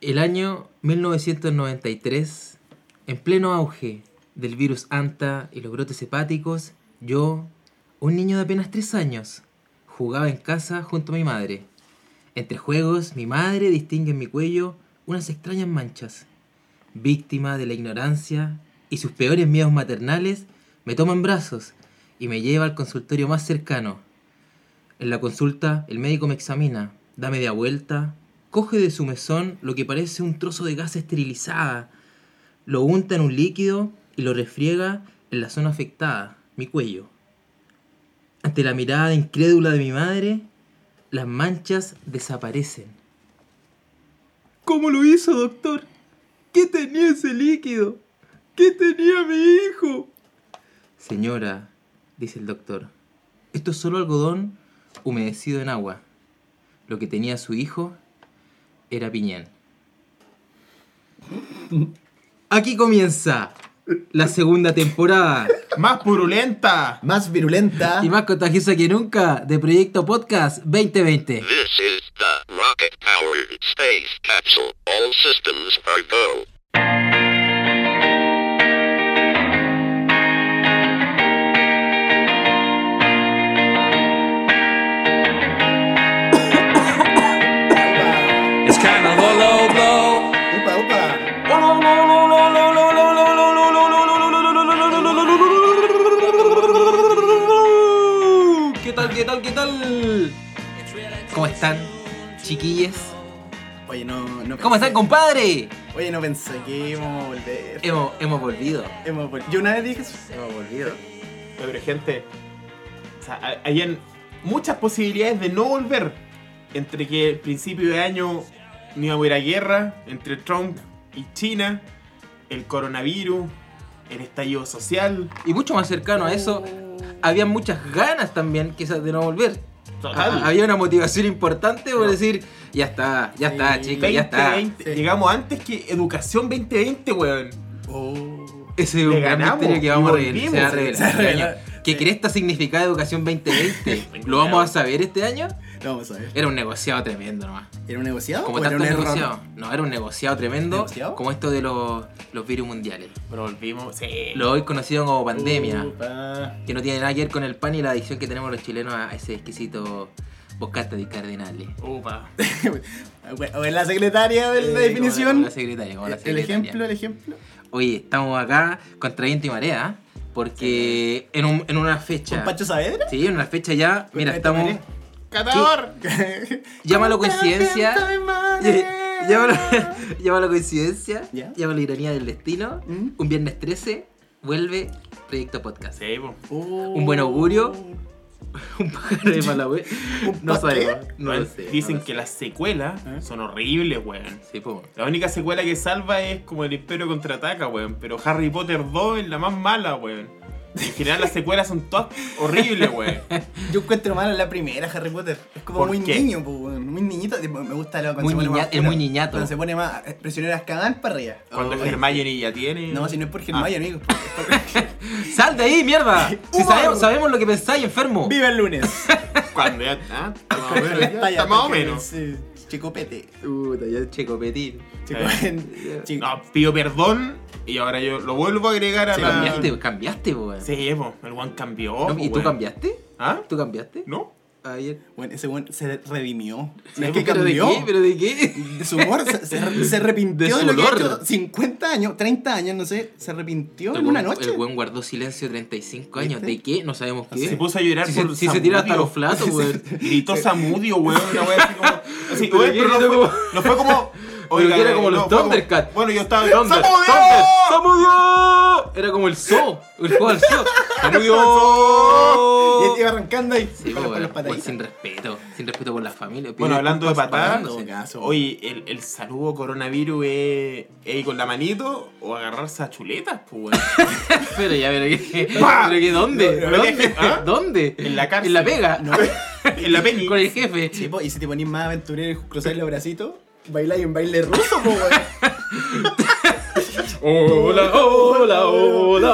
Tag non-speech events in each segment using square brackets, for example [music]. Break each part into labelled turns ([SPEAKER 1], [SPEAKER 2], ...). [SPEAKER 1] El año 1993, en pleno auge del virus ANTA y los brotes hepáticos, yo, un niño de apenas 3 años, jugaba en casa junto a mi madre. Entre juegos, mi madre distingue en mi cuello unas extrañas manchas. Víctima de la ignorancia y sus peores miedos maternales, me toma en brazos y me lleva al consultorio más cercano. En la consulta, el médico me examina, da media vuelta, coge de su mesón lo que parece un trozo de gasa esterilizada, lo unta en un líquido y lo refriega en la zona afectada, mi cuello. Ante la mirada incrédula de mi madre, las manchas desaparecen. ¿Cómo lo hizo, doctor? ¿Qué tenía ese líquido? ¿Qué tenía mi hijo? Señora, dice el doctor, esto es solo algodón humedecido en agua. Lo que tenía su hijo era piñén. Aquí comienza la segunda temporada
[SPEAKER 2] ¡Más purulenta!
[SPEAKER 3] Más virulenta.
[SPEAKER 1] y más contagiosa que nunca de Proyecto Podcast 2020.
[SPEAKER 4] This is the rocket powered space capsule. All systems are go.
[SPEAKER 5] It's kinda low, low, low.
[SPEAKER 3] Upa, upa.
[SPEAKER 1] ¿Qué tal, qué tal, qué tal? ¿Cómo están, chiquillas?
[SPEAKER 3] Oye, no, no
[SPEAKER 1] ¿Cómo
[SPEAKER 3] pensé-
[SPEAKER 1] están, compadre?
[SPEAKER 3] Oye, no pensé que íbamos a volver.
[SPEAKER 1] Hemos, hemos volvido.
[SPEAKER 3] Hemos vol- Yo una vez dije eso.
[SPEAKER 1] Hemos volvido.
[SPEAKER 2] Pero gente, o sea, hay- habían muchas posibilidades de no volver. Entre que el principio de año no iba a haber a guerra, entre Trump y China, el coronavirus, el estallido social.
[SPEAKER 1] Y mucho más cercano a eso, había muchas ganas también, quizás, de no volver.
[SPEAKER 2] Total.
[SPEAKER 1] Ha- Había una motivación importante por decir, ya está, ya
[SPEAKER 3] Sí.
[SPEAKER 1] está, chicos, ya está.
[SPEAKER 2] 2020.
[SPEAKER 3] Sí.
[SPEAKER 2] Llegamos antes que Educación 2020, weón.
[SPEAKER 3] Oh.
[SPEAKER 1] Ese es un
[SPEAKER 2] Le
[SPEAKER 1] gran
[SPEAKER 2] ganamos
[SPEAKER 1] misterio que
[SPEAKER 2] y
[SPEAKER 1] vamos a
[SPEAKER 2] volvimos.
[SPEAKER 1] revelar. Se va a revelar
[SPEAKER 3] Se va a
[SPEAKER 1] este
[SPEAKER 3] revelar.
[SPEAKER 1] año. ¿Qué
[SPEAKER 3] Sí.
[SPEAKER 1] cresta significa Educación
[SPEAKER 3] [laughs]
[SPEAKER 1] 2020? ¿Lo vamos a saber este año?
[SPEAKER 3] No, vamos a ver.
[SPEAKER 1] Era un negociado tremendo nomás.
[SPEAKER 3] ¿Era un negociado?
[SPEAKER 1] Como
[SPEAKER 3] o Ah, era
[SPEAKER 1] tanto
[SPEAKER 3] un error?
[SPEAKER 1] negociado. No, era un negociado tremendo.
[SPEAKER 3] ¿Negociado?
[SPEAKER 1] Como esto de los, los virus mundiales.
[SPEAKER 2] Pero volvimos, sí.
[SPEAKER 1] Lo hoy conocido como pandemia.
[SPEAKER 3] Uh. Upa.
[SPEAKER 1] Que no tiene nada que ver con el pan y la adicción que tenemos los chilenos a ese exquisito bocata de cardinales.
[SPEAKER 2] Upa.
[SPEAKER 3] O en la secretaria de la
[SPEAKER 1] Eh,
[SPEAKER 3] definición.
[SPEAKER 1] como la secretaria, como la
[SPEAKER 3] el
[SPEAKER 1] secretaria.
[SPEAKER 3] ejemplo, el ejemplo.
[SPEAKER 1] Oye, estamos acá contra viento y marea. ¿ah? Porque en, un- en una fecha.
[SPEAKER 3] ¿Con Pacho Saavedra?
[SPEAKER 1] Sí, en una fecha ya. Mira,
[SPEAKER 3] Con Pacho
[SPEAKER 1] estamos.
[SPEAKER 2] ¡Catador!
[SPEAKER 1] Llámalo coincidencia. [laughs]
[SPEAKER 3] Saavedra.
[SPEAKER 1] Llámalo, llámalo coincidencia.
[SPEAKER 3] Ya.
[SPEAKER 1] Llámalo ironía del destino.
[SPEAKER 3] Mm.
[SPEAKER 1] Un viernes 13 vuelve Proyecto Podcast. [laughs]
[SPEAKER 2] Sí, po.
[SPEAKER 3] Oh.
[SPEAKER 1] Un buen augurio. Un pájaro de Malawi.
[SPEAKER 3] ¿Un
[SPEAKER 1] No
[SPEAKER 3] pa'
[SPEAKER 1] sabemos. No
[SPEAKER 2] Weón,
[SPEAKER 1] lo sé.
[SPEAKER 2] Dicen
[SPEAKER 1] no lo
[SPEAKER 2] que
[SPEAKER 1] sé.
[SPEAKER 2] las secuelas
[SPEAKER 3] ¿Eh?
[SPEAKER 2] son horribles, weón.
[SPEAKER 1] Sí, po.
[SPEAKER 2] La única secuela que salva es como el Imperio contraataca, weón. Pero Harry Potter 2 es la más mala, weón. En general las secuelas son todas horribles, weón.
[SPEAKER 3] Yo encuentro mala la primera Harry Potter. Es como
[SPEAKER 2] ¿Por
[SPEAKER 3] muy
[SPEAKER 2] qué?
[SPEAKER 3] niño, pues, weón. muy niñito. Me gusta lo, cuando
[SPEAKER 1] Muy
[SPEAKER 3] se pone
[SPEAKER 1] niña-
[SPEAKER 3] más
[SPEAKER 1] es
[SPEAKER 3] oscuro.
[SPEAKER 1] muy niñato.
[SPEAKER 3] Cuando se pone más prisionero Azkaban para arriba.
[SPEAKER 2] Cuando
[SPEAKER 3] Oh, eh,
[SPEAKER 2] Hermione Ah. ya tiene...
[SPEAKER 3] No, si no es por Hermione, amigo. [laughs]
[SPEAKER 1] ¡Sal de ahí,
[SPEAKER 2] [laughs]
[SPEAKER 1] mierda! Si
[SPEAKER 3] Humor.
[SPEAKER 1] sabemos, sabemos lo que pensáis, enfermo.
[SPEAKER 3] Vive el lunes.
[SPEAKER 2] Ah, Cuando ya... Ah, está más o menos. ya
[SPEAKER 3] Está
[SPEAKER 2] está
[SPEAKER 3] ya,
[SPEAKER 2] más o
[SPEAKER 3] porque-
[SPEAKER 2] menos.
[SPEAKER 3] sí. Chicopete.
[SPEAKER 1] Puta, ya checo petir.
[SPEAKER 3] Chicopete.
[SPEAKER 2] [laughs]
[SPEAKER 3] Chico.
[SPEAKER 2] Eh. No, pido perdón y ahora yo lo vuelvo a agregar a
[SPEAKER 3] Sí,
[SPEAKER 2] la...
[SPEAKER 1] Cambiaste, cambiaste, po. weón.
[SPEAKER 2] Sí, po. El one cambió,
[SPEAKER 1] No,
[SPEAKER 2] po,
[SPEAKER 1] ¿Y tú
[SPEAKER 2] weón.
[SPEAKER 1] cambiaste?
[SPEAKER 2] ¿Ah?
[SPEAKER 1] ¿Tú cambiaste?
[SPEAKER 2] ¿No?
[SPEAKER 1] Ayer.
[SPEAKER 3] Bueno, ese buen se redimió.
[SPEAKER 2] Sí,
[SPEAKER 3] ¿Sabes qué
[SPEAKER 1] ¿Pero
[SPEAKER 3] cambió?
[SPEAKER 1] de qué? ¿Pero de [laughs] qué?
[SPEAKER 3] De su humor, se,
[SPEAKER 1] [laughs]
[SPEAKER 3] se, se
[SPEAKER 1] De su
[SPEAKER 3] arrepintió de, lo que ha
[SPEAKER 1] olor.
[SPEAKER 3] hecho 50 años, 30 años, no sé. Se arrepintió en
[SPEAKER 1] buen-
[SPEAKER 3] una noche.
[SPEAKER 1] el buen guardó silencio 35 años.
[SPEAKER 3] ¿Viste?
[SPEAKER 1] ¿De qué? No sabemos qué.
[SPEAKER 2] Se puso a llorar
[SPEAKER 1] Si
[SPEAKER 2] por
[SPEAKER 1] se, si se tira hasta
[SPEAKER 2] Zamudio.
[SPEAKER 1] los
[SPEAKER 2] [laughs]
[SPEAKER 1] flatos, weón.
[SPEAKER 2] Gritó Samudio, weón, una weá así
[SPEAKER 1] [laughs]
[SPEAKER 2] como. Así,
[SPEAKER 1] Pero
[SPEAKER 2] weón,
[SPEAKER 1] que
[SPEAKER 2] pero no
[SPEAKER 1] gritó
[SPEAKER 2] fue,
[SPEAKER 1] como-
[SPEAKER 2] no
[SPEAKER 1] [laughs]
[SPEAKER 2] fue como.
[SPEAKER 1] que era como los
[SPEAKER 2] fue
[SPEAKER 1] Thundercats.
[SPEAKER 2] Bueno, yo estaba.
[SPEAKER 1] ¡Thunder!
[SPEAKER 2] ¡Samudio!
[SPEAKER 1] ¡Thunder!
[SPEAKER 2] [laughs]
[SPEAKER 1] ¡Samudio! Era como el zoo. El juego del [laughs] zoo.
[SPEAKER 3] Y él
[SPEAKER 2] este
[SPEAKER 1] ¡Samudio!
[SPEAKER 3] iba arrancando ahí.
[SPEAKER 1] Sí, pues,
[SPEAKER 3] con, las- con
[SPEAKER 1] weón,
[SPEAKER 3] las
[SPEAKER 1] weón,
[SPEAKER 3] pataditas.
[SPEAKER 1] sin respeto. Sin respeto por la familia.
[SPEAKER 2] Bueno, hablando de patadas,
[SPEAKER 1] Patándose.
[SPEAKER 3] no, caso.
[SPEAKER 2] Oye, el, el saludo coronavirus es. es ir con la manito o agarrarse a chuletas,
[SPEAKER 1] [laughs]
[SPEAKER 2] pues, weón.
[SPEAKER 1] Pero ya, pero [laughs] que.
[SPEAKER 2] ¡Pah!
[SPEAKER 1] ¿Pero que dónde?
[SPEAKER 2] No, no,
[SPEAKER 1] ¿Dónde?
[SPEAKER 2] ¿Ah?
[SPEAKER 1] ¿Dónde?
[SPEAKER 2] En la cárcel.
[SPEAKER 1] En la pega.
[SPEAKER 2] en la
[SPEAKER 1] [laughs]
[SPEAKER 2] peni.
[SPEAKER 1] Con el jefe.
[SPEAKER 3] Sí, po, y si te ponís más aventurero y cruzás los bracitos, bailáis un baile ruso, po, weón.
[SPEAKER 1] Hola, [laughs]
[SPEAKER 3] [laughs]
[SPEAKER 1] hola, hola,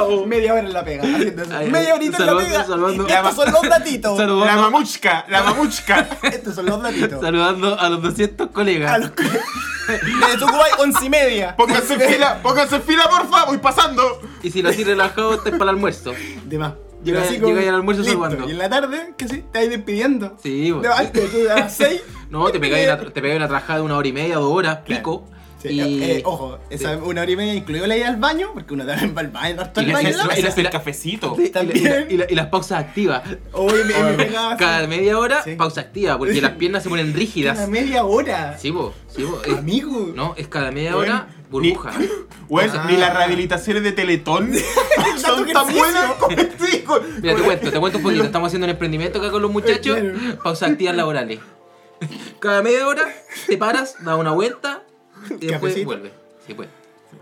[SPEAKER 1] hola.
[SPEAKER 3] Media hora en la pega, haciendo eso.
[SPEAKER 1] Ay, ay,
[SPEAKER 3] Media horita
[SPEAKER 1] saludando,
[SPEAKER 3] en la pega.
[SPEAKER 1] saludando.
[SPEAKER 3] Estos son los datitos.
[SPEAKER 1] Saludando.
[SPEAKER 2] La mamuchca, la mamuchca.
[SPEAKER 1] [laughs]
[SPEAKER 3] Estos son los datitos.
[SPEAKER 1] Saludando a los 200 colegas.
[SPEAKER 3] [laughs] A los, co- Le Tucumay, once y media.
[SPEAKER 2] Pónganse en fila, pónganse en fila, porfa, voy pasando.
[SPEAKER 1] Y si lo así relajado, estás para el almuerzo.
[SPEAKER 3] De más.
[SPEAKER 1] Llega-
[SPEAKER 3] así como-
[SPEAKER 1] llega ahí al almuerzo
[SPEAKER 3] listo.
[SPEAKER 1] saludando.
[SPEAKER 3] Y en la tarde, que sí, te vas despidiendo.
[SPEAKER 1] Sí,
[SPEAKER 3] De
[SPEAKER 1] bueno.
[SPEAKER 3] antes, tú a las seis.
[SPEAKER 1] [laughs] No, te pegáis una, te pegáis una trajada de una hora y media, dos horas, pico.
[SPEAKER 3] Sí,
[SPEAKER 1] y...
[SPEAKER 3] eh, ojo, esa una hora y media incluyó la ida al baño, porque uno también va al baño, harto
[SPEAKER 1] Y
[SPEAKER 3] al
[SPEAKER 1] la-
[SPEAKER 3] baño.
[SPEAKER 1] y la-
[SPEAKER 3] ¿no?
[SPEAKER 1] y la-
[SPEAKER 2] hace el cafecito.
[SPEAKER 1] Sí, [laughs] y la- y, la-
[SPEAKER 3] también.
[SPEAKER 1] y la- y las pausas activas.
[SPEAKER 3] Oye, me, me pegaba así.
[SPEAKER 1] Cada media hora,
[SPEAKER 3] Sí.
[SPEAKER 1] pausa activa, porque las piernas se ponen
[SPEAKER 3] [laughs] Cada
[SPEAKER 1] rígidas.
[SPEAKER 3] media hora.
[SPEAKER 1] Sí, vos, sí, vos. es-
[SPEAKER 3] Amigo.
[SPEAKER 1] No, es cada media
[SPEAKER 2] Bueno,
[SPEAKER 1] hora, burbuja.
[SPEAKER 2] ni- Weón,
[SPEAKER 3] Ah.
[SPEAKER 2] Pues, ni las rehabilitaciones de Teletón son tan
[SPEAKER 3] ejercicio. [laughs]
[SPEAKER 2] buenas como sí, con-
[SPEAKER 1] Mira, te
[SPEAKER 2] con-
[SPEAKER 1] cuento, te cuento un [laughs] poquito. Estamos haciendo un emprendimiento acá con los muchachos.
[SPEAKER 3] Eh, claro.
[SPEAKER 1] Pausas activas laborales. Cada media hora te paras, das una vuelta y después
[SPEAKER 3] Cafecito.
[SPEAKER 1] vuelves. Sí, pues.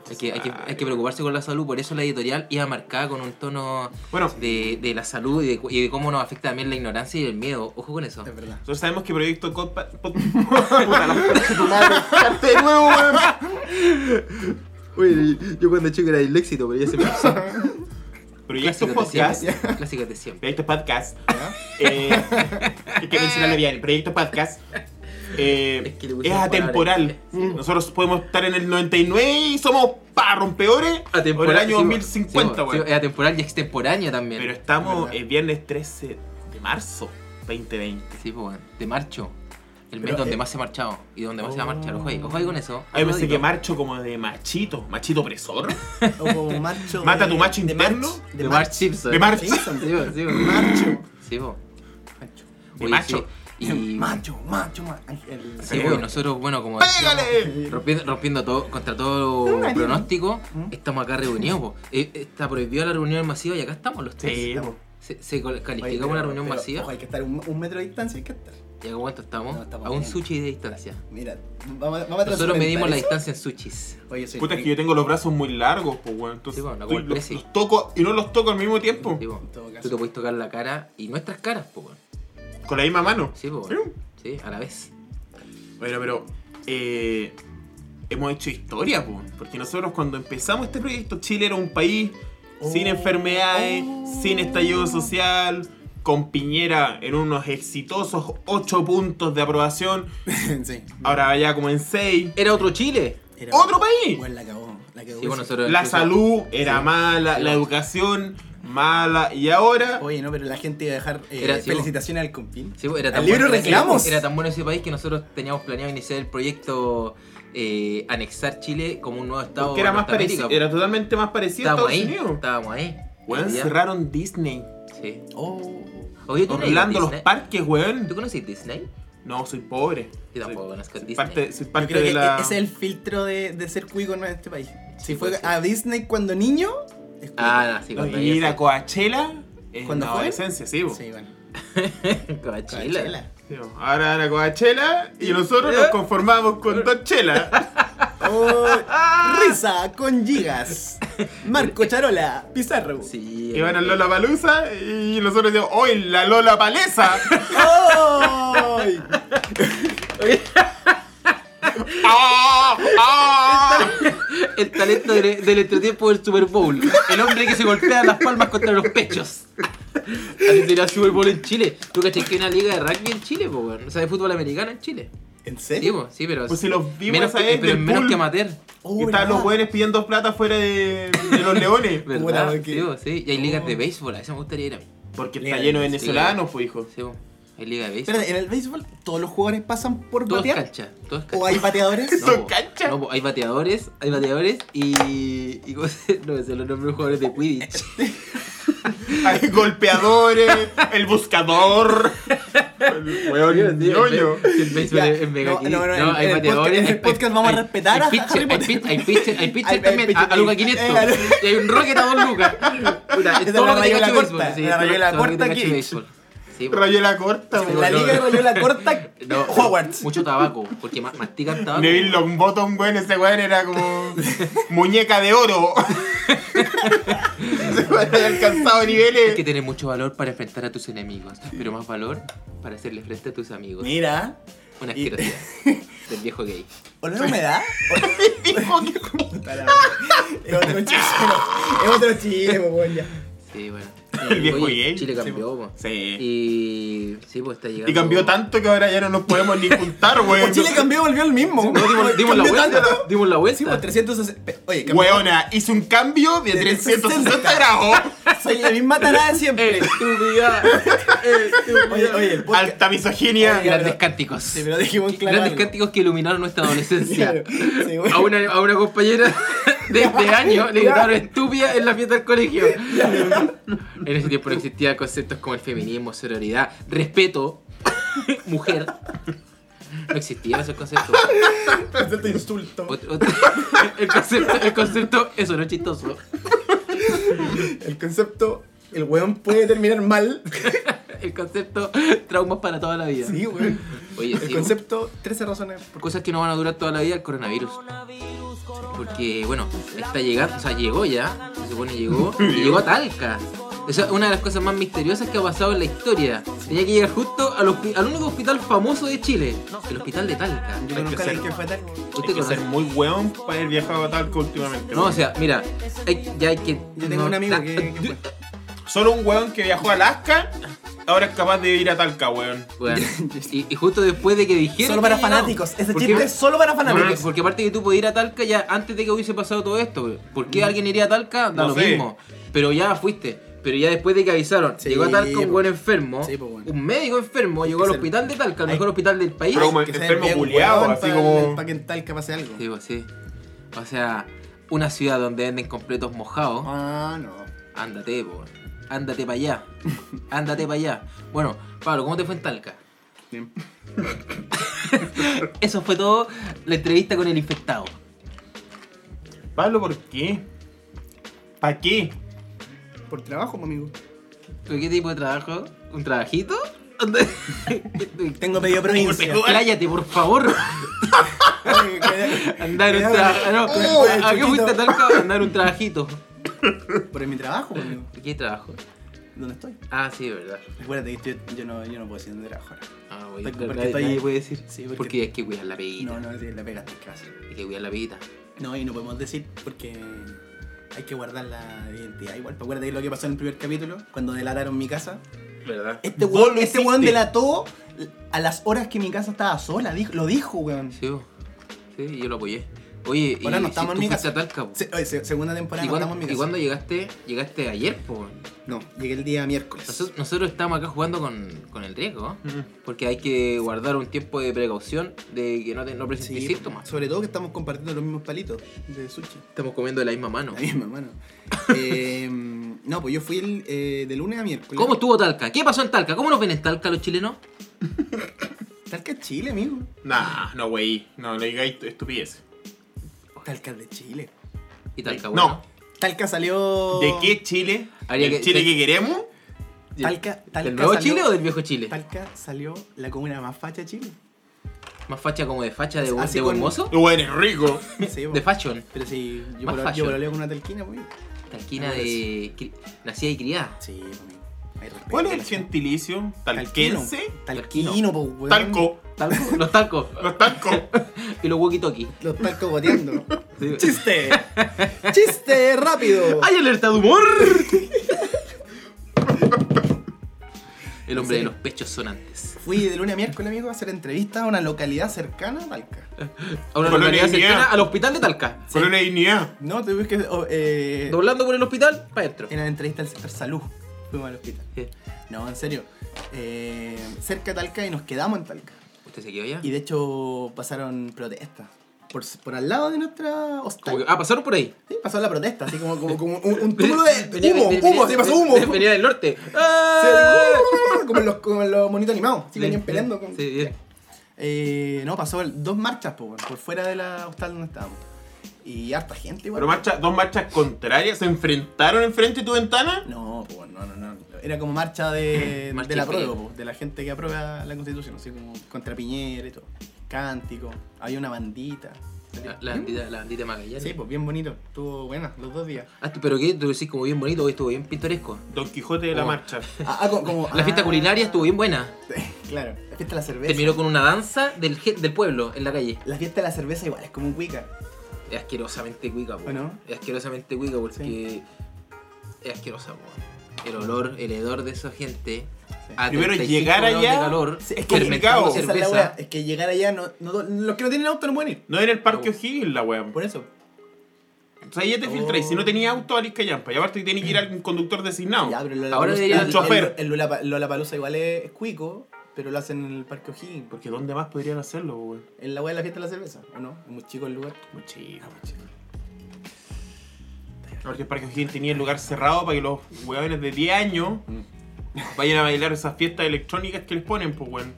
[SPEAKER 1] Hay que, hay, que, hay que preocuparse con la salud, por eso la editorial iba marcada con un tono
[SPEAKER 2] Bueno.
[SPEAKER 1] de, de la salud y de, cu- y de cómo nos afecta también la ignorancia y el miedo. Ojo con eso.
[SPEAKER 3] Es verdad.
[SPEAKER 2] Nosotros sabemos que Proyecto Copa. Pod- Puta la concha de tu madre. Cante de nuevo, weón.
[SPEAKER 1] Uy, yo cuando chico era disléxico, pero ya se me pasó.
[SPEAKER 2] Proyecto
[SPEAKER 1] Clásicos de
[SPEAKER 2] Podcast.
[SPEAKER 1] siempre. Clásicos de siempre.
[SPEAKER 2] Proyecto Podcast. Eh, hay que mencionarlo bien. Proyecto Podcast. eh,
[SPEAKER 1] Es
[SPEAKER 2] es,
[SPEAKER 1] que le pusieron
[SPEAKER 2] atemporal.
[SPEAKER 1] palabras.
[SPEAKER 2] Mm. Nosotros podemos estar en el 99 y somos para rompeores. o en el año
[SPEAKER 1] sí,
[SPEAKER 2] 2050,
[SPEAKER 1] sí,
[SPEAKER 2] weón.
[SPEAKER 1] sí, es atemporal y extemporáneo también.
[SPEAKER 2] Pero estamos
[SPEAKER 3] verdad.
[SPEAKER 2] el viernes 13 de marzo 2020.
[SPEAKER 1] Sí, pues, weón. de marcho. El mes
[SPEAKER 3] Pero,
[SPEAKER 1] donde
[SPEAKER 3] eh, Ah,
[SPEAKER 1] más se ha marchado y donde más se va a marchar. Ojo ahí, ojo ahí con eso.
[SPEAKER 2] Ahí pensé
[SPEAKER 1] Cuidadito.
[SPEAKER 2] que marcho como de machito, machito opresor.
[SPEAKER 3] O como macho.
[SPEAKER 2] Mata a
[SPEAKER 3] de-
[SPEAKER 2] tu macho
[SPEAKER 3] de
[SPEAKER 2] interno.
[SPEAKER 3] match,
[SPEAKER 1] De
[SPEAKER 3] De
[SPEAKER 1] March
[SPEAKER 3] macho.
[SPEAKER 1] Simpson.
[SPEAKER 2] De marcho.
[SPEAKER 3] Simpson.
[SPEAKER 1] Sí, pues, sí, pues.
[SPEAKER 3] Macho.
[SPEAKER 1] Sí, pues.
[SPEAKER 3] Macho.
[SPEAKER 2] De
[SPEAKER 1] Oye,
[SPEAKER 2] macho.
[SPEAKER 1] sí, Y,
[SPEAKER 3] Macho, macho, macho. El-
[SPEAKER 1] sí, pues, y nosotros, bueno, como
[SPEAKER 2] ¡Pégale!
[SPEAKER 1] decíamos, rompiendo, rompiendo todo, contra todo
[SPEAKER 3] Una
[SPEAKER 1] pronóstico,
[SPEAKER 3] ¿Mm?
[SPEAKER 1] estamos acá reunidos. po. Eh, Está prohibida la reunión masiva y acá estamos los tres.
[SPEAKER 2] Sí, po.
[SPEAKER 1] Se, se col-
[SPEAKER 3] Oye,
[SPEAKER 1] califica
[SPEAKER 3] pero-
[SPEAKER 1] como una reunión
[SPEAKER 3] pero,
[SPEAKER 1] masiva.
[SPEAKER 3] ojo, hay que estar un, un metro de distancia, hay que estar.
[SPEAKER 1] ¿Y a cuánto estamos?
[SPEAKER 3] No, estamos
[SPEAKER 1] a un
[SPEAKER 3] bien.
[SPEAKER 1] sushi de distancia.
[SPEAKER 3] Mira, vamos, a- vamos a
[SPEAKER 1] Nosotros medimos la
[SPEAKER 3] transparentar
[SPEAKER 1] distancia en sushis.
[SPEAKER 3] eso. Oye, soy
[SPEAKER 2] Puta, es que
[SPEAKER 3] rico
[SPEAKER 2] yo tengo los brazos muy largos, pues, weón.
[SPEAKER 1] Sí,
[SPEAKER 2] Entonces,
[SPEAKER 1] bueno,
[SPEAKER 2] estoy-
[SPEAKER 1] como el
[SPEAKER 2] los,
[SPEAKER 1] Prezi.
[SPEAKER 2] los toco y no los toco al mismo tiempo.
[SPEAKER 1] Sí, po.
[SPEAKER 3] [laughs] en todo
[SPEAKER 1] Tú
[SPEAKER 3] caso.
[SPEAKER 1] te puedes tocar la cara y nuestras caras, po, weón.
[SPEAKER 2] Con la misma mano.
[SPEAKER 1] Sí, po,
[SPEAKER 2] Sí.
[SPEAKER 1] weón. Sí, a la vez.
[SPEAKER 2] Bueno, pero eh, hemos hecho historia, po, porque nosotros cuando empezamos este proyecto, Chile era un país sin enfermedades, sin estallido social, con Piñera en unos exitosos 8 puntos de aprobación,
[SPEAKER 3] sí.
[SPEAKER 2] ahora ya como en 6.
[SPEAKER 1] Era otro Chile.
[SPEAKER 3] Era-
[SPEAKER 2] ¡Otro país!
[SPEAKER 3] Bueno, la cagó. La cagó.
[SPEAKER 1] Sí, bueno,
[SPEAKER 3] ese.
[SPEAKER 1] nosotros
[SPEAKER 2] La
[SPEAKER 1] incluso-
[SPEAKER 2] salud era
[SPEAKER 1] sí.
[SPEAKER 2] mala,
[SPEAKER 1] Sí,
[SPEAKER 2] la
[SPEAKER 1] bueno.
[SPEAKER 2] educación mala, y ahora...
[SPEAKER 3] Oye, no, pero la gente iba a dejar eh,
[SPEAKER 1] Era así,
[SPEAKER 3] felicitaciones al compín.
[SPEAKER 1] Sí, pues, era
[SPEAKER 3] Al
[SPEAKER 1] tan
[SPEAKER 3] libro
[SPEAKER 1] bueno- era-
[SPEAKER 3] reclamos.
[SPEAKER 1] Era tan bueno ese país que nosotros teníamos planeado iniciar el proyecto eh, anexar Chile como un nuevo estado.
[SPEAKER 2] Porque era más
[SPEAKER 1] Norteamérica,
[SPEAKER 2] parecido,
[SPEAKER 1] po.
[SPEAKER 2] era totalmente más parecido a
[SPEAKER 1] Estábamos
[SPEAKER 2] Estados
[SPEAKER 1] ahí.
[SPEAKER 2] Unidos.
[SPEAKER 1] Estábamos ahí.
[SPEAKER 2] Weón,
[SPEAKER 1] Ya.
[SPEAKER 2] cerraron Disney.
[SPEAKER 1] Sí.
[SPEAKER 3] Oh.
[SPEAKER 1] Oye, ¿tú no eres
[SPEAKER 2] Orlando, los
[SPEAKER 1] Disney?
[SPEAKER 2] parques,
[SPEAKER 1] ¿Tú
[SPEAKER 2] weón.
[SPEAKER 1] conoces Disney?
[SPEAKER 2] No, soy pobre.
[SPEAKER 1] Yo
[SPEAKER 2] Soy-
[SPEAKER 1] tampoco conozco
[SPEAKER 2] soy
[SPEAKER 1] Disney.
[SPEAKER 2] Parte, soy
[SPEAKER 3] Yo
[SPEAKER 2] parte
[SPEAKER 3] creo
[SPEAKER 2] de
[SPEAKER 3] que
[SPEAKER 2] la.
[SPEAKER 3] e- ese es el filtro de, de ser cuico en este país.
[SPEAKER 1] Sí,
[SPEAKER 3] Si fue
[SPEAKER 1] puede ser.
[SPEAKER 3] a Disney cuando niño, es cuico.
[SPEAKER 1] Ah, no, sí,
[SPEAKER 2] No,
[SPEAKER 1] cuando
[SPEAKER 2] y ir
[SPEAKER 1] ella
[SPEAKER 2] a Coachella en
[SPEAKER 3] ¿Cuando
[SPEAKER 2] la
[SPEAKER 3] joven?
[SPEAKER 2] adolescencia, sí, bo.
[SPEAKER 3] Sí, bueno.
[SPEAKER 1] se- [laughs] Coachella.
[SPEAKER 3] Chela.
[SPEAKER 2] Sí, bo. Ahora van a Coachella y nosotros
[SPEAKER 3] ¿Eh?
[SPEAKER 2] nos conformamos con dos
[SPEAKER 3] [laughs]
[SPEAKER 2] chelas. [laughs]
[SPEAKER 3] Oh, risa con gigas.
[SPEAKER 1] [laughs]
[SPEAKER 3] Marco Charola, Pizarro.
[SPEAKER 1] Sí.
[SPEAKER 2] Y van a Lola Palusa y nosotros decimos, ¡Hoy la Lola
[SPEAKER 3] [laughs]
[SPEAKER 2] Palesa!
[SPEAKER 3] ¡Ay!
[SPEAKER 2] ¡Ah! ¡Ah!
[SPEAKER 1] El talento del, del entretiempo del Super Bowl. El hombre que se golpea las palmas contra los pechos. Así sería el Super Bowl en Chile. ¿Tú cachai que hay una liga de rugby en Chile, po, weón? O sea, de fútbol americano en Chile.
[SPEAKER 3] ¿En
[SPEAKER 1] Sí, pues.
[SPEAKER 3] serio?
[SPEAKER 1] po, sí, pero.
[SPEAKER 2] Pues si los vimos
[SPEAKER 1] menos
[SPEAKER 2] esa
[SPEAKER 1] que-
[SPEAKER 2] vez
[SPEAKER 1] pero
[SPEAKER 2] del
[SPEAKER 1] menos
[SPEAKER 2] pool.
[SPEAKER 1] que amateur.
[SPEAKER 3] Oh,
[SPEAKER 2] Y estaban los
[SPEAKER 3] ¿verdad?
[SPEAKER 2] jóvenes pidiendo plata fuera de, de los
[SPEAKER 3] [laughs]
[SPEAKER 2] leones.
[SPEAKER 1] ¿Verdad?
[SPEAKER 3] Puta, porque-
[SPEAKER 1] Sí, po, sí. Y hay ligas
[SPEAKER 3] Oh.
[SPEAKER 1] de béisbol, a eso me gustaría ir a mí.
[SPEAKER 2] Porque
[SPEAKER 3] Liga
[SPEAKER 2] está
[SPEAKER 3] de
[SPEAKER 2] lleno de
[SPEAKER 1] Venezuela.
[SPEAKER 2] venezolanos, pues, hijo.
[SPEAKER 1] Sí, po. hay liga de béisbol.
[SPEAKER 3] Espérate, en el béisbol todos los jugadores pasan por
[SPEAKER 1] Todos
[SPEAKER 3] batear.
[SPEAKER 1] canchas, todos
[SPEAKER 3] ¿O
[SPEAKER 1] canchas.
[SPEAKER 3] hay bateadores?
[SPEAKER 1] No,
[SPEAKER 2] son
[SPEAKER 1] po.
[SPEAKER 2] canchas.
[SPEAKER 1] No, po, hay bateadores, hay bateadores y. y ¿cómo se- no, son los nombres de los jugadores de Quidditch.
[SPEAKER 2] Hay golpeadores, el buscador. El [laughs] weón
[SPEAKER 1] Sí,
[SPEAKER 2] ñoño.
[SPEAKER 1] el be- el béisbol
[SPEAKER 3] Ya,
[SPEAKER 1] es- es mega
[SPEAKER 3] no,
[SPEAKER 1] kid.
[SPEAKER 3] no, no, en-
[SPEAKER 1] hay
[SPEAKER 3] en el
[SPEAKER 1] bateadores,
[SPEAKER 3] podcast- en el
[SPEAKER 1] hay-
[SPEAKER 3] podcast vamos a
[SPEAKER 1] hay-
[SPEAKER 3] respetar
[SPEAKER 1] Hay
[SPEAKER 3] a
[SPEAKER 1] pitcher,
[SPEAKER 3] Harry
[SPEAKER 1] hay
[SPEAKER 3] Potter.
[SPEAKER 1] pitcher, hay pitcher, hay pitcher
[SPEAKER 3] Hay- hay
[SPEAKER 1] también, a,
[SPEAKER 3] pitcher,
[SPEAKER 1] a Luca
[SPEAKER 3] hay-
[SPEAKER 1] 500.
[SPEAKER 3] eh,
[SPEAKER 1] y hay un rocket a dos lucas. Puta, es
[SPEAKER 3] la
[SPEAKER 1] todo lo que te
[SPEAKER 3] rayuela
[SPEAKER 1] cacho
[SPEAKER 3] corta,
[SPEAKER 1] béisbol, sí,
[SPEAKER 3] la
[SPEAKER 1] todo lo-
[SPEAKER 3] rayuela
[SPEAKER 1] todo lo que te
[SPEAKER 3] corta
[SPEAKER 1] cacho
[SPEAKER 3] aquí.
[SPEAKER 1] béisbol. Sí, po.
[SPEAKER 2] Rayo la corta,
[SPEAKER 1] Sí,
[SPEAKER 2] weón.
[SPEAKER 3] La
[SPEAKER 1] no,
[SPEAKER 3] liga
[SPEAKER 1] no.
[SPEAKER 3] de la corta
[SPEAKER 1] No,
[SPEAKER 3] [laughs] Hogwarts.
[SPEAKER 1] Mucho tabaco, porque ma- mastican tabaco.
[SPEAKER 2] Neville Longbottom, weón, ese weón era como muñeca de oro. [laughs] ese weón había alcanzado
[SPEAKER 1] Hay
[SPEAKER 2] niveles.
[SPEAKER 1] que tener mucho valor para enfrentar a tus enemigos, pero más valor para hacerle frente a tus amigos.
[SPEAKER 3] Mira.
[SPEAKER 1] Una
[SPEAKER 3] y- [laughs]
[SPEAKER 1] asquerosidad del viejo gay.
[SPEAKER 3] ¿Olor
[SPEAKER 1] [laughs]
[SPEAKER 3] a humedad?
[SPEAKER 2] [laughs] Hijo, qué-
[SPEAKER 3] Para- es otro chiste. no, Es otro chiste, po, weón, ya.
[SPEAKER 1] Sí, bueno.
[SPEAKER 2] El viejo
[SPEAKER 1] Oye,
[SPEAKER 2] gay.
[SPEAKER 1] Chile
[SPEAKER 2] sí, pues.
[SPEAKER 1] cambió, po.
[SPEAKER 2] Sí.
[SPEAKER 1] Y. Sí, pues está llegando.
[SPEAKER 2] Y cambió tanto que ahora ya no nos podemos ni juntar, weón.
[SPEAKER 3] Por Chile cambió, volvió el mismo.
[SPEAKER 1] No,
[SPEAKER 3] [laughs]
[SPEAKER 1] dimos, dimos la
[SPEAKER 3] Cambió
[SPEAKER 1] vuelta.
[SPEAKER 3] tanto.
[SPEAKER 1] Dimos la
[SPEAKER 3] Sí, pues
[SPEAKER 1] vuelta.
[SPEAKER 3] 360. pe- Oye, cambió.
[SPEAKER 2] Weona, hizo un cambio de 360 grados.
[SPEAKER 3] Soy la misma tarada de
[SPEAKER 1] Eh.
[SPEAKER 3] siempre.
[SPEAKER 1] Estúpida.
[SPEAKER 3] Oye, oye, el podcast-
[SPEAKER 2] Alta misoginia.
[SPEAKER 3] Oye,
[SPEAKER 1] Grandes cánticos.
[SPEAKER 3] Sí, pero dijimos claro.
[SPEAKER 1] Grandes
[SPEAKER 3] algo.
[SPEAKER 1] cánticos que iluminaron nuestra adolescencia.
[SPEAKER 3] Claro, [laughs] sí, güey.
[SPEAKER 1] a, una, a una compañera de este año le gritaron estúpida en la fiesta del colegio. en ese tiempo no existían conceptos como el feminismo, sororidad, respeto, mujer. No existían esos conceptos.
[SPEAKER 3] Concepto de insulto.
[SPEAKER 1] Otro- otro- [laughs] el, concepto, el concepto, eso no es chistoso.
[SPEAKER 3] El concepto, el weón puede terminar mal.
[SPEAKER 1] El concepto, traumas para toda la vida.
[SPEAKER 3] Sí, weón.
[SPEAKER 1] Oye,
[SPEAKER 3] El
[SPEAKER 1] sí,
[SPEAKER 3] concepto, 13 razones. por-
[SPEAKER 1] cosas que no van a durar toda la vida el coronavirus. Porque, bueno, está llegando, o sea, llegó ya, se supone
[SPEAKER 2] [laughs]
[SPEAKER 1] llegó, y llegó a Talca. Esa es una de las cosas más misteriosas que ha pasado en la historia. Tenía que llegar justo al, hospi- al único hospital famoso de Chile, el hospital de Talca.
[SPEAKER 3] Yo
[SPEAKER 2] Hay
[SPEAKER 3] conozco
[SPEAKER 2] que
[SPEAKER 3] a alguien
[SPEAKER 2] ser-
[SPEAKER 3] que fue tal.
[SPEAKER 2] Hay
[SPEAKER 1] ¿Usted
[SPEAKER 2] que ser
[SPEAKER 1] conoce?
[SPEAKER 2] muy weón para haber viajado a Talca últimamente.
[SPEAKER 1] No, o sea, mira, hay- ya hay que...
[SPEAKER 3] Yo tengo
[SPEAKER 1] no,
[SPEAKER 3] un amigo
[SPEAKER 1] la-
[SPEAKER 3] que- que fue.
[SPEAKER 2] Solo un weón que viajó a Alaska ahora es capaz de ir a Talca, weón.
[SPEAKER 1] [laughs]
[SPEAKER 3] [laughs]
[SPEAKER 1] Bueno, y, y justo después de que dijeron...
[SPEAKER 3] Solo para
[SPEAKER 1] que llegaba-
[SPEAKER 3] fanáticos. Ese
[SPEAKER 1] ¿Por qué?
[SPEAKER 3] chiste es solo para
[SPEAKER 1] Porque,
[SPEAKER 3] fanáticos.
[SPEAKER 1] porque aparte que tú podías ir a Talca ya antes de que hubiese pasado todo esto. ¿Por
[SPEAKER 3] Mm.
[SPEAKER 1] qué alguien iría a Talca? Da
[SPEAKER 2] No
[SPEAKER 1] lo
[SPEAKER 2] sé.
[SPEAKER 1] mismo. Pero ya fuiste. Pero ya después de que avisaron,
[SPEAKER 3] Sí,
[SPEAKER 1] llegó a Talca
[SPEAKER 3] po.
[SPEAKER 1] un buen enfermo,
[SPEAKER 3] Sí, po, bueno.
[SPEAKER 1] un médico enfermo, llegó
[SPEAKER 3] que
[SPEAKER 1] al
[SPEAKER 3] ser-
[SPEAKER 1] hospital de Talca, el
[SPEAKER 3] Ay.
[SPEAKER 1] mejor hospital del país.
[SPEAKER 2] Pero como
[SPEAKER 3] Que sea
[SPEAKER 2] enfermo
[SPEAKER 3] bien
[SPEAKER 2] culiao,
[SPEAKER 3] weón
[SPEAKER 2] así
[SPEAKER 3] pa-
[SPEAKER 2] como-
[SPEAKER 3] pa' que en Talca pase algo.
[SPEAKER 1] Sí, pues, sí. O sea, una ciudad donde venden completos mojados.
[SPEAKER 3] Ah, no.
[SPEAKER 1] Ándate, po. Ándate para allá. Ándate para allá. Bueno, Pablo, ¿cómo te fue en Talca?
[SPEAKER 3] Bien.
[SPEAKER 1] [laughs] Eso fue todo la entrevista con el infectado.
[SPEAKER 2] Pablo, ¿por qué? ¿Para qué?
[SPEAKER 3] Por trabajo, mi amigo.
[SPEAKER 1] ¿Pero qué tipo de trabajo? ¿Un trabajito?
[SPEAKER 3] [laughs]
[SPEAKER 1] ¿Dónde-
[SPEAKER 3] Tengo pedido provincia. [laughs]
[SPEAKER 1] Cállate, por favor. Andar un
[SPEAKER 2] ah,
[SPEAKER 1] trabajito.
[SPEAKER 3] Oh,
[SPEAKER 1] ¿A qué
[SPEAKER 3] Chuquito.
[SPEAKER 1] fuiste a Talca? Andar un trabajito.
[SPEAKER 3] Por mi trabajo, mi amigo.
[SPEAKER 1] ¿Qué trabajo?
[SPEAKER 3] ¿Dónde estoy?
[SPEAKER 1] Ah, sí, verdad.
[SPEAKER 3] Recuérdate que estoy- yo, no, yo no puedo decir dónde trabajo ahora.
[SPEAKER 1] Ah, voy.
[SPEAKER 3] Porque
[SPEAKER 1] Nadie,
[SPEAKER 3] estoy-
[SPEAKER 1] nadie puede decir.
[SPEAKER 3] Sí,
[SPEAKER 1] porque...
[SPEAKER 3] porque-
[SPEAKER 1] hay que cuidar la peguita.
[SPEAKER 3] No, no, sí, la pegaste casi.
[SPEAKER 1] Hay que cuidar la peguita.
[SPEAKER 3] No, y no podemos decir porque hay que guardar la identidad igual. ¿Te acuerdas de lo que pasó en el primer capítulo? Cuando delataron mi casa.
[SPEAKER 1] ¿Verdad?
[SPEAKER 3] Este
[SPEAKER 2] Vos
[SPEAKER 3] weón,
[SPEAKER 2] lo
[SPEAKER 3] este weón
[SPEAKER 2] hiciste.
[SPEAKER 3] delató a las horas que mi casa estaba sola. dijo- lo dijo, weón.
[SPEAKER 1] Sí, bo. sí, yo lo apoyé. Oye,
[SPEAKER 3] Ahora
[SPEAKER 1] y
[SPEAKER 3] no estamos
[SPEAKER 1] si
[SPEAKER 3] en
[SPEAKER 1] tú
[SPEAKER 3] mi
[SPEAKER 1] fuiste
[SPEAKER 3] casa.
[SPEAKER 1] a Talca, bo.
[SPEAKER 3] Se- oye, se- segunda temporada
[SPEAKER 1] ¿Y,
[SPEAKER 3] no
[SPEAKER 1] cuándo,
[SPEAKER 3] estamos en mi
[SPEAKER 1] y
[SPEAKER 3] casa.
[SPEAKER 1] cuándo llegaste? Llegaste ayer, po.
[SPEAKER 3] No, llegué el día miércoles.
[SPEAKER 1] Nosotros, nosotros estamos acá jugando con, con el riesgo, ¿eh?
[SPEAKER 3] Mm.
[SPEAKER 1] porque hay que guardar un tiempo de precaución de que no, te, no presentes
[SPEAKER 3] Sí,
[SPEAKER 1] síntomas.
[SPEAKER 3] sobre todo que estamos compartiendo los mismos palitos de sushi.
[SPEAKER 1] Estamos comiendo de la misma mano.
[SPEAKER 3] La misma mano. Eh, no, pues yo fui el, eh, de lunes a
[SPEAKER 1] [laughs]
[SPEAKER 3] miércoles.
[SPEAKER 1] ¿Cómo estuvo Talca? ¿Qué pasó en Talca? ¿Cómo nos ven en Talca los chilenos?
[SPEAKER 3] Talca es Chile, amigo.
[SPEAKER 2] Nah, no, wey. No, no digáis estupidez.
[SPEAKER 3] Talca es de Chile.
[SPEAKER 1] Y Talca, bueno.
[SPEAKER 2] No.
[SPEAKER 3] Talca salió.
[SPEAKER 2] ¿De qué Chile?
[SPEAKER 1] Habría
[SPEAKER 2] ¿Del
[SPEAKER 1] que-
[SPEAKER 2] Chile
[SPEAKER 1] de-
[SPEAKER 2] que queremos?
[SPEAKER 3] Talca, Talca
[SPEAKER 1] ¿Del nuevo
[SPEAKER 3] salió-
[SPEAKER 1] Chile o del viejo Chile?
[SPEAKER 3] Talca salió la comuna más facha
[SPEAKER 1] [laughs]
[SPEAKER 3] de Chile.
[SPEAKER 1] Más facha como de facha de,
[SPEAKER 3] Así
[SPEAKER 1] de buen
[SPEAKER 3] con-
[SPEAKER 1] mozo.
[SPEAKER 2] Bueno, es rico.
[SPEAKER 3] Sí, po.
[SPEAKER 1] De fashion.
[SPEAKER 3] Pero si yo
[SPEAKER 1] Más
[SPEAKER 3] por
[SPEAKER 1] fashion.
[SPEAKER 3] yo pololeo con una talquina, pues.
[SPEAKER 1] Talquina
[SPEAKER 3] Ah,
[SPEAKER 1] de. cri- Nacida y criada.
[SPEAKER 3] Sí, po, amigo. Hay respeto.
[SPEAKER 2] ¿Cuál es el gentilicio?
[SPEAKER 3] Talquino.
[SPEAKER 2] ¿Talquense?
[SPEAKER 3] Talquino, pues, weón.
[SPEAKER 2] Talco.
[SPEAKER 1] Talco, [laughs] los
[SPEAKER 3] [laughs]
[SPEAKER 1] talcos. [laughs]
[SPEAKER 2] Los talcos.
[SPEAKER 1] y los walkie-talkie.
[SPEAKER 3] Los talcos goteando.
[SPEAKER 1] Sí.
[SPEAKER 3] [laughs] ¡Chiste! ¡Chiste rápido!
[SPEAKER 1] ¡Hay alerta de
[SPEAKER 3] [laughs]
[SPEAKER 1] humor! El hombre de los pechos sonantes.
[SPEAKER 3] Fui de lunes a miércoles, amigo, a hacer entrevistas a una localidad cercana a Talca.
[SPEAKER 1] A una
[SPEAKER 2] Colonia
[SPEAKER 1] localidad
[SPEAKER 2] Dignidad.
[SPEAKER 1] cercana al hospital de Talca.
[SPEAKER 2] Con una dignidad.
[SPEAKER 3] No, tuvimos que. oh, eh,
[SPEAKER 1] Doblando por el hospital, para adentro.
[SPEAKER 3] en la entrevista al sector salud. Fuimos al hospital. No, en serio. Eh, cerca de Talca y nos quedamos en Talca.
[SPEAKER 1] ¿Usted se quedó allá?
[SPEAKER 3] Y de hecho pasaron protestas. Por, por al lado de nuestra
[SPEAKER 1] Como que-
[SPEAKER 3] hostal.
[SPEAKER 1] Ah, pasaron por ahí.
[SPEAKER 3] Sí, pasó la protesta, así como, como, como un,
[SPEAKER 1] [laughs]
[SPEAKER 3] un túmulo de humo, humo, así pasó humo. Sí,
[SPEAKER 1] Venía del norte. Ah.
[SPEAKER 3] así, Como en los, como en los monitos animados, así venían peleando. Con...
[SPEAKER 1] Sí, bien.
[SPEAKER 3] Eh, no, pasó el- dos marchas po, weón, por fuera de la hostal donde estábamos. Y harta gente igual.
[SPEAKER 2] Pero marcha, dos marchas contrarias se enfrentaron enfrente de tu ventana.
[SPEAKER 3] No, po, no, no, no. Era como marcha de,
[SPEAKER 1] [laughs] Marcha
[SPEAKER 3] de la
[SPEAKER 1] y prueba.
[SPEAKER 3] prueba, po, de la gente que aprueba la constitución, así como contra Piñera y todo. Cántico, había una bandita.
[SPEAKER 1] La, la bandita, la bandita de Magallanes.
[SPEAKER 3] ¿Mm? Sí, pues bien bonito, estuvo buena los dos días.
[SPEAKER 1] Ah, tú- pero qué, tú decís como bien bonito, hoy estuvo bien pintoresco.
[SPEAKER 2] Don Quijote de la
[SPEAKER 1] Oh.
[SPEAKER 2] marcha.
[SPEAKER 3] Ah, ah, como, como-
[SPEAKER 1] La fiesta
[SPEAKER 3] ah,
[SPEAKER 1] culinaria estuvo bien buena.
[SPEAKER 3] [laughs] Claro, la fiesta de la cerveza.
[SPEAKER 1] Terminó con una danza del, je- del pueblo en la calle.
[SPEAKER 3] La fiesta de la cerveza igual es como un cuica.
[SPEAKER 1] Es asquerosamente cuica, po.
[SPEAKER 3] ¿O ¿Ah, no?
[SPEAKER 1] Es asquerosamente cuica porque
[SPEAKER 3] Sí.
[SPEAKER 1] es asquerosa, po. el olor, el hedor de esa gente. a
[SPEAKER 2] Primero
[SPEAKER 1] 35
[SPEAKER 2] llegar
[SPEAKER 1] grados de
[SPEAKER 2] allá,
[SPEAKER 1] calor,
[SPEAKER 2] sí, es
[SPEAKER 1] fermentando
[SPEAKER 2] complicado.
[SPEAKER 3] Esa es la
[SPEAKER 1] cerveza.
[SPEAKER 3] wea, es que llegar allá, no, no- los que no tienen auto no pueden ir.
[SPEAKER 2] No era el parque O'Higgins la weón.
[SPEAKER 3] Por eso.
[SPEAKER 2] O sea, ya te filtráis.
[SPEAKER 3] Oh.
[SPEAKER 2] Si no tenía auto, a Lizcayampa. Y aparte tiene que ir al conductor designado.
[SPEAKER 3] Ya, pero el
[SPEAKER 1] Ahora
[SPEAKER 3] Lollapalooza-
[SPEAKER 1] debería-
[SPEAKER 3] el-
[SPEAKER 1] el
[SPEAKER 2] chofer.
[SPEAKER 3] El, el Lollapalooza igual es, es cuico, pero lo hacen en el Parque O'Higgins. porque
[SPEAKER 2] Porque ¿dónde más podrían hacerlo, weón?
[SPEAKER 3] En la wea de la fiesta de la cerveza, ¿o no? Es muy chico el lugar.
[SPEAKER 2] Muy chico,
[SPEAKER 3] Ah,
[SPEAKER 2] muy chico. Porque el Parque O'Higgins tenía el lugar cerrado para que los weones de 10 años
[SPEAKER 3] Mm.
[SPEAKER 2] vayan a bailar esas fiestas electrónicas que les ponen, pues
[SPEAKER 3] [laughs]
[SPEAKER 2] weón.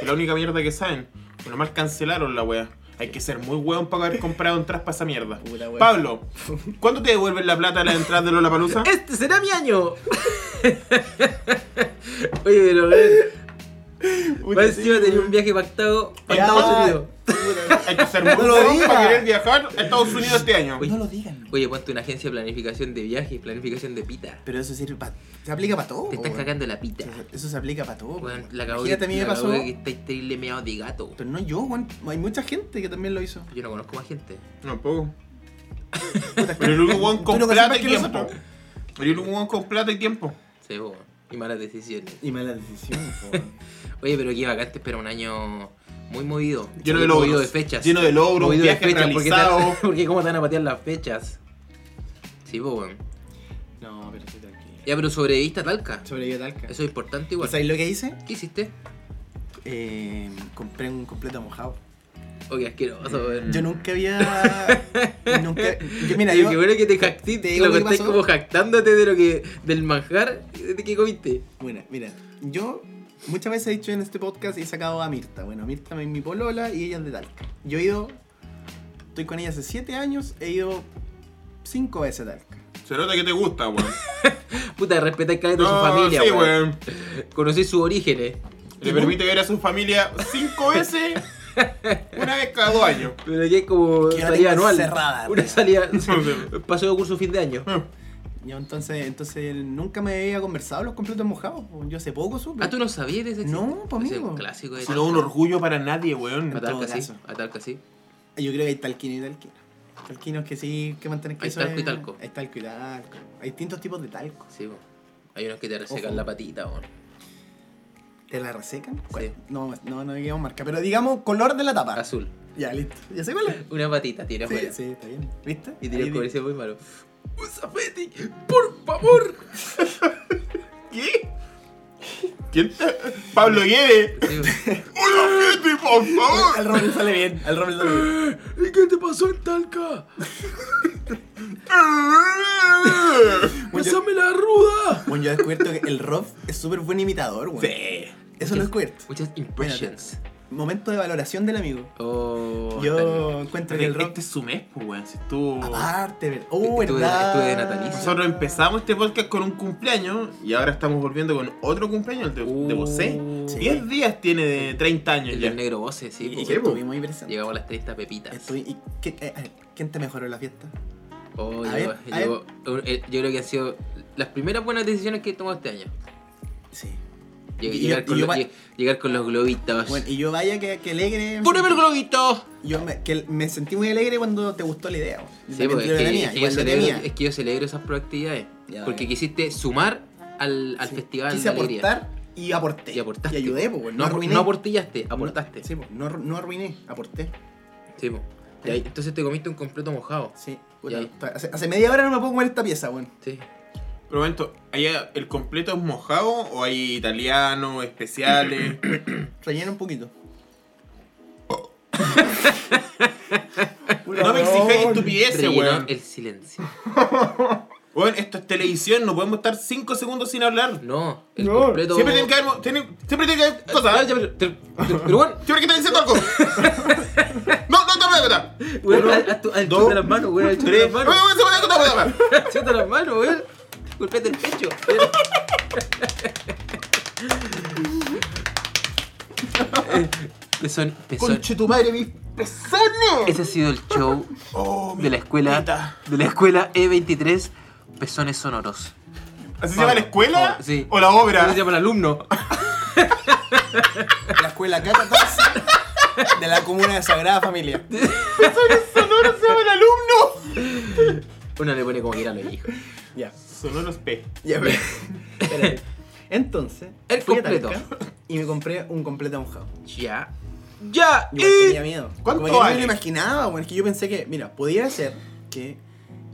[SPEAKER 2] Es la única mierda que saben. Pero más cancelaron la wea. Hay que ser muy weón para haber comprado entradas para esa mierda.
[SPEAKER 3] Pura wea.
[SPEAKER 2] Pablo, ¿cuándo te devuelven la plata a la entrada de Lola
[SPEAKER 3] [laughs]
[SPEAKER 2] Palusa?
[SPEAKER 1] Este será mi año. [laughs] Oye, pero weón, más encima tenía un viaje pactado a
[SPEAKER 2] Ya.
[SPEAKER 1] Estados Unidos.
[SPEAKER 2] Hay que ser muy
[SPEAKER 3] lo
[SPEAKER 2] weón
[SPEAKER 3] digas.
[SPEAKER 2] para querer viajar a Estados Unidos este año.
[SPEAKER 1] Oye.
[SPEAKER 3] No lo digan.
[SPEAKER 1] Oye, ponte una agencia de planificación de viajes, planificación de pita.
[SPEAKER 3] Pero eso sirve para. Se aplica para todo.
[SPEAKER 1] Te estás
[SPEAKER 2] Oh,
[SPEAKER 3] weón.
[SPEAKER 1] cagando la pita.
[SPEAKER 3] Eso- Eso se aplica para todo.
[SPEAKER 1] Weón,
[SPEAKER 3] weón.
[SPEAKER 1] la cagó que,
[SPEAKER 3] Imagínate, a mí me
[SPEAKER 1] la
[SPEAKER 3] pasó.
[SPEAKER 1] cagó que estáis terrible meado de gato.
[SPEAKER 3] Pero no yo, weón. Hay mucha gente que también lo hizo.
[SPEAKER 1] Yo no conozco más gente.
[SPEAKER 2] No, poco. Pero el único weón con
[SPEAKER 3] Tú no
[SPEAKER 2] plata
[SPEAKER 3] cachai
[SPEAKER 2] y
[SPEAKER 3] que
[SPEAKER 2] tiempo.
[SPEAKER 3] nosotros.
[SPEAKER 2] Pero el único weón con plata y tiempo.
[SPEAKER 1] Se bo, y malas decisiones.
[SPEAKER 3] Y malas decisiones, weón. [laughs]
[SPEAKER 1] Oye, pero qué bacán, te espera un año muy movido.
[SPEAKER 2] Lleno
[SPEAKER 1] Muy
[SPEAKER 2] de logros.
[SPEAKER 1] Movido de fechas.
[SPEAKER 2] Lleno de logros,
[SPEAKER 1] Movido
[SPEAKER 2] viajes
[SPEAKER 1] porque, te-
[SPEAKER 2] realizados.
[SPEAKER 1] [laughs] porque cómo te van a patear las fechas. Sí, po, weón.
[SPEAKER 3] No, pero sí, tranquilo.
[SPEAKER 1] [laughs] Ya, pero sobreviviste a Talca.
[SPEAKER 3] Sobre yo Talca.
[SPEAKER 1] Eso es importante igual.
[SPEAKER 3] ¿Sabéis lo que hice?
[SPEAKER 1] ¿Qué hiciste?
[SPEAKER 3] Eh, compré un completo mojado.
[SPEAKER 1] Oye, asqueroso, weón.
[SPEAKER 3] Yo nunca había.
[SPEAKER 1] [laughs]
[SPEAKER 3] nunca. Yo, mira,
[SPEAKER 1] Mm. Oye,
[SPEAKER 3] yo.
[SPEAKER 1] qué bueno que te jactiste,
[SPEAKER 3] te
[SPEAKER 1] te
[SPEAKER 3] digo
[SPEAKER 1] lo
[SPEAKER 3] lo que
[SPEAKER 1] contáis
[SPEAKER 3] pasó.
[SPEAKER 1] como jactándote de lo que, del manjar de que comiste.
[SPEAKER 3] Bueno, mira, yo muchas veces he dicho en este podcast y he sacado a Mirta. Bueno, Mirta es mi polola y ella es de Talca. Yo he ido, estoy con ella hace 7 años, he ido 5 veces a Talca.
[SPEAKER 2] Se nota que te
[SPEAKER 1] [laughs]
[SPEAKER 2] gusta, weón.
[SPEAKER 1] Puta, respetáis caleta a su familia,
[SPEAKER 2] sí,
[SPEAKER 1] weón. [laughs]
[SPEAKER 2] weón.
[SPEAKER 1] Conocéis sus orígenes.
[SPEAKER 2] Le permite ver a su familia
[SPEAKER 1] [laughs]
[SPEAKER 2] cinco veces, una vez cada dos años.
[SPEAKER 1] Pero aquí es como
[SPEAKER 3] Que yo la
[SPEAKER 1] salida
[SPEAKER 3] tengo
[SPEAKER 1] anual.
[SPEAKER 3] encerrada,
[SPEAKER 1] Una
[SPEAKER 3] weón. [laughs]
[SPEAKER 1] salida.
[SPEAKER 2] sí.
[SPEAKER 1] Paseo de curso fin de año.
[SPEAKER 3] Yo entonces, entonces nunca me había conversado los completos mojados. po. Yo hace poco supe.
[SPEAKER 1] Ah, tú no sabías de ese
[SPEAKER 3] No,
[SPEAKER 1] existe?
[SPEAKER 3] po,
[SPEAKER 1] Ese es
[SPEAKER 3] amigo.
[SPEAKER 1] un clásico de
[SPEAKER 2] Si no, un orgullo para nadie,
[SPEAKER 1] A
[SPEAKER 2] weón.
[SPEAKER 3] todo
[SPEAKER 1] Talca sí,
[SPEAKER 3] caso.
[SPEAKER 1] a Talca sí.
[SPEAKER 3] Yo creo que hay talquino y talquino. Talquinos que sí, que mantener que
[SPEAKER 1] Hay
[SPEAKER 3] eso
[SPEAKER 1] talco y
[SPEAKER 3] es-
[SPEAKER 1] talco.
[SPEAKER 3] Hay talco y talco. Hay distintos tipos de talco.
[SPEAKER 1] Sí, po. Hay unos que te resecan
[SPEAKER 3] Ojo.
[SPEAKER 1] la patita, weón.
[SPEAKER 3] ¿Te la resecan? ¿Cuál? No, no, no digamos marca, pero digamos color de la tapa.
[SPEAKER 1] Azul.
[SPEAKER 3] Ya, listo. Ya sé cuál es.
[SPEAKER 1] Una patita tiene
[SPEAKER 3] Sí,
[SPEAKER 1] afuera.
[SPEAKER 3] sí, está bien. ¿Viste?
[SPEAKER 1] Y tiene
[SPEAKER 3] Ahí
[SPEAKER 1] un
[SPEAKER 3] di-
[SPEAKER 1] comercial muy malo. ¡Usa Feti! ¡Por favor!
[SPEAKER 2] ¿Qué? ¿Quién te- Pablo Guede.
[SPEAKER 1] Sí, po.
[SPEAKER 2] ¡Hola, gente, por
[SPEAKER 1] [laughs]
[SPEAKER 2] favor!
[SPEAKER 3] Al Rommel Ah, sale bien, al Rommel sale bien.
[SPEAKER 1] ¿Y qué te pasó en Talca? ¡Pásame la ruda!
[SPEAKER 3] Bueno, yo he descubierto que el Rob es súper buen imitador, weón.
[SPEAKER 2] Sí.
[SPEAKER 3] Eso lo he descubierto.
[SPEAKER 1] Muchas impressions.
[SPEAKER 3] Momento de valoración del amigo.
[SPEAKER 1] Oh,
[SPEAKER 3] Yo encuentro que el Rob.
[SPEAKER 2] Este es su mes, pues, weón. Si tú...
[SPEAKER 1] Ah,
[SPEAKER 3] Aparte, ver- oh,
[SPEAKER 1] Estuve-
[SPEAKER 3] verdad.
[SPEAKER 1] estuve de natalicio.
[SPEAKER 2] Nosotros empezamos este podcast con un cumpleaños y ahora estamos volviendo con otro cumpleaños, el de, de Bosé.
[SPEAKER 1] Uh,
[SPEAKER 3] sí.
[SPEAKER 2] 10 días tiene de 30 años
[SPEAKER 1] El
[SPEAKER 2] ya.
[SPEAKER 1] del negro voces, sí. pues.
[SPEAKER 3] Y
[SPEAKER 1] po.
[SPEAKER 3] que estuvimos ahí presentes.
[SPEAKER 1] Llegamos a las 30 pepitas.
[SPEAKER 3] Estuve- ¿y qué- eh, eh, ¿Quién te mejoró la fiesta?
[SPEAKER 1] Oh,
[SPEAKER 3] A
[SPEAKER 1] llegó-
[SPEAKER 3] ver, a
[SPEAKER 1] llegó- eh, yo creo que han sido las primeras buenas decisiones que he tomado este año.
[SPEAKER 3] Sí.
[SPEAKER 1] Lleg-
[SPEAKER 3] Y- y
[SPEAKER 1] llegar,
[SPEAKER 3] yo-
[SPEAKER 1] con
[SPEAKER 3] y yo
[SPEAKER 1] los,
[SPEAKER 3] va-
[SPEAKER 1] lleg- llegar con los globitos.
[SPEAKER 3] Bueno, y yo vaya que, que alegre.
[SPEAKER 1] ¡Poneme el globito!
[SPEAKER 3] Yo me, que me sentí muy alegre cuando te gustó la idea. weón.
[SPEAKER 1] Sí,
[SPEAKER 3] También
[SPEAKER 1] porque
[SPEAKER 3] yo
[SPEAKER 1] es
[SPEAKER 3] la
[SPEAKER 1] que, es
[SPEAKER 3] tenía,
[SPEAKER 1] que yo
[SPEAKER 3] igual la
[SPEAKER 1] celebro,
[SPEAKER 3] tenía.
[SPEAKER 1] es que yo celebro esas proactividades.
[SPEAKER 3] Ya,
[SPEAKER 1] porque
[SPEAKER 3] eh.
[SPEAKER 1] quisiste sumar al, al
[SPEAKER 3] Sí.
[SPEAKER 1] festival
[SPEAKER 3] Quise
[SPEAKER 1] de alegría.
[SPEAKER 3] aportar y aporté.
[SPEAKER 1] Y aportaste.
[SPEAKER 3] ayudé,
[SPEAKER 1] po.
[SPEAKER 3] pues, weón.
[SPEAKER 1] No, apor-
[SPEAKER 3] arruiné.
[SPEAKER 1] no aportillaste, aportaste.
[SPEAKER 3] No, sí, po, no, arru- no arruiné, aporté.
[SPEAKER 1] Sí, po. Y ahí- entonces te comiste un completo mojado.
[SPEAKER 3] Sí.
[SPEAKER 1] Ya.
[SPEAKER 3] hace, hace media hora no me puedo comer esta pieza, weón.
[SPEAKER 1] Sí.
[SPEAKER 2] Pero momento, ¿hay el completo es mojado o hay italiano, especiales?
[SPEAKER 3] Rellena un poquito.
[SPEAKER 2] no me exijáis estupideces,
[SPEAKER 1] Rellenó
[SPEAKER 2] weón.
[SPEAKER 1] el silencio.
[SPEAKER 2] Weón, esto es televisión, no podemos estar 5 segundos sin hablar.
[SPEAKER 1] No, el
[SPEAKER 3] No,
[SPEAKER 1] completo.
[SPEAKER 2] Siempre tienen que haber, mo- tienen- siempre tienen que haber
[SPEAKER 1] Ah,
[SPEAKER 2] cosas.
[SPEAKER 1] ya, pero- pero- pero, weón,
[SPEAKER 2] Siempre que te diciendo algo. No, no, no, no, no, no.
[SPEAKER 1] Weón, haz- haz tu- haz el chute
[SPEAKER 2] dos,
[SPEAKER 1] de las manos, weón. El chute de
[SPEAKER 2] Tres.
[SPEAKER 1] las
[SPEAKER 2] Weón,
[SPEAKER 1] manos. [laughs]
[SPEAKER 2] weón, se me da cuenta, weón.
[SPEAKER 1] Chute de las manos, weón. Golpete el pecho. [laughs] Eh, Pezón, pezón.
[SPEAKER 2] Conche tu madre, mis pezones.
[SPEAKER 1] Ese ha sido el show
[SPEAKER 2] Oh, mi
[SPEAKER 1] de la escuela
[SPEAKER 2] puta.
[SPEAKER 1] de la escuela E23 Pezones Sonoros.
[SPEAKER 2] ¿Así se llama la escuela?
[SPEAKER 1] Oh, sí.
[SPEAKER 2] ¿O la obra?
[SPEAKER 1] ¿Cómo se llama el alumno?
[SPEAKER 3] La escuela K14 de la comuna de Sagrada
[SPEAKER 1] [laughs]
[SPEAKER 3] Familia.
[SPEAKER 2] Pezones sonoros se llama el alumno.
[SPEAKER 1] Uno le pone como quiera a los hijos.
[SPEAKER 3] Ya.
[SPEAKER 2] Sonoros P.
[SPEAKER 1] [laughs]
[SPEAKER 3] Ya, pero- espérate. Entonces,
[SPEAKER 1] El
[SPEAKER 3] fui a
[SPEAKER 1] completo.
[SPEAKER 3] Talca y me compré un
[SPEAKER 1] [laughs]
[SPEAKER 3] completo mojado.
[SPEAKER 1] Ya. Ya.
[SPEAKER 3] Yo igual tenía miedo.
[SPEAKER 2] ¿Cuánto
[SPEAKER 3] Como que no me
[SPEAKER 2] vale?
[SPEAKER 3] lo imaginaba, bueno, es que yo pensé que, mira, podía ser que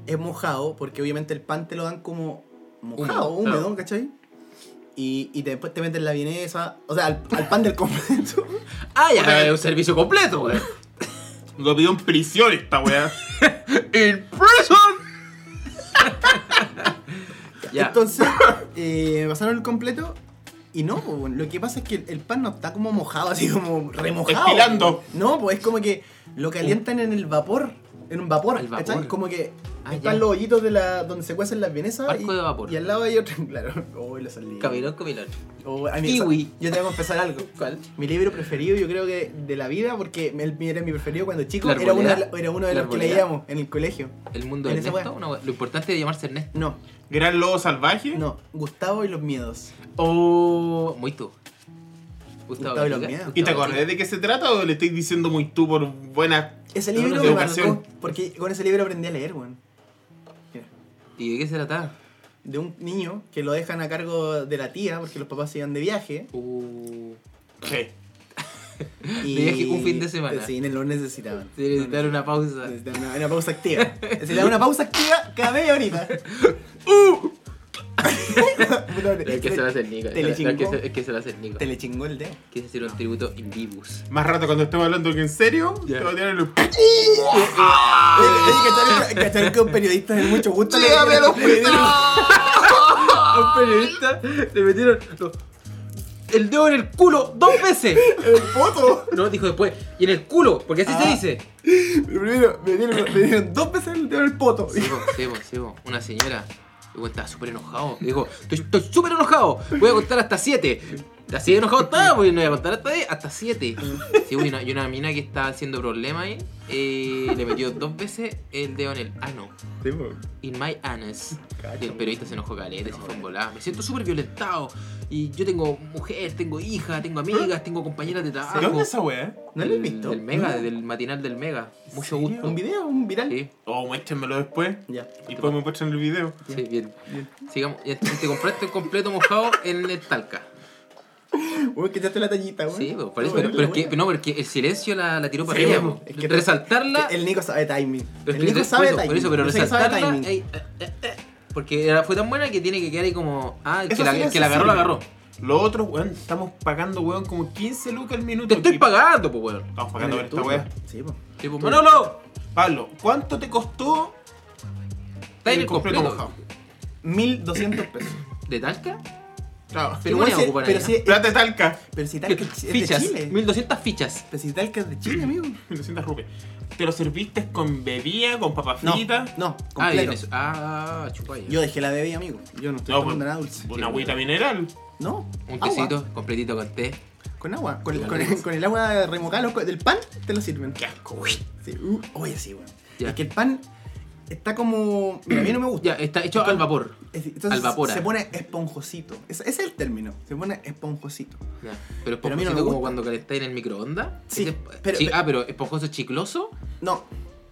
[SPEAKER 3] es mojado, porque obviamente el pan te lo dan como mojado,
[SPEAKER 1] Húmedo,
[SPEAKER 3] húmedo,
[SPEAKER 2] claro.
[SPEAKER 3] ¿cachai? Y, y después te meten la vienesa, o sea, al, al pan del [laughs] completo.
[SPEAKER 1] Ah, ya. Es un servicio completo, [laughs] güey.
[SPEAKER 2] Lo pidió en prisión esta weá.
[SPEAKER 1] In [laughs] prison. ya.
[SPEAKER 3] Entonces, [laughs] eh, pasaron el completo y no, po, bueno, lo que pasa es que el, el pan no está como mojado, así como remojado.
[SPEAKER 2] Espilando.
[SPEAKER 3] No, pues es como que lo calientan en el vapor. En un vapor,
[SPEAKER 1] Al vapor.
[SPEAKER 3] ¿cachai? Como que
[SPEAKER 1] Ah,
[SPEAKER 3] están
[SPEAKER 1] ya.
[SPEAKER 3] los hoyitos de la, donde se cuecen las vienesas.
[SPEAKER 1] Barco
[SPEAKER 3] y,
[SPEAKER 1] de vapor.
[SPEAKER 3] Y al lado hay otro, [laughs] claro. Oh, la salí.
[SPEAKER 1] Cabilón, cabilón.
[SPEAKER 3] Oh, ay, mi-
[SPEAKER 1] Kiwi.
[SPEAKER 3] Yo te voy a confesar algo.
[SPEAKER 1] ¿Cuál?
[SPEAKER 3] Mi libro preferido, yo creo que de la vida, porque el- era mi preferido cuando chico,
[SPEAKER 1] La
[SPEAKER 3] era uno, de
[SPEAKER 1] arboleda.
[SPEAKER 3] la- era uno de
[SPEAKER 1] La
[SPEAKER 3] los que
[SPEAKER 1] arboleda.
[SPEAKER 3] leíamos en el colegio.
[SPEAKER 1] El mundo de
[SPEAKER 3] En esa
[SPEAKER 1] Ernesto.
[SPEAKER 3] weá.
[SPEAKER 1] una weá. Lo importante es llamarse Ernesto.
[SPEAKER 3] No,
[SPEAKER 2] Gran lobo salvaje.
[SPEAKER 3] no, Gustavo y los miedos.
[SPEAKER 1] Oh, muy tú.
[SPEAKER 3] Gustavo y los
[SPEAKER 1] Gatica.
[SPEAKER 3] miedos.
[SPEAKER 2] ¿Y te
[SPEAKER 1] Gustavo
[SPEAKER 2] acordás de qué se trata o le estoy diciendo muy tú por buena
[SPEAKER 3] Ese libro me
[SPEAKER 2] Educación.
[SPEAKER 3] marcó, porque con ese libro aprendí a leer, weón.
[SPEAKER 1] Gatica.
[SPEAKER 3] Mira,
[SPEAKER 1] ¿Y de qué se trata?
[SPEAKER 3] De un niño que lo dejan a cargo de la tía, porque los papás se iban de viaje.
[SPEAKER 1] Uh,
[SPEAKER 2] fe?
[SPEAKER 1] [laughs]
[SPEAKER 3] Y
[SPEAKER 1] De viaje un fin de semana.
[SPEAKER 3] Sí, lo necesitaban.
[SPEAKER 1] tiene que dar una pausa.
[SPEAKER 3] Necesitan una, una pausa activa. Necesitan una pausa activa cada
[SPEAKER 1] [laughs]
[SPEAKER 3] media horita.
[SPEAKER 1] Uh.
[SPEAKER 3] [laughs]
[SPEAKER 1] Es que se lo hace el Nico.
[SPEAKER 3] Te le
[SPEAKER 1] Es que
[SPEAKER 3] chingó.
[SPEAKER 1] se- es que se lo hace el Nico.
[SPEAKER 3] Te le chingó el dedo.
[SPEAKER 1] Quise hacer un tributo in vivus.
[SPEAKER 2] Más rato cuando estemos hablando que en serio,
[SPEAKER 1] Ya.
[SPEAKER 2] te va a tirar el...
[SPEAKER 1] Ah.
[SPEAKER 3] Oye, oye, [laughs] ¿cachar- ¿Cachar que un periodista de mucho gusto le-
[SPEAKER 2] ¡Llévame al
[SPEAKER 3] [laughs] le-
[SPEAKER 1] A un Ah, periodista le metieron los- el dedo en el culo dos veces.
[SPEAKER 3] ¡El poto! [laughs]
[SPEAKER 1] No, dijo después. Y en el culo, porque así
[SPEAKER 3] Ah.
[SPEAKER 1] se dice.
[SPEAKER 3] Pero Primero, me dieron, me dieron dos veces el dedo en el poto.
[SPEAKER 1] Sebo, sebo, sebo. Una señora. Digo, estaba súper enojado. Digo, estoy estoy súper enojado. Voy a contar hasta 7. Así de enojado estaba, porque no voy a contar hasta 10, hasta 7. Sí, pues, y una, y una mina que estaba haciendo problemas ahí. eh, le metió dos veces el dedo en el ano. In my anus. Y el periodista se enojó caleta, se fue en volada. Me siento súper violentado. Y yo tengo mujer, tengo hija, tengo amigas, tengo compañeras de trabajo.
[SPEAKER 3] Ah,
[SPEAKER 2] ¿De dónde es esa weá?
[SPEAKER 3] ¿No lo he
[SPEAKER 1] Del-
[SPEAKER 3] visto?
[SPEAKER 1] Del Mega,
[SPEAKER 3] No.
[SPEAKER 1] del matinal del Mega. Mucho gusto.
[SPEAKER 3] ¿Un video? ¿Un viral?
[SPEAKER 1] Sí,
[SPEAKER 2] Oh, muéstrenmelo después.
[SPEAKER 3] Ya.
[SPEAKER 2] Y después me muestran el video.
[SPEAKER 1] sí, bien. Sigamos. Y entonces te compraste el completo mojado en el Talca.
[SPEAKER 3] Uy, que echaste la tallita, güey.
[SPEAKER 1] Sí, pues, por eso,
[SPEAKER 3] Qué
[SPEAKER 1] pero,
[SPEAKER 3] buena
[SPEAKER 1] pero
[SPEAKER 3] la
[SPEAKER 1] es que,
[SPEAKER 3] buena.
[SPEAKER 1] no, porque el silencio la, la tiró para
[SPEAKER 3] Sí,
[SPEAKER 1] arriba.
[SPEAKER 3] pues,
[SPEAKER 1] po.
[SPEAKER 3] es que-
[SPEAKER 1] resaltarla.
[SPEAKER 3] El Nico sabe timing.
[SPEAKER 1] pero es
[SPEAKER 3] El
[SPEAKER 1] que
[SPEAKER 3] Nico
[SPEAKER 1] por
[SPEAKER 3] sabe
[SPEAKER 1] eso,
[SPEAKER 3] timing.
[SPEAKER 1] Por eso, pero
[SPEAKER 3] Yo sé que sabe
[SPEAKER 1] resaltarla.
[SPEAKER 3] timing.
[SPEAKER 1] ey, eh, eh, eh, porque era- fue tan buena que tiene que quedar ahí como. Ah, el que,
[SPEAKER 2] Eso
[SPEAKER 1] la,
[SPEAKER 2] sí
[SPEAKER 1] el
[SPEAKER 2] es
[SPEAKER 1] que la agarró, la
[SPEAKER 2] sensible.
[SPEAKER 1] agarró.
[SPEAKER 2] Lo otro, weón, estamos pagando, weón, como 15 lucas al minuto.
[SPEAKER 1] Te estoy
[SPEAKER 2] Y-
[SPEAKER 1] pagando, pues, weón.
[SPEAKER 2] Estamos pagando por esta
[SPEAKER 3] Tú,
[SPEAKER 2] weá.
[SPEAKER 3] Sí, pues.
[SPEAKER 1] Sí, pues,
[SPEAKER 3] Tú.
[SPEAKER 1] Manolo,
[SPEAKER 2] Pablo, ¿cuánto te costó
[SPEAKER 1] está en el completo.
[SPEAKER 3] 1200 pesos.
[SPEAKER 1] ¿De Talca?
[SPEAKER 2] Claro.
[SPEAKER 1] Pero
[SPEAKER 3] Igual
[SPEAKER 1] bueno,
[SPEAKER 3] si-
[SPEAKER 1] ocupan
[SPEAKER 3] pero
[SPEAKER 1] ahí,
[SPEAKER 3] si,
[SPEAKER 2] Plata de talca.
[SPEAKER 3] pero si Talca es de
[SPEAKER 1] fichas.
[SPEAKER 3] Chile.
[SPEAKER 1] 1200 fichas.
[SPEAKER 3] Pero si Talca es de Chile, amigo.
[SPEAKER 2] 1.200 rupias. ¿Te lo serviste con bebida, con papas
[SPEAKER 3] No,
[SPEAKER 2] fritas?
[SPEAKER 1] Ah,
[SPEAKER 3] no,
[SPEAKER 1] bien,
[SPEAKER 3] completo.
[SPEAKER 1] eso. Ah, chupa ya.
[SPEAKER 3] Yo dejé la bebida, amigo. Yo no estoy
[SPEAKER 2] No,
[SPEAKER 3] tomando
[SPEAKER 2] pues,
[SPEAKER 3] nada dulce.
[SPEAKER 2] Una agüita mineral.
[SPEAKER 3] No.
[SPEAKER 1] Un
[SPEAKER 3] agua.
[SPEAKER 1] quesito, completito con té.
[SPEAKER 3] Con agua. Con, con- con el agua remojada los co- del pan te lo sirven.
[SPEAKER 2] Qué asco, weón.
[SPEAKER 3] Sí. uh, oye, sí, weón.
[SPEAKER 1] Ya.
[SPEAKER 3] Es que el pan está como. Mira, a mí no me gusta.
[SPEAKER 1] Ya, está hecho al vapor.
[SPEAKER 3] Es- Entonces
[SPEAKER 1] Al vapora.
[SPEAKER 3] se pone esponjosito. Ese ese es el término. Se pone esponjosito.
[SPEAKER 1] Ya, Pero
[SPEAKER 3] Pero a mí no
[SPEAKER 1] esponjosito
[SPEAKER 3] me
[SPEAKER 1] como
[SPEAKER 3] gusta.
[SPEAKER 1] cuando calentáis en el microondas.
[SPEAKER 3] Sí,
[SPEAKER 1] Ese-
[SPEAKER 3] pero-
[SPEAKER 1] sí,
[SPEAKER 3] pero-
[SPEAKER 1] ah, pero esponjoso chicloso.
[SPEAKER 3] No,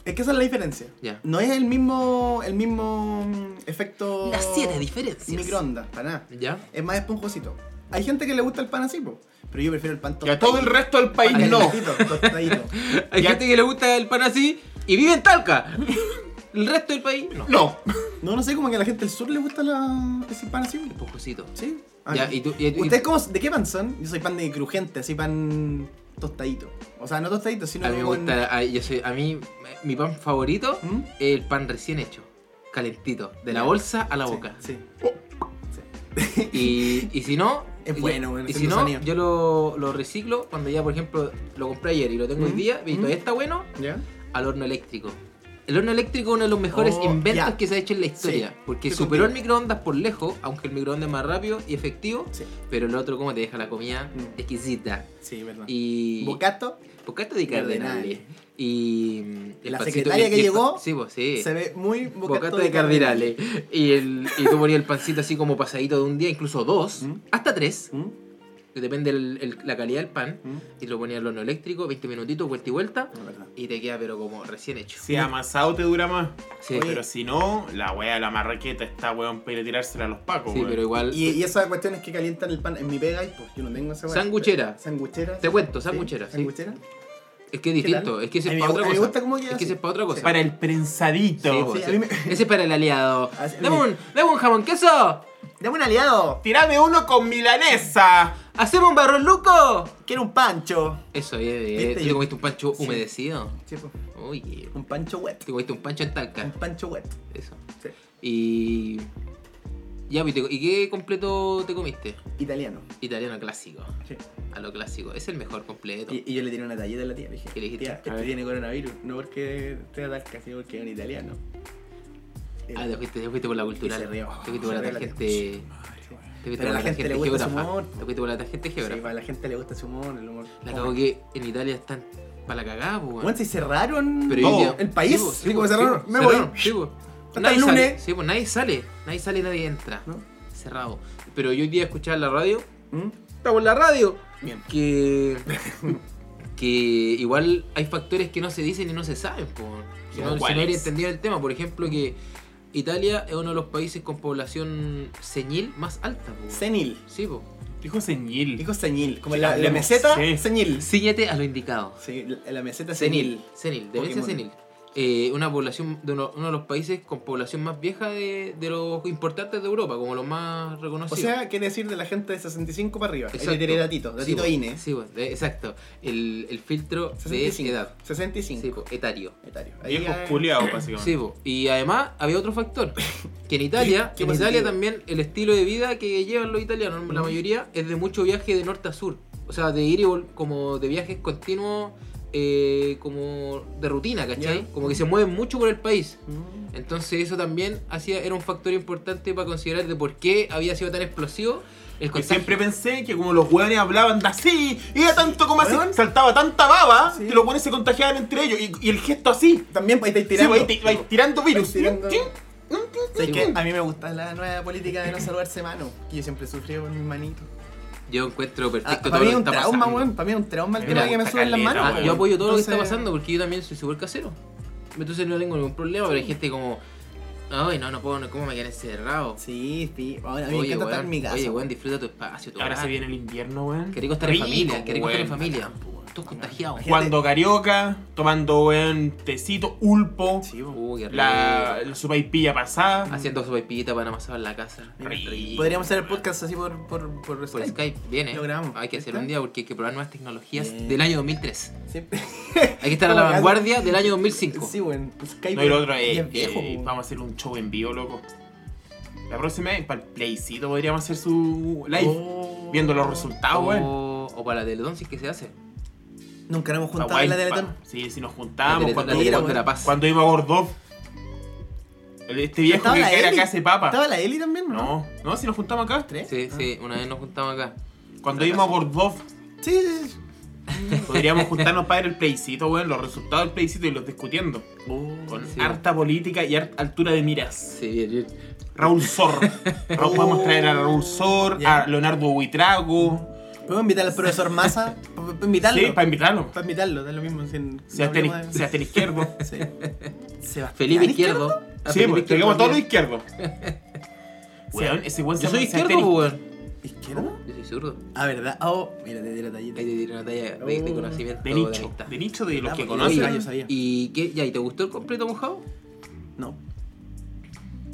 [SPEAKER 3] es que esa es la diferencia.
[SPEAKER 1] Ya.
[SPEAKER 3] No es el mismo, el mismo mm, efecto.
[SPEAKER 1] Las siete diferencias.
[SPEAKER 3] Microondas, para nada.
[SPEAKER 1] Ya.
[SPEAKER 3] Es más esponjosito. Hay gente que le gusta el pan así, po, pero yo prefiero el pan
[SPEAKER 2] Y a todo el resto del país
[SPEAKER 3] Pan
[SPEAKER 2] no.
[SPEAKER 3] calentito, tostadito.
[SPEAKER 1] Hay
[SPEAKER 2] Ya.
[SPEAKER 1] gente que le gusta el pan así y vive en Talca. [laughs] el resto del país, no.
[SPEAKER 2] No.
[SPEAKER 3] [laughs] No, no sé, como que a la gente del sur le gusta la, ese pan así. po.
[SPEAKER 1] Esponjosito.
[SPEAKER 3] Sí.
[SPEAKER 1] Ya,
[SPEAKER 3] Ah,
[SPEAKER 1] y tú- y- y-
[SPEAKER 3] ¿Ustedes cómo, de qué pan son? Yo soy pan de crujiente, así pan tostadito. O sea, no tostadito, sino
[SPEAKER 1] A mí me
[SPEAKER 3] con-
[SPEAKER 1] gusta, a, yo soy, a mí mi pan favorito
[SPEAKER 3] ¿Mm?
[SPEAKER 1] es el pan recién hecho, calentito, de la
[SPEAKER 3] Ya.
[SPEAKER 1] bolsa a la
[SPEAKER 3] Sí,
[SPEAKER 1] boca.
[SPEAKER 3] Sí.
[SPEAKER 1] Y, y si no.
[SPEAKER 3] [laughs] Es
[SPEAKER 1] yo-
[SPEAKER 3] bueno, bueno,
[SPEAKER 1] Y
[SPEAKER 3] es
[SPEAKER 1] si
[SPEAKER 3] un
[SPEAKER 1] no,
[SPEAKER 3] sonido.
[SPEAKER 1] yo lo, lo reciclo cuando ya, por ejemplo, lo compré ayer y lo tengo hoy
[SPEAKER 3] Mm,
[SPEAKER 1] día y
[SPEAKER 3] mm.
[SPEAKER 1] todavía está bueno,
[SPEAKER 3] ¿Ya?
[SPEAKER 1] al horno eléctrico. El horno eléctrico es uno de los mejores
[SPEAKER 3] Oh,
[SPEAKER 1] inventos
[SPEAKER 3] ya.
[SPEAKER 1] que se ha hecho en la historia.
[SPEAKER 3] Sí,
[SPEAKER 1] porque
[SPEAKER 3] estoy
[SPEAKER 1] superó el
[SPEAKER 3] contigo.
[SPEAKER 1] microondas por lejos, aunque el microondas es más rápido y efectivo.
[SPEAKER 3] Sí.
[SPEAKER 1] Pero el otro, como te deja la comida
[SPEAKER 3] Mm.
[SPEAKER 1] exquisita.
[SPEAKER 3] Sí, verdad.
[SPEAKER 1] Y.
[SPEAKER 3] Bocato
[SPEAKER 1] Bocato de
[SPEAKER 3] Cardenales.
[SPEAKER 1] Cardenales. Y. mm, el
[SPEAKER 3] La
[SPEAKER 1] pancito-
[SPEAKER 3] secretaria
[SPEAKER 1] y-
[SPEAKER 3] que
[SPEAKER 1] y el pa-
[SPEAKER 3] llegó
[SPEAKER 1] Sí, pues, sí.
[SPEAKER 3] se ve muy
[SPEAKER 1] Bocato, de cardinales. Y, el, y tú ponías el pancito así como pasadito de un día, incluso dos,
[SPEAKER 3] ¿Mm?
[SPEAKER 1] hasta tres.
[SPEAKER 3] ¿Mm?
[SPEAKER 1] depende el- el- la calidad del pan,
[SPEAKER 3] ¿Mm?
[SPEAKER 1] y lo ponía al horno eléctrico, 20 minutitos, vuelta y vuelta,
[SPEAKER 3] No, verdad.
[SPEAKER 1] y te queda pero como recién hecho.
[SPEAKER 2] Si amasado te dura más.
[SPEAKER 1] Sí,
[SPEAKER 3] Oye,
[SPEAKER 2] Pero si no, la weá de la marraqueta está weón para ir a tirársela a los pacos,
[SPEAKER 1] sí,
[SPEAKER 2] weón.
[SPEAKER 1] pero igual...
[SPEAKER 3] Y, y esas cuestiones que calientan el pan en mi pega, y pues yo no tengo esa weá.
[SPEAKER 1] Sanguchera.
[SPEAKER 3] Sanguchera.
[SPEAKER 1] Te cuento, sanguchera, sí.
[SPEAKER 3] Sanguchera.
[SPEAKER 1] Es que es distinto,
[SPEAKER 3] tal?
[SPEAKER 1] es que ese
[SPEAKER 3] A
[SPEAKER 1] es
[SPEAKER 3] mí
[SPEAKER 1] para
[SPEAKER 3] me-
[SPEAKER 1] otra
[SPEAKER 3] a mí me
[SPEAKER 1] cosa.
[SPEAKER 3] gusta cómo queda
[SPEAKER 1] es que
[SPEAKER 3] así.
[SPEAKER 1] ese es para otra cosa.
[SPEAKER 2] Para el prensadito.
[SPEAKER 1] Sí,
[SPEAKER 2] weón.
[SPEAKER 1] pues,
[SPEAKER 3] sí, a mí me- Ah,
[SPEAKER 1] Ese es para el aliado.
[SPEAKER 3] Así-
[SPEAKER 1] Dame un, dame un jamón queso.
[SPEAKER 3] Dame un aliado.
[SPEAKER 2] Tirame uno con milanesa.
[SPEAKER 1] Hacemos un barrón luco.
[SPEAKER 3] Quiero un pancho.
[SPEAKER 1] Eso, eh, eh,
[SPEAKER 3] Viste,
[SPEAKER 1] ¿tú te
[SPEAKER 3] yo-
[SPEAKER 1] comiste un pancho
[SPEAKER 3] Sí.
[SPEAKER 1] humedecido?
[SPEAKER 3] Sí, po.
[SPEAKER 1] Oye,
[SPEAKER 3] Un pancho wet.
[SPEAKER 1] te comiste un pancho en
[SPEAKER 3] Un
[SPEAKER 1] talca.
[SPEAKER 3] pancho wet.
[SPEAKER 1] Eso.
[SPEAKER 3] Sí.
[SPEAKER 1] Y. Ya, pues, te- ¿y qué completo te comiste?
[SPEAKER 3] Italiano.
[SPEAKER 1] Italiano clásico. A lo clásico. Es el mejor completo.
[SPEAKER 3] Y, eh, y yo le tiré una talleta a la tía. Le
[SPEAKER 1] ¿Qué
[SPEAKER 3] dije,
[SPEAKER 1] le dijiste?
[SPEAKER 3] tía,
[SPEAKER 2] A
[SPEAKER 3] este
[SPEAKER 2] ver.
[SPEAKER 3] tiene coronavirus. No porque esté atasca, sino porque es un italiano.
[SPEAKER 1] Ah, te fuiste, te fuiste por la
[SPEAKER 3] se
[SPEAKER 1] cultural.
[SPEAKER 3] rió.
[SPEAKER 1] Te fuiste por
[SPEAKER 3] Se
[SPEAKER 1] la
[SPEAKER 3] rió la
[SPEAKER 1] tarjete. Te fuiste
[SPEAKER 3] Pero
[SPEAKER 1] por
[SPEAKER 3] a
[SPEAKER 1] la
[SPEAKER 3] la gente
[SPEAKER 1] tarjeta
[SPEAKER 3] le gusta su
[SPEAKER 1] geógrafa.
[SPEAKER 3] humor.
[SPEAKER 1] Te fuiste por la tarjeta
[SPEAKER 3] Sí,
[SPEAKER 1] geógrafa.
[SPEAKER 3] para la gente le gusta su humor, el humor.
[SPEAKER 1] La cago que en Italia están para la cagada, pues.
[SPEAKER 3] Bueno, si cerraron
[SPEAKER 1] Pero hoy
[SPEAKER 2] Todo.
[SPEAKER 1] día-
[SPEAKER 3] el país.
[SPEAKER 1] Sí, po, sí,
[SPEAKER 3] Sí, como
[SPEAKER 1] po,
[SPEAKER 3] cerraron.
[SPEAKER 1] sí, po,
[SPEAKER 3] Me voy.
[SPEAKER 1] cerraron, sí, po.
[SPEAKER 3] Hasta
[SPEAKER 1] nadie
[SPEAKER 3] el lunes.
[SPEAKER 1] Sale, sí, po, nadie sale. Nadie sale, nadie entra.
[SPEAKER 3] ¿No?
[SPEAKER 1] Cerrado. Pero yo hoy día escuchaba en la radio.
[SPEAKER 3] ¿Mm?
[SPEAKER 1] Estaba en la radio.
[SPEAKER 3] Bien.
[SPEAKER 1] Que. [laughs] que igual hay factores que no se dicen y no se saben, po. Si
[SPEAKER 2] ¿Como
[SPEAKER 1] no, si no
[SPEAKER 2] cuáles?
[SPEAKER 1] habría entendido el tema. Por ejemplo, que Italia es uno de los países con población señil más alta, po.
[SPEAKER 3] Senil.
[SPEAKER 1] Sí, po.
[SPEAKER 2] Dijo señil.
[SPEAKER 3] Dijo senil. Como
[SPEAKER 2] Sí,
[SPEAKER 3] la, la
[SPEAKER 2] hablemos.
[SPEAKER 3] meseta,
[SPEAKER 2] Sí.
[SPEAKER 3] senil.
[SPEAKER 1] Síguete a lo indicado.
[SPEAKER 3] Sí, la, la meseta
[SPEAKER 1] Senil.
[SPEAKER 3] senil.
[SPEAKER 1] Senil, demencia
[SPEAKER 3] Pokémon.
[SPEAKER 1] senil. Eh, una población de uno, uno de los países con población más vieja de, de los importantes de Europa, como los más
[SPEAKER 3] O
[SPEAKER 1] reconocidos.
[SPEAKER 3] sea, quiere decir de la gente de 65 para arriba. Ahí
[SPEAKER 1] Exacto.
[SPEAKER 3] le tiré datito,
[SPEAKER 1] Sí,
[SPEAKER 3] datito
[SPEAKER 1] po,
[SPEAKER 3] INE.
[SPEAKER 1] Sí, po, de- exacto. El, el filtro de
[SPEAKER 3] 65.
[SPEAKER 1] edad.
[SPEAKER 3] 65.
[SPEAKER 1] Sí, po, etario.
[SPEAKER 3] Etario. Ahí
[SPEAKER 2] Viejos
[SPEAKER 3] ya- [coughs]
[SPEAKER 2] culiados, básicamente.
[SPEAKER 1] Sí, po. y además había otro factor, que en Italia,
[SPEAKER 3] Qué
[SPEAKER 1] en Italia
[SPEAKER 3] positivo.
[SPEAKER 1] también el estilo de vida que llevan los italianos, la mayoría, es de mucho viaje de norte a sur. O sea, de ir y vol- como de viajes continuos, eh, como de rutina, ¿cachai?
[SPEAKER 3] Ya.
[SPEAKER 1] Como que se mueven mucho por el país.
[SPEAKER 3] Mm.
[SPEAKER 1] Entonces eso también hacía, era un factor importante para considerar de por qué había sido tan explosivo el
[SPEAKER 2] Que
[SPEAKER 1] contagio.
[SPEAKER 2] siempre pensé que como los hueones hablaban de así, y era tanto como así,
[SPEAKER 3] Weón.
[SPEAKER 2] saltaba tanta baba,
[SPEAKER 3] Sí.
[SPEAKER 2] que los hueones se contagiaban entre ellos, y, y el gesto así.
[SPEAKER 3] También pues, ahí estáis
[SPEAKER 2] Sí,
[SPEAKER 3] tirando.
[SPEAKER 2] vais ti- vais tirando virus.
[SPEAKER 3] Vais tirando-
[SPEAKER 2] Sí.
[SPEAKER 3] ¿Sabes
[SPEAKER 1] Sí,
[SPEAKER 3] qué?
[SPEAKER 1] po.
[SPEAKER 3] A mí me gusta la nueva política de no saludarse mano. Que yo siempre sufrí por mis manitos.
[SPEAKER 1] Yo encuentro
[SPEAKER 3] Ah,
[SPEAKER 1] perfecto
[SPEAKER 3] para
[SPEAKER 1] todo
[SPEAKER 3] mí
[SPEAKER 1] lo
[SPEAKER 3] es
[SPEAKER 1] que
[SPEAKER 3] un
[SPEAKER 1] está
[SPEAKER 3] trauma,
[SPEAKER 1] pasando.
[SPEAKER 3] weón. Para mí es un trauma el
[SPEAKER 2] Mira,
[SPEAKER 3] tema de que me
[SPEAKER 2] está
[SPEAKER 3] suben las
[SPEAKER 2] caleta,
[SPEAKER 3] manos.
[SPEAKER 1] Ah,
[SPEAKER 2] weón.
[SPEAKER 1] yo apoyo todo lo que está
[SPEAKER 3] Entonces-
[SPEAKER 1] pasando porque yo también soy súper casero. Entonces no tengo ningún problema, pero hay gente como, ay no, no puedo, no, ¿cómo me quedé encerrado?
[SPEAKER 3] Sí, sí. Bueno, a mí me encanta estar en mi casa.
[SPEAKER 1] oye, weón, disfruta tu espacio, tu
[SPEAKER 2] Ahora
[SPEAKER 1] hogar.
[SPEAKER 2] se viene el invierno, weón.
[SPEAKER 1] Qué rico estar en
[SPEAKER 2] Rico,
[SPEAKER 1] familia, qué rico estar en
[SPEAKER 2] weón.
[SPEAKER 1] familia. Todos contagiados.
[SPEAKER 3] Imagínate.
[SPEAKER 2] Cuando carioca, tomando weón, tecito, ulpo,
[SPEAKER 3] Sí, po.
[SPEAKER 1] Uh, qué rico.
[SPEAKER 2] la, la sopaipilla pasada.
[SPEAKER 1] Haciendo sopaipita para amasar en la casa.
[SPEAKER 3] Mira,
[SPEAKER 2] rico.
[SPEAKER 3] Podríamos hacer el podcast así por, por, por
[SPEAKER 1] Por
[SPEAKER 3] Skype.
[SPEAKER 1] Skype, viene.
[SPEAKER 3] Pues, Lo grabamos.
[SPEAKER 1] Hay que hacer
[SPEAKER 3] ¿Está?
[SPEAKER 1] un día porque hay que probar nuevas tecnologías
[SPEAKER 3] Bien.
[SPEAKER 1] del año 2003.
[SPEAKER 3] Siempre.
[SPEAKER 1] Hay que estar a la
[SPEAKER 3] Como
[SPEAKER 1] vanguardia del año 2005.
[SPEAKER 3] Sí, weón. Skype.
[SPEAKER 2] No, y lo otro
[SPEAKER 3] es
[SPEAKER 2] es,
[SPEAKER 3] viejo,
[SPEAKER 2] eh,
[SPEAKER 3] po.
[SPEAKER 2] vamos a hacer un show en vivo, loco. La próxima es para el playcito, podríamos hacer su live,
[SPEAKER 3] Oh.
[SPEAKER 2] viendo los resultados, weón.
[SPEAKER 1] o, o para la Teletón, si es que se hace.
[SPEAKER 3] Nunca nos hemos
[SPEAKER 2] La
[SPEAKER 3] juntado en la
[SPEAKER 2] guay,
[SPEAKER 3] Teletón.
[SPEAKER 2] pa- Sí, si nos
[SPEAKER 1] La
[SPEAKER 2] juntábamos
[SPEAKER 1] Teletón- la
[SPEAKER 2] cuando,
[SPEAKER 1] Teletón
[SPEAKER 3] cuando-
[SPEAKER 1] de la Paz.
[SPEAKER 2] cuando iba a Gordov. Este viejo
[SPEAKER 3] ¿Estaba
[SPEAKER 2] que
[SPEAKER 3] la
[SPEAKER 2] era
[SPEAKER 3] Eli?
[SPEAKER 2] que hace papa.
[SPEAKER 3] ¿Estaba la Eli también?
[SPEAKER 2] No, no, si nos juntamos acá los tres.
[SPEAKER 1] Sí,
[SPEAKER 3] Ah.
[SPEAKER 1] sí, una vez nos juntamos acá.
[SPEAKER 2] Cuando íbamos a Gordov,
[SPEAKER 3] Sí, sí, sí.
[SPEAKER 2] podríamos juntarnos para ver el plebiscito, weón, los resultados del plebiscito y los discutiendo. Con
[SPEAKER 1] Sí.
[SPEAKER 2] harta política y harta altura de miras.
[SPEAKER 1] Sí, bien, bien.
[SPEAKER 2] Raúl Sor. Raúl,
[SPEAKER 3] Oh.
[SPEAKER 2] podemos traer a Raúl Sor,
[SPEAKER 3] Ya.
[SPEAKER 2] a Leonardo Buitrago.
[SPEAKER 3] ¿Podemos invitar al profesor Massa? Para invitarlo.
[SPEAKER 2] Sí, para invitarlo.
[SPEAKER 3] Para invitarlo, da lo mismo. Si en-
[SPEAKER 2] Sebastián,
[SPEAKER 3] no hablemos de-
[SPEAKER 2] Sebastián
[SPEAKER 3] [laughs]
[SPEAKER 2] Izquierdo.
[SPEAKER 3] Sí. Sebastián
[SPEAKER 1] Felipe Izquierdo. A
[SPEAKER 2] Sí,
[SPEAKER 1] Felipe
[SPEAKER 2] pues, tenemos a todos los
[SPEAKER 1] bien.
[SPEAKER 2] izquierdos. Weón, ese weón se
[SPEAKER 1] Yo soy
[SPEAKER 2] llama
[SPEAKER 1] izquierdo,
[SPEAKER 2] Sebastián
[SPEAKER 1] pues, weón.
[SPEAKER 3] ¿Izquierdo?
[SPEAKER 1] Yo soy zurdo.
[SPEAKER 3] Ah, ¿verdad? Oh, mira, te tiro tallita.
[SPEAKER 1] Ahí te tiene una talla de, de
[SPEAKER 3] Oh.
[SPEAKER 1] conocimiento.
[SPEAKER 2] De nicho,
[SPEAKER 1] amistad.
[SPEAKER 2] de nicho de los
[SPEAKER 3] Ah,
[SPEAKER 2] que
[SPEAKER 3] porque
[SPEAKER 1] pues,
[SPEAKER 2] conocen.
[SPEAKER 3] yo sabía.
[SPEAKER 1] ¿Y qué? Ya, ¿y te gustó el completo mojado?
[SPEAKER 3] No.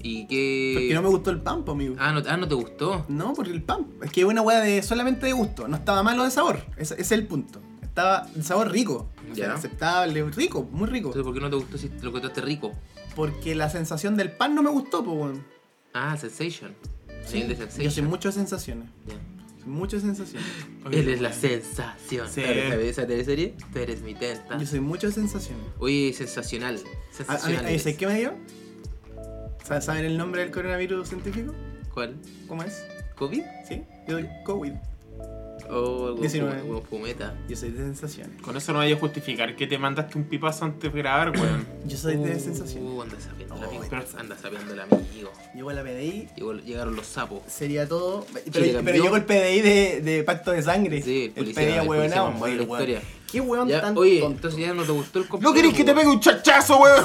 [SPEAKER 1] ¿Y qué?
[SPEAKER 3] Porque no me gustó el pan, po, amigo.
[SPEAKER 1] Eh, ah, no, ah, no te gustó.
[SPEAKER 3] No, porque el pan. Es que es una hueá de solamente de gusto. No estaba malo de sabor. Ese, ese es el punto. Estaba el sabor rico. O sea,
[SPEAKER 1] Ya.
[SPEAKER 3] aceptable, rico, muy rico.
[SPEAKER 1] Entonces, ¿por qué no te gustó si lo encontraste rico?
[SPEAKER 3] Porque la sensación del pan no me gustó, po, weón.
[SPEAKER 1] Ah, Sensation. el de
[SPEAKER 3] yo soy
[SPEAKER 1] Sensation.
[SPEAKER 3] mucho de sensaciones.
[SPEAKER 1] Ya.
[SPEAKER 3] Soy mucho
[SPEAKER 1] [laughs]
[SPEAKER 3] de sensaciones.
[SPEAKER 2] Oye,
[SPEAKER 1] Él es la
[SPEAKER 2] weón.
[SPEAKER 1] sensación.
[SPEAKER 2] Sí.
[SPEAKER 1] ¿Sabes sabes esa teleserie? Tú eres mi tenta.
[SPEAKER 3] Yo soy mucho de sensaciones.
[SPEAKER 1] Oye, sensacional.
[SPEAKER 3] A, a mí,
[SPEAKER 1] Sensacional.
[SPEAKER 3] a-
[SPEAKER 1] eres.
[SPEAKER 3] ¿sabes qué me dio? ¿Sa- ¿Saben el nombre del coronavirus científico?
[SPEAKER 1] ¿Cuál?
[SPEAKER 3] ¿Cómo es?
[SPEAKER 1] ¿COVID?
[SPEAKER 3] ¿Sí? Yo doy COVID.
[SPEAKER 1] Oh, el
[SPEAKER 3] 19.
[SPEAKER 1] huevo fumeta.
[SPEAKER 3] Yo soy de sensaciones.
[SPEAKER 2] Con eso no vaya a justificar que te mandaste un pipazo antes de grabar, weón.
[SPEAKER 3] [laughs] Yo soy de
[SPEAKER 1] Uh,
[SPEAKER 3] sensaciones.
[SPEAKER 1] anda sabiendo el
[SPEAKER 3] Oh,
[SPEAKER 1] amigo.
[SPEAKER 2] pero-
[SPEAKER 1] Anda sabiendo el amigo.
[SPEAKER 3] Llegó la PDI,
[SPEAKER 1] Llegó- llegaron los sapos.
[SPEAKER 3] sería todo.
[SPEAKER 1] Chile
[SPEAKER 3] Pero,
[SPEAKER 1] cambió.
[SPEAKER 3] pero llegó el PDI de, de Pacto de Sangre.
[SPEAKER 1] Sí, el
[SPEAKER 3] el
[SPEAKER 1] policía-
[SPEAKER 3] PDI
[SPEAKER 1] el policía
[SPEAKER 3] ahueonado.
[SPEAKER 1] mamó la
[SPEAKER 3] Oye, el weón.
[SPEAKER 1] historia.
[SPEAKER 3] Qué weón
[SPEAKER 1] Ya,
[SPEAKER 3] tan
[SPEAKER 1] oye,
[SPEAKER 3] tonto.
[SPEAKER 1] entonces ya no te gustó el
[SPEAKER 2] ¿No querés que te pegue
[SPEAKER 1] weón?
[SPEAKER 2] un chachazo, weón?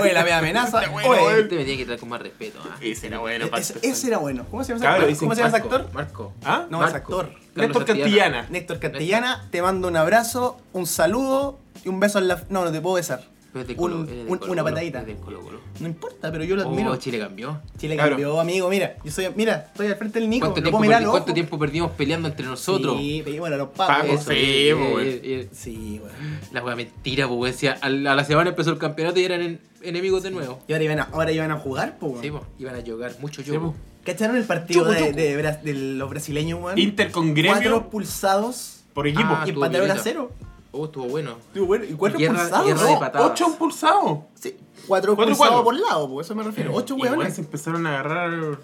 [SPEAKER 3] Oye, la media amenaza.
[SPEAKER 2] bueno,
[SPEAKER 3] Oye,
[SPEAKER 2] Este weón.
[SPEAKER 1] Te me tiene que tratar con más respeto. ah.
[SPEAKER 3] Eh,
[SPEAKER 2] Ese era bueno,
[SPEAKER 3] ese,
[SPEAKER 2] Pacto.
[SPEAKER 3] ese era bueno. ¿Cómo se llama ese
[SPEAKER 2] Cabro,
[SPEAKER 3] actor?
[SPEAKER 2] hice
[SPEAKER 3] ¿Cómo
[SPEAKER 2] un
[SPEAKER 3] se llama ese
[SPEAKER 1] Marco,
[SPEAKER 3] actor?
[SPEAKER 1] Marco.
[SPEAKER 2] ¿Ah?
[SPEAKER 3] No, es
[SPEAKER 1] Marco.
[SPEAKER 3] actor.
[SPEAKER 1] Carlos
[SPEAKER 2] Néstor Castellana.
[SPEAKER 3] Néstor Castellana, te mando un abrazo, un saludo y un beso en la. No, no te puedo besar.
[SPEAKER 1] Pero es del
[SPEAKER 3] Un-
[SPEAKER 1] Colo- eres del
[SPEAKER 3] un-
[SPEAKER 1] Colo
[SPEAKER 3] una
[SPEAKER 1] Colo,
[SPEAKER 3] patadita.
[SPEAKER 1] eres del Colo Colo.
[SPEAKER 3] No importa, pero yo lo admiro.
[SPEAKER 1] Oh, Chile cambió.
[SPEAKER 3] Chile
[SPEAKER 2] Claro.
[SPEAKER 3] cambió, amigo. Mira, yo soy. Mira, estoy al frente del Nico.
[SPEAKER 1] ¿Cuánto,
[SPEAKER 3] lo
[SPEAKER 1] tiempo,
[SPEAKER 3] puedo mirar
[SPEAKER 1] perdi-
[SPEAKER 3] los
[SPEAKER 1] cuánto
[SPEAKER 3] ojos.
[SPEAKER 1] tiempo perdimos peleando entre nosotros? eh,
[SPEAKER 3] Sí, pues, pero bueno, los
[SPEAKER 2] Paco,
[SPEAKER 3] pagos.
[SPEAKER 2] sí, po, weón.
[SPEAKER 3] Sí, bueno.
[SPEAKER 1] La wea mentira, po, weón. Si a, a la semana empezó el campeonato y eran en- enemigos de nuevo.
[SPEAKER 3] Y ahora iban a, ahora iban a jugar, po, weón.
[SPEAKER 1] Sí, po. Iban a llorar mucho yo.
[SPEAKER 3] pues.
[SPEAKER 2] po.
[SPEAKER 3] ¿Cacharon el partido
[SPEAKER 1] Chucu,
[SPEAKER 3] de,
[SPEAKER 1] chucu.
[SPEAKER 3] de Bra- de los brasileños, weón?
[SPEAKER 2] Inter con
[SPEAKER 3] Cuatro
[SPEAKER 2] gremio
[SPEAKER 3] pulsados
[SPEAKER 2] por equipo.
[SPEAKER 1] Ah,
[SPEAKER 3] y
[SPEAKER 1] estuvo
[SPEAKER 3] empataron a
[SPEAKER 1] bonito.
[SPEAKER 3] cero.
[SPEAKER 1] Oh, estuvo bueno.
[SPEAKER 3] Digo, bueno, ¿Y cuatro
[SPEAKER 1] Guerra-
[SPEAKER 3] pulsados?
[SPEAKER 1] guerra de
[SPEAKER 3] No,
[SPEAKER 1] patadas.
[SPEAKER 2] Ocho impulsados.
[SPEAKER 3] sí, cuatro,
[SPEAKER 2] Cuatro,
[SPEAKER 3] pulsados
[SPEAKER 2] cuatro.
[SPEAKER 3] por lado, po, eso me
[SPEAKER 1] Eh,
[SPEAKER 3] refiero. Ocho
[SPEAKER 2] Y, weón,
[SPEAKER 3] hueones.
[SPEAKER 2] se empezaron a agarrar.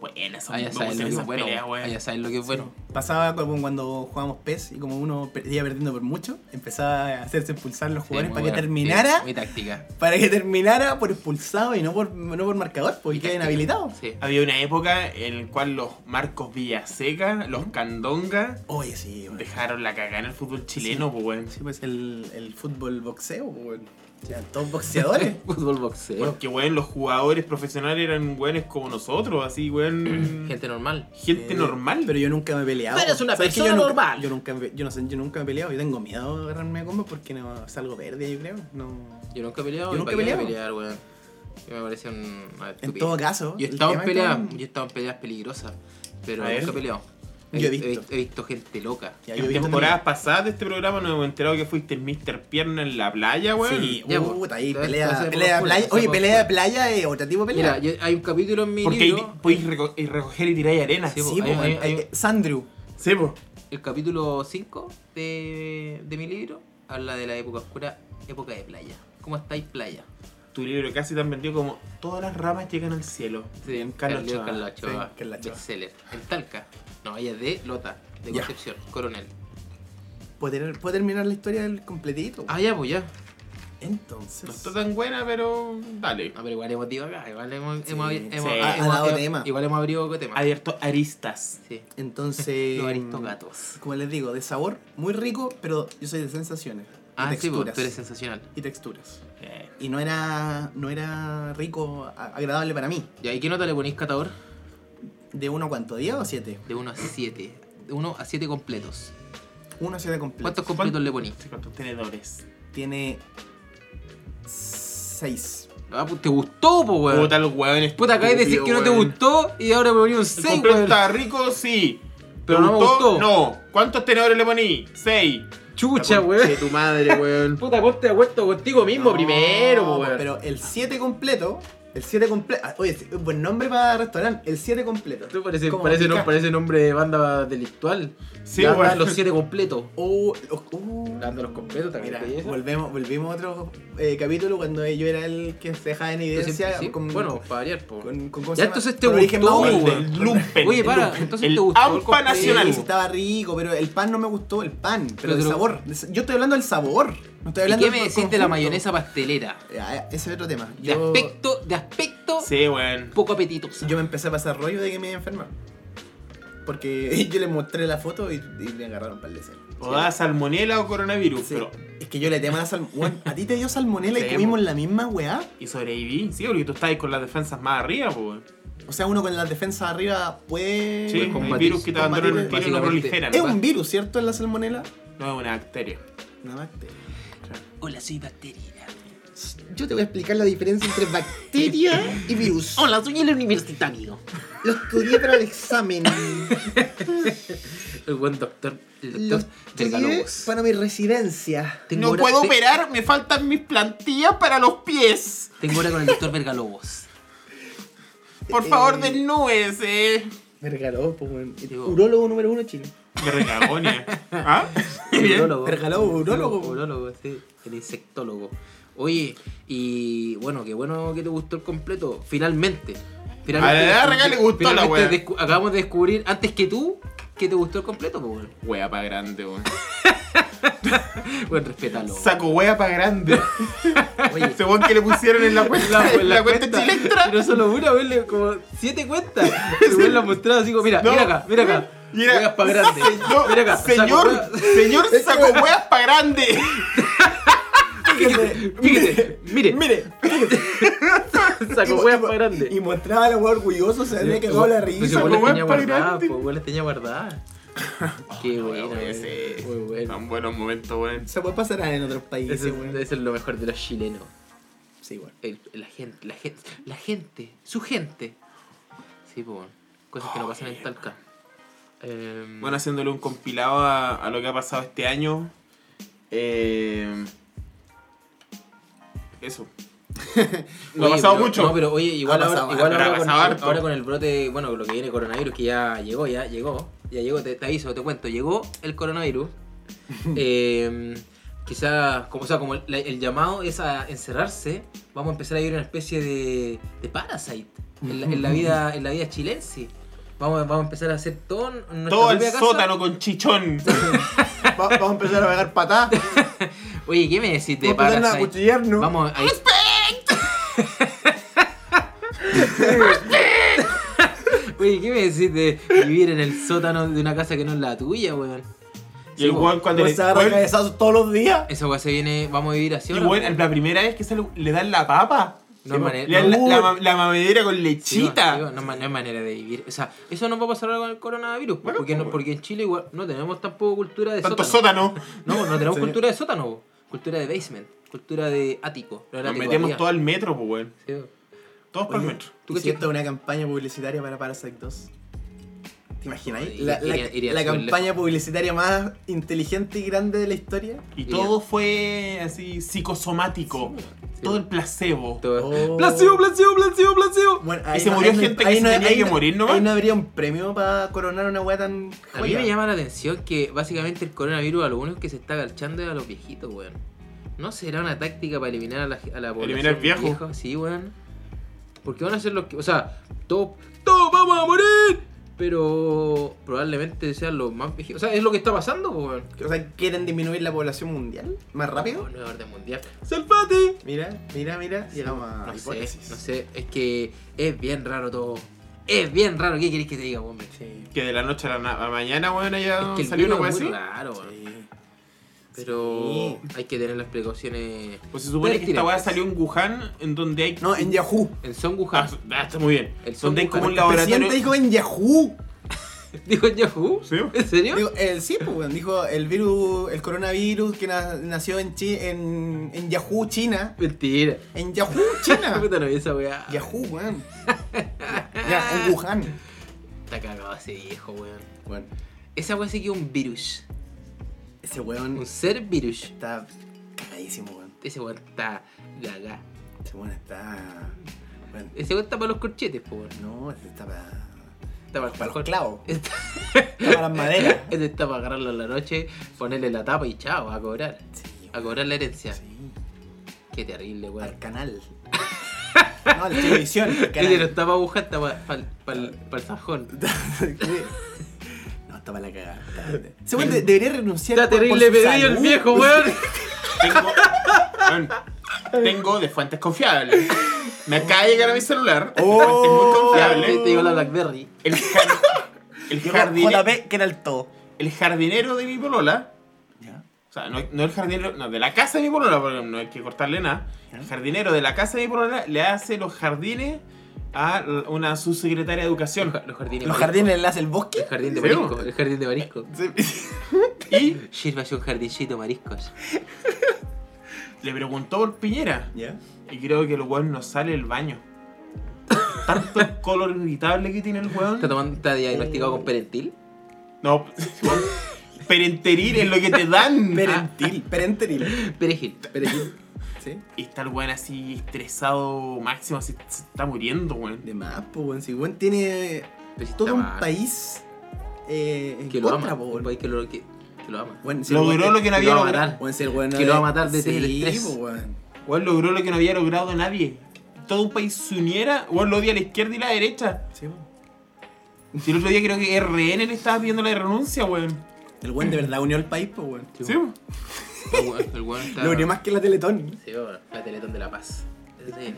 [SPEAKER 2] Buenas, son
[SPEAKER 1] Ah, ya saben
[SPEAKER 2] vamos a
[SPEAKER 1] lo que
[SPEAKER 2] hacer
[SPEAKER 1] es
[SPEAKER 2] esas
[SPEAKER 1] bueno.
[SPEAKER 2] peleas,
[SPEAKER 1] Ah,
[SPEAKER 2] weón.
[SPEAKER 1] ya saben lo que es bueno.
[SPEAKER 3] Pasaba como cuando jugábamos PES y como uno perdía perdiendo por mucho, empezaba a hacerse expulsar los jugadores
[SPEAKER 1] Sí,
[SPEAKER 3] para
[SPEAKER 1] muy
[SPEAKER 3] que
[SPEAKER 1] buena.
[SPEAKER 3] terminara,
[SPEAKER 1] Sí, muy táctica.
[SPEAKER 3] para que terminara por expulsado y no por, no por marcador, pues, porque
[SPEAKER 1] Muy
[SPEAKER 3] queda
[SPEAKER 1] táctica.
[SPEAKER 3] inhabilitado.
[SPEAKER 2] [laughs]
[SPEAKER 1] Sí.
[SPEAKER 2] Había una época en la cual los Marcos Villaseca, los Candonga,
[SPEAKER 3] Oye, sí, weón.
[SPEAKER 2] dejaron la cagada en el fútbol chileno, pues, weón.
[SPEAKER 3] Sí, pues el, el fútbol boxeo, po, weón. O sea, todos [laughs] boxeadores.
[SPEAKER 1] Fútbol boxeo.
[SPEAKER 2] Porque, weón, los jugadores profesionales eran weones como nosotros, así, weón.
[SPEAKER 1] Gente normal.
[SPEAKER 2] gente
[SPEAKER 3] Eh,
[SPEAKER 2] normal.
[SPEAKER 3] Pero yo nunca me he peleado.
[SPEAKER 1] Pero eres una
[SPEAKER 3] ¿Sabes que
[SPEAKER 1] persona
[SPEAKER 3] yo nunca-
[SPEAKER 1] normal.
[SPEAKER 3] Yo nunca, me- yo, no sé, yo nunca me he peleado. Yo tengo miedo de agarrarme a combo porque no, salgo verde, yo creo. No.
[SPEAKER 1] Yo nunca he peleado.
[SPEAKER 3] Yo
[SPEAKER 1] ¿y
[SPEAKER 3] nunca
[SPEAKER 1] para qué
[SPEAKER 3] he
[SPEAKER 1] voy a
[SPEAKER 3] peleado.
[SPEAKER 1] pelear, weón? Yo me parece un. una
[SPEAKER 3] En
[SPEAKER 1] estupidez.
[SPEAKER 3] todo caso.
[SPEAKER 1] Yo he
[SPEAKER 3] el
[SPEAKER 1] estado en
[SPEAKER 3] tema es
[SPEAKER 1] peleas.
[SPEAKER 3] como-
[SPEAKER 1] Yo he estado en peleas peligrosas. Pero
[SPEAKER 2] A
[SPEAKER 1] nunca
[SPEAKER 2] ver.
[SPEAKER 1] he peleado.
[SPEAKER 3] Yo he
[SPEAKER 1] vi-
[SPEAKER 3] visto.
[SPEAKER 1] He, visto gente loca.
[SPEAKER 3] Ya, yo he
[SPEAKER 2] en
[SPEAKER 3] visto
[SPEAKER 2] temporadas pasadas de este programa nos hemos enterado que fuiste el Mr. Pierna en la playa, weón.
[SPEAKER 3] Sí,
[SPEAKER 1] Ya, pues,
[SPEAKER 3] puta, ahí
[SPEAKER 1] entonces,
[SPEAKER 3] pelea,
[SPEAKER 1] entonces,
[SPEAKER 3] pelea de
[SPEAKER 1] por
[SPEAKER 3] playa.
[SPEAKER 1] culo,
[SPEAKER 3] Oye,
[SPEAKER 1] por
[SPEAKER 3] pelea de
[SPEAKER 1] culo.
[SPEAKER 3] playa es otro tipo de pelea.
[SPEAKER 1] Mira, yo- hay un capítulo en mi
[SPEAKER 2] Porque ahí
[SPEAKER 1] libro.
[SPEAKER 2] podéis reco- y recoger y tirar arena.
[SPEAKER 1] Sí,
[SPEAKER 3] sí,
[SPEAKER 1] hay-
[SPEAKER 3] pues,
[SPEAKER 1] hay-
[SPEAKER 3] eh,
[SPEAKER 1] hay-
[SPEAKER 3] eh, Sandrew.
[SPEAKER 2] Sí, po.
[SPEAKER 1] El capítulo 5 de, de mi libro habla de la época oscura, época de playa. ¿Cómo estáis, playa?
[SPEAKER 2] Tu libro casi tan vendido como Todas las ramas llegan al cielo.
[SPEAKER 1] Sí, Carlos
[SPEAKER 2] Carlos Ochoa.
[SPEAKER 1] Carlos
[SPEAKER 3] Sí,
[SPEAKER 1] Ochoa,
[SPEAKER 3] Carlos Ochoa.
[SPEAKER 1] bestseller. En Talca. No, ella es de Lota, de
[SPEAKER 3] Ya.
[SPEAKER 1] Concepción, coronel.
[SPEAKER 3] ¿Puedo, ter- puedo terminar la historia del completito?
[SPEAKER 1] Ah, ya, pues ya.
[SPEAKER 3] Entonces.
[SPEAKER 2] No está tan buena, pero dale.
[SPEAKER 1] Ah, pero igual hemos ido acá, igual hemos,
[SPEAKER 3] Sí,
[SPEAKER 1] hemos,
[SPEAKER 3] sí.
[SPEAKER 1] hemos,
[SPEAKER 2] Ha-
[SPEAKER 1] hemos-
[SPEAKER 3] ha dado
[SPEAKER 1] hemos-
[SPEAKER 3] tema.
[SPEAKER 1] Igual hemos abierto temas.
[SPEAKER 2] Abierto aristas.
[SPEAKER 1] Sí.
[SPEAKER 3] Entonces.
[SPEAKER 1] Los aristogatos.
[SPEAKER 3] Como les digo, de sabor muy rico, pero yo soy de sensaciones. y
[SPEAKER 1] Ah, sí, pues,
[SPEAKER 3] texturas.
[SPEAKER 1] tú eres sensacional.
[SPEAKER 3] y texturas.
[SPEAKER 2] Eh,
[SPEAKER 3] Y no era, no era rico, a- agradable para mí.
[SPEAKER 1] ¿Y ahí qué nota le ponís, catador?
[SPEAKER 3] ¿De uno a cuánto? ¿10 o 7?
[SPEAKER 1] De 1 a 7. De 1 a 7 completos.
[SPEAKER 3] Uno a 7 completo.
[SPEAKER 1] ¿Cuántos completos le ponís?
[SPEAKER 2] no sé ¿Cuántos tenedores?
[SPEAKER 3] Tiene 6.
[SPEAKER 1] Ah, pues te gustó, pues, weón.
[SPEAKER 2] Puta, los weones.
[SPEAKER 1] Puta, acabas de decir que no te gustó y ahora me ponía un
[SPEAKER 2] El
[SPEAKER 1] 6,
[SPEAKER 2] completo
[SPEAKER 1] weón.
[SPEAKER 2] estaba rico, sí.
[SPEAKER 1] Pero
[SPEAKER 2] ¿Te
[SPEAKER 1] no me gustó.
[SPEAKER 2] No. ¿Cuántos tenedores le poní? Seis.
[SPEAKER 1] Chucha,
[SPEAKER 2] La concha
[SPEAKER 1] weón.
[SPEAKER 2] de tu madre,
[SPEAKER 1] [laughs]
[SPEAKER 2] weón.
[SPEAKER 1] Puta, vos te has vuelto contigo mismo primero, po, weón.
[SPEAKER 3] Pero el 7 completo. El 7 completo. Oye, sí, buen nombre para restaurante. El 7 completo.
[SPEAKER 1] Tú parece,
[SPEAKER 3] Como
[SPEAKER 1] parece,
[SPEAKER 3] pica-
[SPEAKER 1] no, parece nombre de banda delictual.
[SPEAKER 2] Sí,
[SPEAKER 1] Ganda
[SPEAKER 2] weón.
[SPEAKER 1] los 7 completos.
[SPEAKER 3] Oh, oh, oh.
[SPEAKER 1] Ganda uh, los completos también.
[SPEAKER 3] Mira,
[SPEAKER 1] belleza.
[SPEAKER 3] volvemos, volvimos a otro eh, capítulo cuando yo era el que se dejaba en
[SPEAKER 1] Entonces,
[SPEAKER 3] [laughs] evidencia
[SPEAKER 1] sí,
[SPEAKER 3] con,
[SPEAKER 1] bueno, para variar, po.
[SPEAKER 3] con, con- ¿cómo se
[SPEAKER 1] Ya,
[SPEAKER 3] llama?
[SPEAKER 1] entonces te
[SPEAKER 3] Con origen
[SPEAKER 1] gustó,
[SPEAKER 3] maorí,
[SPEAKER 2] El
[SPEAKER 1] weón.
[SPEAKER 2] del lumpen.
[SPEAKER 1] Oye,
[SPEAKER 2] el
[SPEAKER 1] para,
[SPEAKER 2] lumpen.
[SPEAKER 1] entonces
[SPEAKER 2] el
[SPEAKER 1] te gustó el
[SPEAKER 2] Ampa
[SPEAKER 1] completo.
[SPEAKER 2] Nacional.
[SPEAKER 3] Sí, estaba rico, pero el pan no me gustó, el pan, pero,
[SPEAKER 1] Pero
[SPEAKER 3] el
[SPEAKER 1] te lo-
[SPEAKER 3] sabor. Yo estoy hablando del sabor, no
[SPEAKER 1] ¿Y
[SPEAKER 3] estoy hablando
[SPEAKER 1] qué
[SPEAKER 3] del
[SPEAKER 1] me decís de la
[SPEAKER 3] conjunto.
[SPEAKER 1] mayonesa pastelera?
[SPEAKER 3] Ah, ese es otro tema.
[SPEAKER 1] De
[SPEAKER 3] Yo,
[SPEAKER 1] aspecto, de aspecto
[SPEAKER 2] Sí, weón.
[SPEAKER 1] poco apetitosa.
[SPEAKER 3] yo me empecé a pasar rollo de que me iba a enfermar. Porque [laughs] yo le mostré la foto y, y me agarraron para el deseo.
[SPEAKER 2] O da salmonela o coronavirus, pero.
[SPEAKER 3] Es que yo le temo a la salmonela. ¿A ti te dio
[SPEAKER 2] [laughs]
[SPEAKER 3] salmonela y
[SPEAKER 2] Sí,
[SPEAKER 3] comimos
[SPEAKER 2] mo.
[SPEAKER 3] la misma weá?
[SPEAKER 2] Y sobreviví, sí, porque tú estabas con las defensas más arriba, po, weón.
[SPEAKER 3] O sea, uno con las defensas arriba puede.
[SPEAKER 2] Sí, el
[SPEAKER 1] combatir-
[SPEAKER 2] virus que te abandonó en el
[SPEAKER 3] combatir-
[SPEAKER 2] tiro no prolifera,
[SPEAKER 1] básicamente-
[SPEAKER 3] Es
[SPEAKER 2] ¿no?
[SPEAKER 3] un virus, ¿cierto? En la salmonela.
[SPEAKER 2] No es una bacteria.
[SPEAKER 3] Una bacteria.
[SPEAKER 1] Hola, soy bacteria.
[SPEAKER 3] Yo te voy a explicar la diferencia entre bacteria y virus.
[SPEAKER 1] Hola, soy el universitario.
[SPEAKER 3] Lo estudié para
[SPEAKER 2] [laughs]
[SPEAKER 3] el examen.
[SPEAKER 1] El buen doctor, el
[SPEAKER 3] Lo
[SPEAKER 1] doctor del
[SPEAKER 3] estudié para mi residencia.
[SPEAKER 1] Tengo hora- te-
[SPEAKER 2] me faltan mis plantillas para los pies.
[SPEAKER 1] Tengo hora con el doctor Vergalobos.
[SPEAKER 2] Por
[SPEAKER 3] favor,
[SPEAKER 2] desnúes, eh.
[SPEAKER 3] Me regaló, pues, weón. El
[SPEAKER 1] Digo-
[SPEAKER 3] Urólogo número uno de Chile.
[SPEAKER 2] De recagonia. [laughs] ¿Ah? Bien.
[SPEAKER 1] Urólogo.
[SPEAKER 3] Vergalobo, urólogo.
[SPEAKER 1] Urólogo, sí. El insectólogo. Oye, y bueno, qué bueno que te gustó el completo. Finalmente.
[SPEAKER 2] A la larga le gustó la
[SPEAKER 1] finalmente
[SPEAKER 2] wea.
[SPEAKER 1] descu- Acabamos de descubrir, antes que tú, que te gustó el completo, pues, weón.
[SPEAKER 2] Wea pa' grande, weón.
[SPEAKER 1] Weón, respétalo.
[SPEAKER 2] Saco wea pa' grande. [laughs]
[SPEAKER 1] Oye,
[SPEAKER 2] Ese weón que le pusieron en [laughs] la cuenta,
[SPEAKER 1] la,
[SPEAKER 2] en la, cuenta, chilena.
[SPEAKER 1] Pero solo una vez, le- como siete cuentas.
[SPEAKER 2] [laughs]
[SPEAKER 1] El weón la mostraba así como, mira,
[SPEAKER 2] No.
[SPEAKER 1] mira acá, mira acá.
[SPEAKER 2] Mira,
[SPEAKER 1] Mira pa' grande.
[SPEAKER 2] Señor,
[SPEAKER 1] mira acá. saco
[SPEAKER 2] señor,
[SPEAKER 1] weá.
[SPEAKER 3] [laughs]
[SPEAKER 2] señor, saco weas pa' grande. [laughs]
[SPEAKER 1] Fíjate,
[SPEAKER 2] [laughs]
[SPEAKER 1] mire,
[SPEAKER 2] Mire,
[SPEAKER 1] saco
[SPEAKER 3] Y-
[SPEAKER 1] weas
[SPEAKER 3] y-
[SPEAKER 1] para grande.
[SPEAKER 3] Y mostraba a la weá orgulloso, se había cagado la
[SPEAKER 1] Pues
[SPEAKER 3] risa.
[SPEAKER 1] igual las
[SPEAKER 2] como
[SPEAKER 1] tenía
[SPEAKER 2] weas pa'
[SPEAKER 1] guardadas,
[SPEAKER 2] grande.
[SPEAKER 1] pues igual las tenía
[SPEAKER 2] [laughs]
[SPEAKER 1] guardadas. Qué bueno,
[SPEAKER 2] weón, ese-
[SPEAKER 1] Muy bueno.
[SPEAKER 2] Tan buenos momentos, weón.
[SPEAKER 3] Se puede pasar en otros países,
[SPEAKER 1] Eso,
[SPEAKER 3] weón.
[SPEAKER 1] eso es lo mejor de los chilenos.
[SPEAKER 3] Sí, weón.
[SPEAKER 1] El- la gente, la gente, la gente, su gente. Sí, pues bueno. Cosas que no pasan en Talca. Eh,
[SPEAKER 2] Bueno, haciéndole un compilado a, a lo que ha pasado este año. Eh, eso. [laughs] no ha
[SPEAKER 1] oye,
[SPEAKER 2] pasado
[SPEAKER 1] pero-
[SPEAKER 2] mucho.
[SPEAKER 1] No, pero oye, igual,
[SPEAKER 3] Ha
[SPEAKER 1] ahora,
[SPEAKER 3] pasado,
[SPEAKER 1] igual
[SPEAKER 2] pero
[SPEAKER 1] ahora,
[SPEAKER 2] ha
[SPEAKER 1] con,
[SPEAKER 2] pasado harto.
[SPEAKER 1] ahora con el brote, bueno, lo que viene coronavirus, que ya llegó, ya llegó, ya llegó, te, te aviso, te cuento, llegó el
[SPEAKER 2] [laughs]
[SPEAKER 1] coronavirus. eh, quizá, como, o sea, como el, la- el llamado es a encerrarse, vamos a empezar a vivir una especie de, de parasite en la, en la
[SPEAKER 2] [laughs]
[SPEAKER 1] vida, en la vida chilense. Vamos, a- vamos a empezar a hacer todo en nuestra
[SPEAKER 2] Todo el
[SPEAKER 1] propia casa.
[SPEAKER 2] sótano con chichón.
[SPEAKER 3] Va- vamos a empezar a pegar patadas.
[SPEAKER 1] Oye, ¿qué me decís de
[SPEAKER 3] Vamos a ponernos a
[SPEAKER 1] parasite?
[SPEAKER 3] cuchillarnos.
[SPEAKER 1] Vamos a... Oye, ¿qué me decís de vivir en el sótano de una casa que no es la tuya, weón?
[SPEAKER 2] y
[SPEAKER 1] Sí,
[SPEAKER 2] el weón cuando le.
[SPEAKER 3] Vamos a agarrar
[SPEAKER 2] weón,
[SPEAKER 3] cabezazos todos los días.
[SPEAKER 1] Esa weá se viene, vamos a vivir así
[SPEAKER 2] y
[SPEAKER 1] ahora,
[SPEAKER 2] weón,
[SPEAKER 1] weón.
[SPEAKER 2] la primera vez que sale, le dan la papa. pues,
[SPEAKER 1] No hay
[SPEAKER 2] Le
[SPEAKER 1] manera.
[SPEAKER 2] dan
[SPEAKER 1] no,
[SPEAKER 2] la, la ma- la mamadera con
[SPEAKER 1] sí, weón,
[SPEAKER 2] lechita.
[SPEAKER 1] sí, weón, no, ma- no hay manera de vivir. O sea, eso no va a pasar ahora con el coronavirus,
[SPEAKER 2] Bueno,
[SPEAKER 1] porque, no-
[SPEAKER 2] pues,
[SPEAKER 1] porque en Chile igual no tenemos tampoco cultura de
[SPEAKER 2] Tanto
[SPEAKER 1] sótano.
[SPEAKER 2] sótano.
[SPEAKER 1] No, no tenemos
[SPEAKER 3] Sí.
[SPEAKER 1] cultura de sótano, weón. cultura de basement, cultura de ático. No era
[SPEAKER 2] Nos
[SPEAKER 1] ático,
[SPEAKER 2] metemos
[SPEAKER 1] había.
[SPEAKER 2] todo al metro, pues, weón.
[SPEAKER 1] Sí, weón.
[SPEAKER 2] Todos para el
[SPEAKER 3] Oye,
[SPEAKER 2] metro.
[SPEAKER 1] ¿Tú
[SPEAKER 3] ¿Tú
[SPEAKER 1] qué
[SPEAKER 3] siento una campaña publicitaria para Parasite 2? ¿Te imagináis?
[SPEAKER 1] Iría-
[SPEAKER 3] La, la-
[SPEAKER 1] iría- iría
[SPEAKER 3] la
[SPEAKER 1] súper
[SPEAKER 3] campaña publicitaria más inteligente y grande de la historia.
[SPEAKER 2] Y
[SPEAKER 1] Y
[SPEAKER 2] todo fue así psicosomático.
[SPEAKER 1] Sí,
[SPEAKER 2] Todo
[SPEAKER 1] weón.
[SPEAKER 2] el placebo.
[SPEAKER 1] Todo-
[SPEAKER 3] Oh.
[SPEAKER 1] Placebo, placebo, placebo, placebo.
[SPEAKER 3] Bueno,
[SPEAKER 2] se murió gente que se tenía que
[SPEAKER 3] no-
[SPEAKER 2] morir nomás.
[SPEAKER 3] Ahí no habría un premio para coronar una weá tan
[SPEAKER 1] A mí
[SPEAKER 3] joya.
[SPEAKER 1] me llama la atención que básicamente el coronavirus a lo único que se está agachando es a los viejitos, weón. ¿No será una táctica para eliminar a la, a la población
[SPEAKER 2] Eliminar viejo.
[SPEAKER 1] vieja? Sí, weón. Porque van a ser los que... O sea, todos, todos vamos a morir. Pero probablemente sean los más viejitos. O sea, es lo que está pasando, po, weón.
[SPEAKER 3] O sea, ¿quieren disminuir la población mundial? ¿Más rápido?
[SPEAKER 1] Nueva orden mundial.
[SPEAKER 2] ¡Salvate!
[SPEAKER 3] Mira, mira, mira. Llegamos a
[SPEAKER 1] No sé,
[SPEAKER 3] Ah, hipótesis.
[SPEAKER 1] no sé. Es que es bien raro todo. Es bien raro. ¿Qué queréis que te diga, hombre?
[SPEAKER 3] Sí.
[SPEAKER 2] Que de la noche a la na- a la mañana, weón,
[SPEAKER 1] Es
[SPEAKER 2] allá
[SPEAKER 1] que el
[SPEAKER 2] salió una
[SPEAKER 1] virus
[SPEAKER 2] weá
[SPEAKER 1] es
[SPEAKER 2] así.
[SPEAKER 1] muy raro, weón.
[SPEAKER 3] Sí.
[SPEAKER 1] Pero hay que tener las precauciones
[SPEAKER 2] Pues se supone que esta
[SPEAKER 1] Pertinentes.
[SPEAKER 2] weá salió en Wuhan, en donde hay.
[SPEAKER 3] No, en Yahoo.
[SPEAKER 1] En Son
[SPEAKER 2] Ah,
[SPEAKER 1] Wuhan. [laughs]
[SPEAKER 2] ah, está muy bien.
[SPEAKER 1] El
[SPEAKER 2] donde hay
[SPEAKER 1] Son
[SPEAKER 2] como
[SPEAKER 1] Wuhan.
[SPEAKER 2] un
[SPEAKER 3] El
[SPEAKER 2] laboratorio.
[SPEAKER 3] presidente dijo en Yahoo.
[SPEAKER 1] ¿Dijo en Yahoo?
[SPEAKER 2] Sí.
[SPEAKER 1] ¿En serio?
[SPEAKER 3] Digo, el, sí, pues, weón, dijo el virus, el coronavirus que na- nació en, Chi- en, en Yahoo, China.
[SPEAKER 1] Mentira.
[SPEAKER 3] En Yahoo,
[SPEAKER 1] [laughs]
[SPEAKER 2] ah.
[SPEAKER 3] China.
[SPEAKER 1] Puta, no vi esa weá.
[SPEAKER 3] Yahoo, weón. Ya, en Wuhan.
[SPEAKER 1] Está cagado ese viejo, weón.
[SPEAKER 3] Bueno,
[SPEAKER 1] Esa weá sí que es un virus.
[SPEAKER 3] ese weón
[SPEAKER 1] Un ser virus.
[SPEAKER 3] está cagadísimo, weón.
[SPEAKER 1] Ese weón está gaga.
[SPEAKER 3] Ese weón está. Weón,
[SPEAKER 1] Ese weón está para los corchetes, po, weón.
[SPEAKER 3] no, este está para.
[SPEAKER 1] Está para,
[SPEAKER 3] Para los clavos.
[SPEAKER 1] [laughs] Está-
[SPEAKER 3] Está para
[SPEAKER 1] [laughs]
[SPEAKER 3] las maderas.
[SPEAKER 1] Ese está para agarrarlo en la noche, ponerle la tapa y chao, a cobrar.
[SPEAKER 3] Sí,
[SPEAKER 1] A cobrar la herencia.
[SPEAKER 3] sí.
[SPEAKER 1] Qué terrible,
[SPEAKER 3] Al
[SPEAKER 1] weón.
[SPEAKER 3] canal. No,
[SPEAKER 1] [laughs]
[SPEAKER 3] a la televisión. al
[SPEAKER 1] Ese no
[SPEAKER 3] [laughs] canal.
[SPEAKER 1] está para agujar, está para el sajón.
[SPEAKER 3] No, está para la cagada. está grande. Ese weón de- debería renunciar
[SPEAKER 1] Está
[SPEAKER 3] por- por
[SPEAKER 1] terrible
[SPEAKER 3] su
[SPEAKER 1] pedido el
[SPEAKER 3] salud.
[SPEAKER 1] viejo, [laughs] weón.
[SPEAKER 2] Tengo, weón, tengo de fuentes confiables. Me acaba de llegar a mi celular. de
[SPEAKER 3] Oh.
[SPEAKER 2] fuentes
[SPEAKER 1] Ya,
[SPEAKER 2] muy
[SPEAKER 1] te
[SPEAKER 2] confiables.
[SPEAKER 1] digo la Blackberry.
[SPEAKER 2] El, jar- el
[SPEAKER 3] Llegó
[SPEAKER 2] jardine-
[SPEAKER 3] JP, que era el todo.
[SPEAKER 2] el jardinero de mi polola. O sea, no, no el jardinero, no, de la casa de mi polola, porque no hay que cortarle nada. El jardinero de la casa de mi polola le hace los jardines a una subsecretaria de educación.
[SPEAKER 1] Los jardines. mariscos.
[SPEAKER 3] ¿Los jardines enlace el
[SPEAKER 1] El
[SPEAKER 3] bosque?
[SPEAKER 1] jardín de
[SPEAKER 2] ¿Sí?
[SPEAKER 1] marisco, el jardín de marisco.
[SPEAKER 2] Y
[SPEAKER 1] Sírvase un jardincito mariscos.
[SPEAKER 2] le preguntó por Piñera.
[SPEAKER 3] ¿Ya?
[SPEAKER 1] Ah.
[SPEAKER 2] Y creo que el weón no sale del baño. Tanto el color irritable que tiene el
[SPEAKER 1] ¿Está,
[SPEAKER 2] weón.
[SPEAKER 1] tomando, está diagnosticado con perentil?
[SPEAKER 2] No, perenteril es lo que te [laughs] dan. Ah,
[SPEAKER 3] Perentil, perenteril.
[SPEAKER 1] Perejil.
[SPEAKER 3] Perentil. ¿Sí?
[SPEAKER 2] Y está el weón así estresado máximo, así se está muriendo, weón.
[SPEAKER 3] De más, pues, weón. Si weón tiene
[SPEAKER 1] Pero si
[SPEAKER 3] todo
[SPEAKER 1] está
[SPEAKER 3] un
[SPEAKER 1] mal.
[SPEAKER 3] país eh, en
[SPEAKER 1] Que lo
[SPEAKER 3] contra,
[SPEAKER 1] ama.
[SPEAKER 3] po,
[SPEAKER 1] Un
[SPEAKER 3] weón.
[SPEAKER 1] país que lo, que, que lo ama.
[SPEAKER 3] Weón, si
[SPEAKER 2] Logró
[SPEAKER 3] el weón-
[SPEAKER 2] lo que no
[SPEAKER 1] que
[SPEAKER 2] había
[SPEAKER 1] lo va a
[SPEAKER 2] logrado.
[SPEAKER 1] matar.
[SPEAKER 3] weón, si el weón
[SPEAKER 1] que lo va a matar de
[SPEAKER 3] sí,
[SPEAKER 1] tener estrés.
[SPEAKER 3] po, weón.
[SPEAKER 2] Weón logró lo que no había logrado nadie. Todo un país se uniera, weón lo odia a la izquierda y la derecha.
[SPEAKER 3] Sí, po.
[SPEAKER 2] Si el otro día creo que RN le estaba pidiendo la renuncia, weón.
[SPEAKER 3] El weón de verdad unió al país, pues weón.
[SPEAKER 2] Sí, weón.
[SPEAKER 1] El weón- el
[SPEAKER 3] [laughs]
[SPEAKER 1] weón está-
[SPEAKER 3] Lo unió más que la Teletón.
[SPEAKER 1] Sí, weón, la Teletón de la Paz. Ese sí.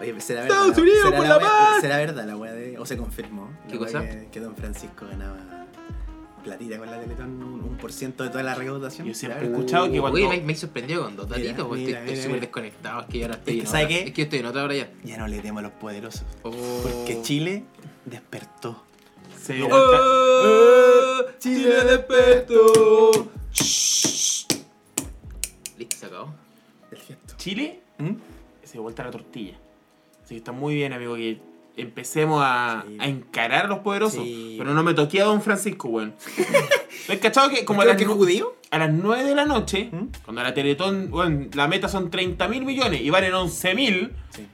[SPEAKER 3] Oye, será verdad.
[SPEAKER 2] Estados
[SPEAKER 3] la-
[SPEAKER 2] Unidos,
[SPEAKER 3] será
[SPEAKER 2] por la
[SPEAKER 3] wea-
[SPEAKER 2] paz.
[SPEAKER 3] Será verdad la weá de. O se confirmó. la
[SPEAKER 1] ¿Qué
[SPEAKER 3] wea
[SPEAKER 1] cosa?
[SPEAKER 3] Que, que Don Francisco ganaba platita con la Teletón, un, un por ciento de toda la recaudación.
[SPEAKER 2] Yo siempre
[SPEAKER 3] ¿Será verdad?
[SPEAKER 2] escucho- Escuchado que
[SPEAKER 1] Uy,
[SPEAKER 2] cuando-
[SPEAKER 1] me, me sorprendió con dos
[SPEAKER 3] Mira,
[SPEAKER 1] datitos, porque
[SPEAKER 3] mira,
[SPEAKER 1] estoy
[SPEAKER 3] mira,
[SPEAKER 1] súper
[SPEAKER 3] mira.
[SPEAKER 1] desconectado. Es que yo ahora estoy.
[SPEAKER 3] que
[SPEAKER 1] en
[SPEAKER 3] ¿sabe
[SPEAKER 1] otra.
[SPEAKER 3] qué?
[SPEAKER 1] Es que yo estoy en otra hora ya.
[SPEAKER 3] Ya no le temo a los poderosos.
[SPEAKER 1] Oh.
[SPEAKER 3] Porque Chile despertó.
[SPEAKER 2] Se dio
[SPEAKER 3] Oh.
[SPEAKER 2] cuenta.
[SPEAKER 1] Oh,
[SPEAKER 3] Chile
[SPEAKER 1] despertó. Listo, se acabó.
[SPEAKER 3] El gesto.
[SPEAKER 2] Chile
[SPEAKER 3] ¿Mm?
[SPEAKER 2] se dio vuelta la tortilla. Así que está muy bien, amigo, que empecemos a,
[SPEAKER 3] Sí.
[SPEAKER 2] a encarar a los poderosos.
[SPEAKER 3] Sí.
[SPEAKER 2] Pero no me toqué a Don Francisco,
[SPEAKER 3] [laughs]
[SPEAKER 2] weón. ¿No has cachado que como a
[SPEAKER 3] ¿Creo
[SPEAKER 2] las
[SPEAKER 3] que es
[SPEAKER 2] nu-
[SPEAKER 3] judío?
[SPEAKER 2] a las 9 de la noche,
[SPEAKER 3] ¿Mm?
[SPEAKER 2] cuando la Teletón, bueno, la meta son 30 mil millones y van en 11 mil,
[SPEAKER 3] Sí.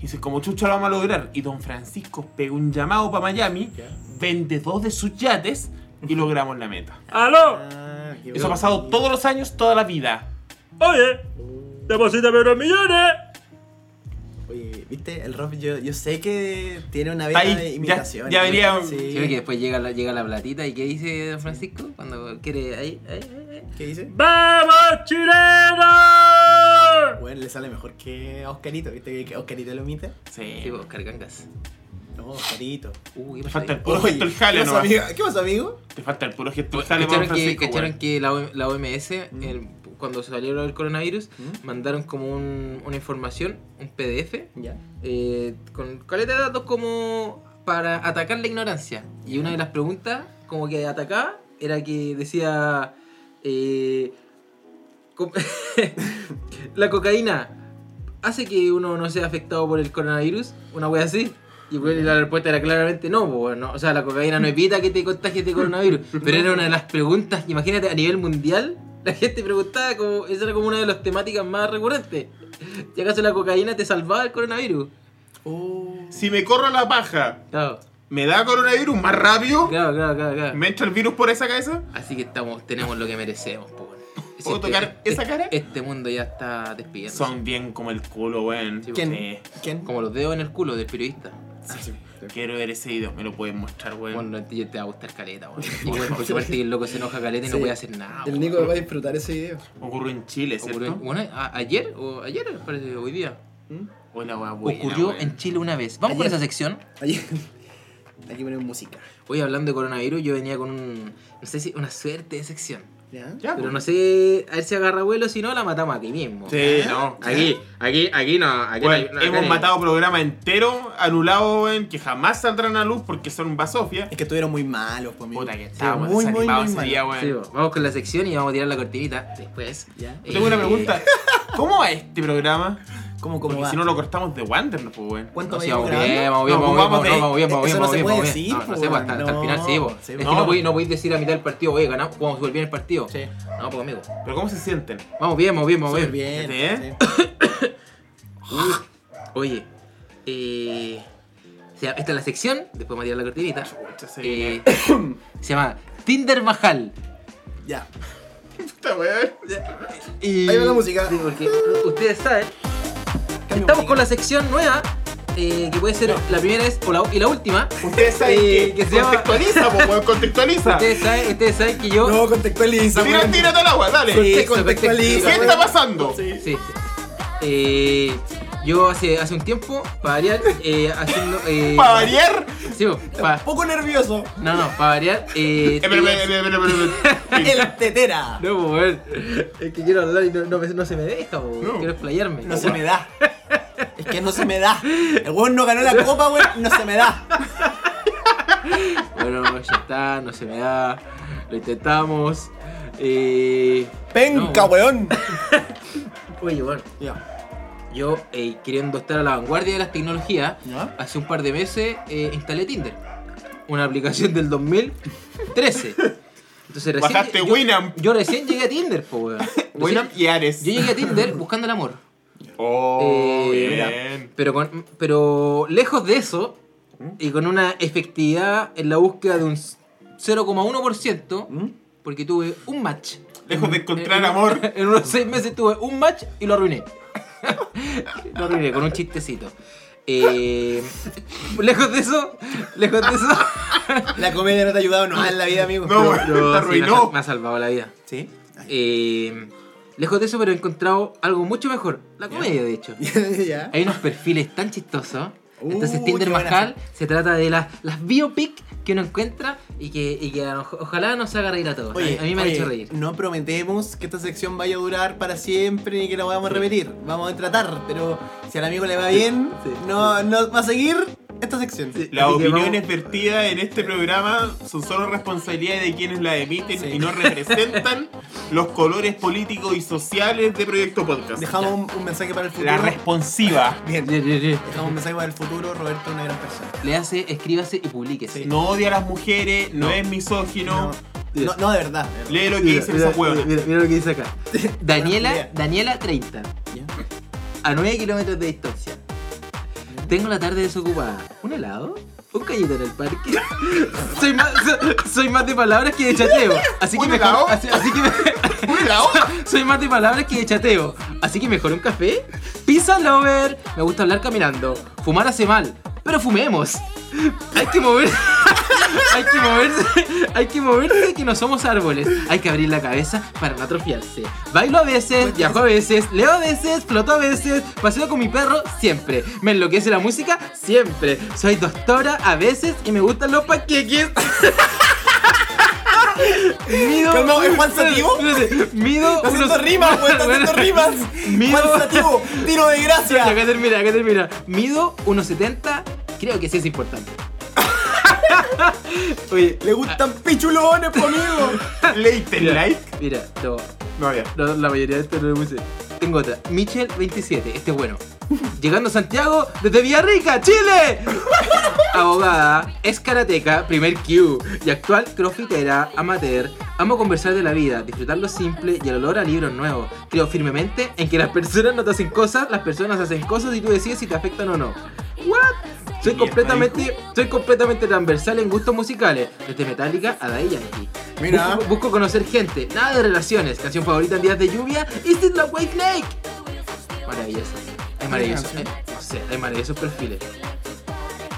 [SPEAKER 2] dice, como chucha lo vamos a lograr. Y don Francisco pegó un llamado para Miami,
[SPEAKER 3] Ya.
[SPEAKER 2] vende dos de sus yates y logramos la
[SPEAKER 3] [laughs]
[SPEAKER 2] meta. ¡Aló!
[SPEAKER 3] Ah, qué
[SPEAKER 2] Eso ha
[SPEAKER 3] bueno.
[SPEAKER 2] pasado todos los años, toda la vida.
[SPEAKER 5] Oye, deposítame unos millones.
[SPEAKER 3] Oye, viste, el Rob, yo, yo sé que tiene una
[SPEAKER 2] Ahí,
[SPEAKER 3] vena
[SPEAKER 2] ya-
[SPEAKER 3] de imitación.
[SPEAKER 2] ya venía-
[SPEAKER 3] Sí.
[SPEAKER 1] Creo que después llega la, llega la platita y ¿qué dice don Francisco? Cuando quiere. Ahí, ahí, ahí, ahí.
[SPEAKER 3] ¿Qué dice?
[SPEAKER 5] ¡Vamos, chileno!
[SPEAKER 3] Bueno, le sale mejor que a Oscarito, ¿viste? Que Oscarito lo imita.
[SPEAKER 2] Sí.
[SPEAKER 1] Sí, pues, cargangas.
[SPEAKER 3] No, Oscarito.
[SPEAKER 1] Uy,
[SPEAKER 2] Te
[SPEAKER 1] qué
[SPEAKER 2] falta
[SPEAKER 1] falta.
[SPEAKER 2] el puro gesto el jale,
[SPEAKER 3] ¿qué
[SPEAKER 2] ¿no?
[SPEAKER 3] pasa, amigo? ¿Qué pasa, amigo?
[SPEAKER 2] Te falta el puro gesto el jale para don
[SPEAKER 1] ¿Cacharon que,
[SPEAKER 2] Francisco.
[SPEAKER 1] cacharon
[SPEAKER 2] weón. Mm.
[SPEAKER 1] que la, O- la OMS, el- cuando se salió el coronavirus,
[SPEAKER 3] ¿Mm?
[SPEAKER 1] mandaron como un- una información, un PDF,
[SPEAKER 3] Ya.
[SPEAKER 1] eh, con caleta de datos como para atacar la ignorancia. Y una de las preguntas, como que atacaba, era que decía: eh, com- [laughs] La cocaína hace que uno no sea afectado por el coronavirus, una wea así. Y pues la respuesta era claramente no, po, weón, no, o sea, la cocaína no evita que te contagies de coronavirus. Pero era una de las preguntas, imagínate, a nivel mundial, la gente preguntaba, como, esa era como una de las temáticas más recurrentes. ¿Y acaso la cocaína te salvaba el coronavirus?
[SPEAKER 3] Oh.
[SPEAKER 2] Si me corro la paja,
[SPEAKER 1] Claro,
[SPEAKER 2] ¿me da coronavirus más rápido?
[SPEAKER 1] claro, claro, claro. claro.
[SPEAKER 2] ¿Me entra el virus por esa cabeza?
[SPEAKER 1] Así que estamos, tenemos lo que merecemos, po, weón.
[SPEAKER 2] ¿Puedo tocar esa cara?
[SPEAKER 1] Este mundo ya está despidiendo.
[SPEAKER 2] Son bien como el culo, weón.
[SPEAKER 1] Sí,
[SPEAKER 3] ¿Quién?
[SPEAKER 2] Sí.
[SPEAKER 3] ¿Quién?
[SPEAKER 1] Como los dedos en el culo del periodista.
[SPEAKER 3] Ah, sí.
[SPEAKER 2] Quiero ver ese video, me lo pueden mostrar, weón.
[SPEAKER 1] Bueno, te, te va a gustar caleta,
[SPEAKER 2] [laughs]
[SPEAKER 1] weón. Y, weón, Porque aparte que el loco se enoja caleta y no
[SPEAKER 3] Sí.
[SPEAKER 1] puede hacer
[SPEAKER 2] Ah,
[SPEAKER 1] nada.
[SPEAKER 3] El
[SPEAKER 1] weón.
[SPEAKER 3] Nico va a disfrutar ese video.
[SPEAKER 2] Ocurrió en Chile, ¿cierto?
[SPEAKER 1] Ocurrió- bueno, a- ayer, o ayer parece, hoy día.
[SPEAKER 3] ¿Mm?
[SPEAKER 2] Hola, weá, buena,
[SPEAKER 1] Ocurrió
[SPEAKER 2] weón.
[SPEAKER 1] en Chile una vez. Vamos con
[SPEAKER 3] Ayer.
[SPEAKER 1] esa sección.
[SPEAKER 3] Ahí- [laughs] Aquí ponemos música.
[SPEAKER 1] Hoy hablando de coronavirus, yo venía con un, no sé si una suerte de sección.
[SPEAKER 3] ¿Ya?
[SPEAKER 2] Ya,
[SPEAKER 1] Pero
[SPEAKER 2] pues.
[SPEAKER 1] no sé, a ver si agarra vuelo, si no, la matamos aquí mismo.
[SPEAKER 2] Sí, no.
[SPEAKER 1] Aquí, aquí, aquí no. Aquí
[SPEAKER 2] Weón,
[SPEAKER 1] no hay- no, acá
[SPEAKER 2] hemos
[SPEAKER 1] no hay-
[SPEAKER 2] matado programas enteros, anulados, weón, que jamás saldrán a luz porque son basofia.
[SPEAKER 3] Es que estuvieron muy malos, pues, amigo.
[SPEAKER 2] Puta que estábamos
[SPEAKER 3] muy, muy,
[SPEAKER 2] desanimados
[SPEAKER 3] muy
[SPEAKER 2] ese día, weón.
[SPEAKER 1] Sí, bo, vamos con la sección y vamos a tirar la cortinita después.
[SPEAKER 3] Ya.
[SPEAKER 1] Eh,
[SPEAKER 2] Tengo una pregunta. ¿Cómo va este programa?
[SPEAKER 3] ¿Cómo, cómo
[SPEAKER 2] Porque
[SPEAKER 3] va?
[SPEAKER 2] si no lo cortamos de Wanderers, pues, weón.
[SPEAKER 3] ¿Cuánto
[SPEAKER 1] No, sí,
[SPEAKER 3] vamos
[SPEAKER 1] vamos
[SPEAKER 3] grabando?
[SPEAKER 1] bien, vamos bien,
[SPEAKER 2] No,
[SPEAKER 1] vamos bien, vamos
[SPEAKER 2] vamos
[SPEAKER 1] bien,
[SPEAKER 2] de-
[SPEAKER 1] vamos bien, vamos
[SPEAKER 3] eso
[SPEAKER 1] bien,
[SPEAKER 3] no
[SPEAKER 1] vamos
[SPEAKER 3] se
[SPEAKER 1] bien, vamos bien.
[SPEAKER 3] puede decir,
[SPEAKER 1] No, no
[SPEAKER 3] po,
[SPEAKER 1] sé, hasta, hasta el
[SPEAKER 3] no,
[SPEAKER 1] final sí, bo.
[SPEAKER 3] sí,
[SPEAKER 1] Es que
[SPEAKER 2] no.
[SPEAKER 1] no podéis no podéis decir a mitad del partido, oye, ganamos, vamos a jugar bien el partido.
[SPEAKER 3] Sí.
[SPEAKER 1] No, pues amigo.
[SPEAKER 2] Pero ¿cómo se sienten?
[SPEAKER 1] Vamos bien, vamos bien, vamos
[SPEAKER 3] Súper
[SPEAKER 1] bien.
[SPEAKER 3] bien.
[SPEAKER 2] ¿Eh?
[SPEAKER 3] sí.
[SPEAKER 1] Oye, eh, se- esta es la sección, después vamos a tirar la cortinita.
[SPEAKER 2] Pucha, se viene.
[SPEAKER 1] Eh, [coughs] se llama Tinder Majal.
[SPEAKER 3] Ya.
[SPEAKER 2] Puta, weón.
[SPEAKER 1] Y-
[SPEAKER 3] Ahí va la música.
[SPEAKER 1] Sí, porque ustedes saben,
[SPEAKER 3] Cambio
[SPEAKER 1] estamos
[SPEAKER 3] música.
[SPEAKER 1] con la sección nueva, eh, que puede ser la primera es, o la- y la última.
[SPEAKER 2] Ustedes saben
[SPEAKER 1] Eh,
[SPEAKER 2] que,
[SPEAKER 1] que se llama-
[SPEAKER 2] contextualiza, po, weón, contextualiza.
[SPEAKER 1] Ustedes saben, ustedes saben que yo.
[SPEAKER 3] No, contextualiza.
[SPEAKER 2] Tira,
[SPEAKER 3] weón.
[SPEAKER 2] tira todo el agua, dale.
[SPEAKER 1] Sí.
[SPEAKER 3] Sí,
[SPEAKER 1] Contexto, contexto.
[SPEAKER 3] contextualiza.
[SPEAKER 2] ¿Qué está pasando?
[SPEAKER 1] Sí, sí. Eh, yo hace, hace un tiempo, para variar, eh, haciendo.
[SPEAKER 3] [laughs]
[SPEAKER 1] Eh,
[SPEAKER 2] ¿Para variar?
[SPEAKER 1] Sí, po, pa-
[SPEAKER 3] Un poco nervioso.
[SPEAKER 1] no, no, para variar. Eh,
[SPEAKER 2] Eh, pero, pero, pero, pero, pero, pero.
[SPEAKER 3] El tetera.
[SPEAKER 1] No, po, weón. Es que quiero hablar y no, no me- no se me deja, po,
[SPEAKER 2] No.
[SPEAKER 1] quiero explayarme.
[SPEAKER 3] No se me da. Es que no se me da. El weón no ganó la copa, weón. No se me da.
[SPEAKER 1] Bueno, ya está, no se me da. Lo intentamos. Eh,
[SPEAKER 3] Penca,
[SPEAKER 1] No.
[SPEAKER 3] weón.
[SPEAKER 1] oye, bueno,
[SPEAKER 3] Ya.
[SPEAKER 1] yo eh, queriendo estar a la vanguardia de las tecnologías,
[SPEAKER 3] ¿Ya?
[SPEAKER 1] hace un par de meses eh, instalé Tinder. Una aplicación del 2013. Entonces recién.
[SPEAKER 2] Bajaste
[SPEAKER 1] yo-
[SPEAKER 2] Winamp.
[SPEAKER 1] Yo recién llegué a Tinder, po,
[SPEAKER 2] [laughs]
[SPEAKER 1] weón. Recién-
[SPEAKER 2] Buena y Ares.
[SPEAKER 1] Yo llegué a Tinder buscando el amor.
[SPEAKER 2] Oh,
[SPEAKER 1] Eh,
[SPEAKER 2] bien.
[SPEAKER 1] Pero, con, pero lejos de eso, y con una efectividad en la búsqueda de un 0,1%,
[SPEAKER 3] ¿Mm?
[SPEAKER 1] porque tuve un match.
[SPEAKER 2] Lejos de encontrar
[SPEAKER 1] En- en-
[SPEAKER 2] amor.
[SPEAKER 1] [laughs] En [laughs] unos seis meses tuve un match y lo arruiné. lo arruiné con un chistecito. Eh, lejos de eso, lejos
[SPEAKER 3] [laughs]
[SPEAKER 1] de eso.
[SPEAKER 3] La comedia no te ha ayudado nada en la vida, amigo.
[SPEAKER 2] No, güey.
[SPEAKER 1] Pero
[SPEAKER 2] Te
[SPEAKER 1] sí, me ha
[SPEAKER 2] arruinó.
[SPEAKER 1] sal- me ha salvado la vida.
[SPEAKER 3] ¿Sí? Ay.
[SPEAKER 1] Eh, lejos de eso, pero he encontrado algo mucho mejor. La comedia, de hecho.
[SPEAKER 3] [laughs] ya.
[SPEAKER 1] Hay unos perfiles tan chistosos.
[SPEAKER 3] Uh,
[SPEAKER 1] Entonces,
[SPEAKER 3] qué
[SPEAKER 1] Tinder
[SPEAKER 3] buena
[SPEAKER 1] Mascal se trata de las, las biopic que uno encuentra y que, y que a lo- ojalá nos haga reír a todos. A- a mí me
[SPEAKER 3] oye,
[SPEAKER 1] ha hecho reír.
[SPEAKER 3] No prometemos que esta sección vaya a durar para siempre ni que la vamos a repetir. Vamos a tratar, pero si al amigo le va bien,
[SPEAKER 1] sí,
[SPEAKER 3] no, no va a seguir esta sección.
[SPEAKER 1] Sí.
[SPEAKER 2] Las
[SPEAKER 1] Así que
[SPEAKER 2] opiniones
[SPEAKER 1] vamos-
[SPEAKER 2] vertidas en este programa son solo responsabilidad de quienes la emiten
[SPEAKER 3] Sí.
[SPEAKER 2] y
[SPEAKER 1] [laughs]
[SPEAKER 2] no representan los colores políticos y sociales de Proyecto Podcast.
[SPEAKER 3] Dejamos un, un mensaje para el futuro.
[SPEAKER 2] La responsiva.
[SPEAKER 3] bien.
[SPEAKER 1] Le- le- le-
[SPEAKER 3] Dejamos un mensaje para el futuro. Roberto es una gran persona.
[SPEAKER 1] Le hace, escríbase y publíquese.
[SPEAKER 2] No odia a las mujeres, no, es misógino.
[SPEAKER 3] No, no, de verdad. de verdad.
[SPEAKER 2] Lee lo que dicen esas hueonas.
[SPEAKER 1] mira- mira lo que dice acá. [laughs] Daniela,
[SPEAKER 3] idea.
[SPEAKER 1] Daniela 30,
[SPEAKER 3] Ya.
[SPEAKER 1] a 9 kilómetros de distancia. Tengo la tarde desocupada. ¿Un helado? ¿Un gallito en el parque?
[SPEAKER 2] [laughs]
[SPEAKER 1] soy, más, so- soy más de palabras que de chateo. Así que
[SPEAKER 2] ¿Un
[SPEAKER 1] mejor.
[SPEAKER 2] helado?
[SPEAKER 1] Así, así
[SPEAKER 2] [laughs]
[SPEAKER 1] que me- [laughs] soy más de palabras que de chateo. Así que mejor un café. Pizza lover. Me gusta hablar caminando. Fumar hace mal. Pero fumemos. Hay que mover. Hay que moverse, [laughs] hay que moverse que no somos árboles. Hay que abrir la cabeza para no atrofiarse. Bailo a veces, viajo a veces, leo a veces, floto a veces, paseo con mi perro siempre. Me enloquece la música siempre. Soy doctora a veces y me gustan los panqueques. [laughs] Mido.
[SPEAKER 3] ¿Cómo? ¿Es Juan
[SPEAKER 1] [laughs]
[SPEAKER 3] Sativo?
[SPEAKER 1] Espérate, Mido.
[SPEAKER 3] Está haciendo
[SPEAKER 1] unos- [laughs]
[SPEAKER 3] rimas, güey, está haciendo rimas.
[SPEAKER 1] Mido-
[SPEAKER 3] Falsativo, tiro de
[SPEAKER 1] Ya, [laughs]
[SPEAKER 3] gracia.
[SPEAKER 1] acá termina, acá termina. Mido 1,70. Creo que sí es importante. Oye,
[SPEAKER 3] Le gustan pichulones, po, amigo.
[SPEAKER 2] Leite like.
[SPEAKER 1] mira, no.
[SPEAKER 2] No había.
[SPEAKER 1] No, la mayoría de este no lo puse. Tengo otra. Michel 27, este es bueno. Llegando a Santiago desde Villarrica, Chile. Abogada, es karateca, primer Q y actual crossfitera, amateur. Amo conversar de la vida, disfrutar lo simple y el olor a libros nuevos. Creo firmemente en que las personas no te hacen cosas, las personas hacen cosas y tú decides si te afectan o no. ¿What? Soy
[SPEAKER 2] Bien,
[SPEAKER 1] completamente, soy completamente transversal en gustos musicales, desde Metallica a Daddy Yankee.
[SPEAKER 3] Mira.
[SPEAKER 1] Busco, busco conocer gente, nada de relaciones. Canción favorita en días de lluvia, Is it the White Lake? Maravilloso. Es maravilloso.
[SPEAKER 3] canción.
[SPEAKER 1] eh. No sé, hay maravillosos perfiles.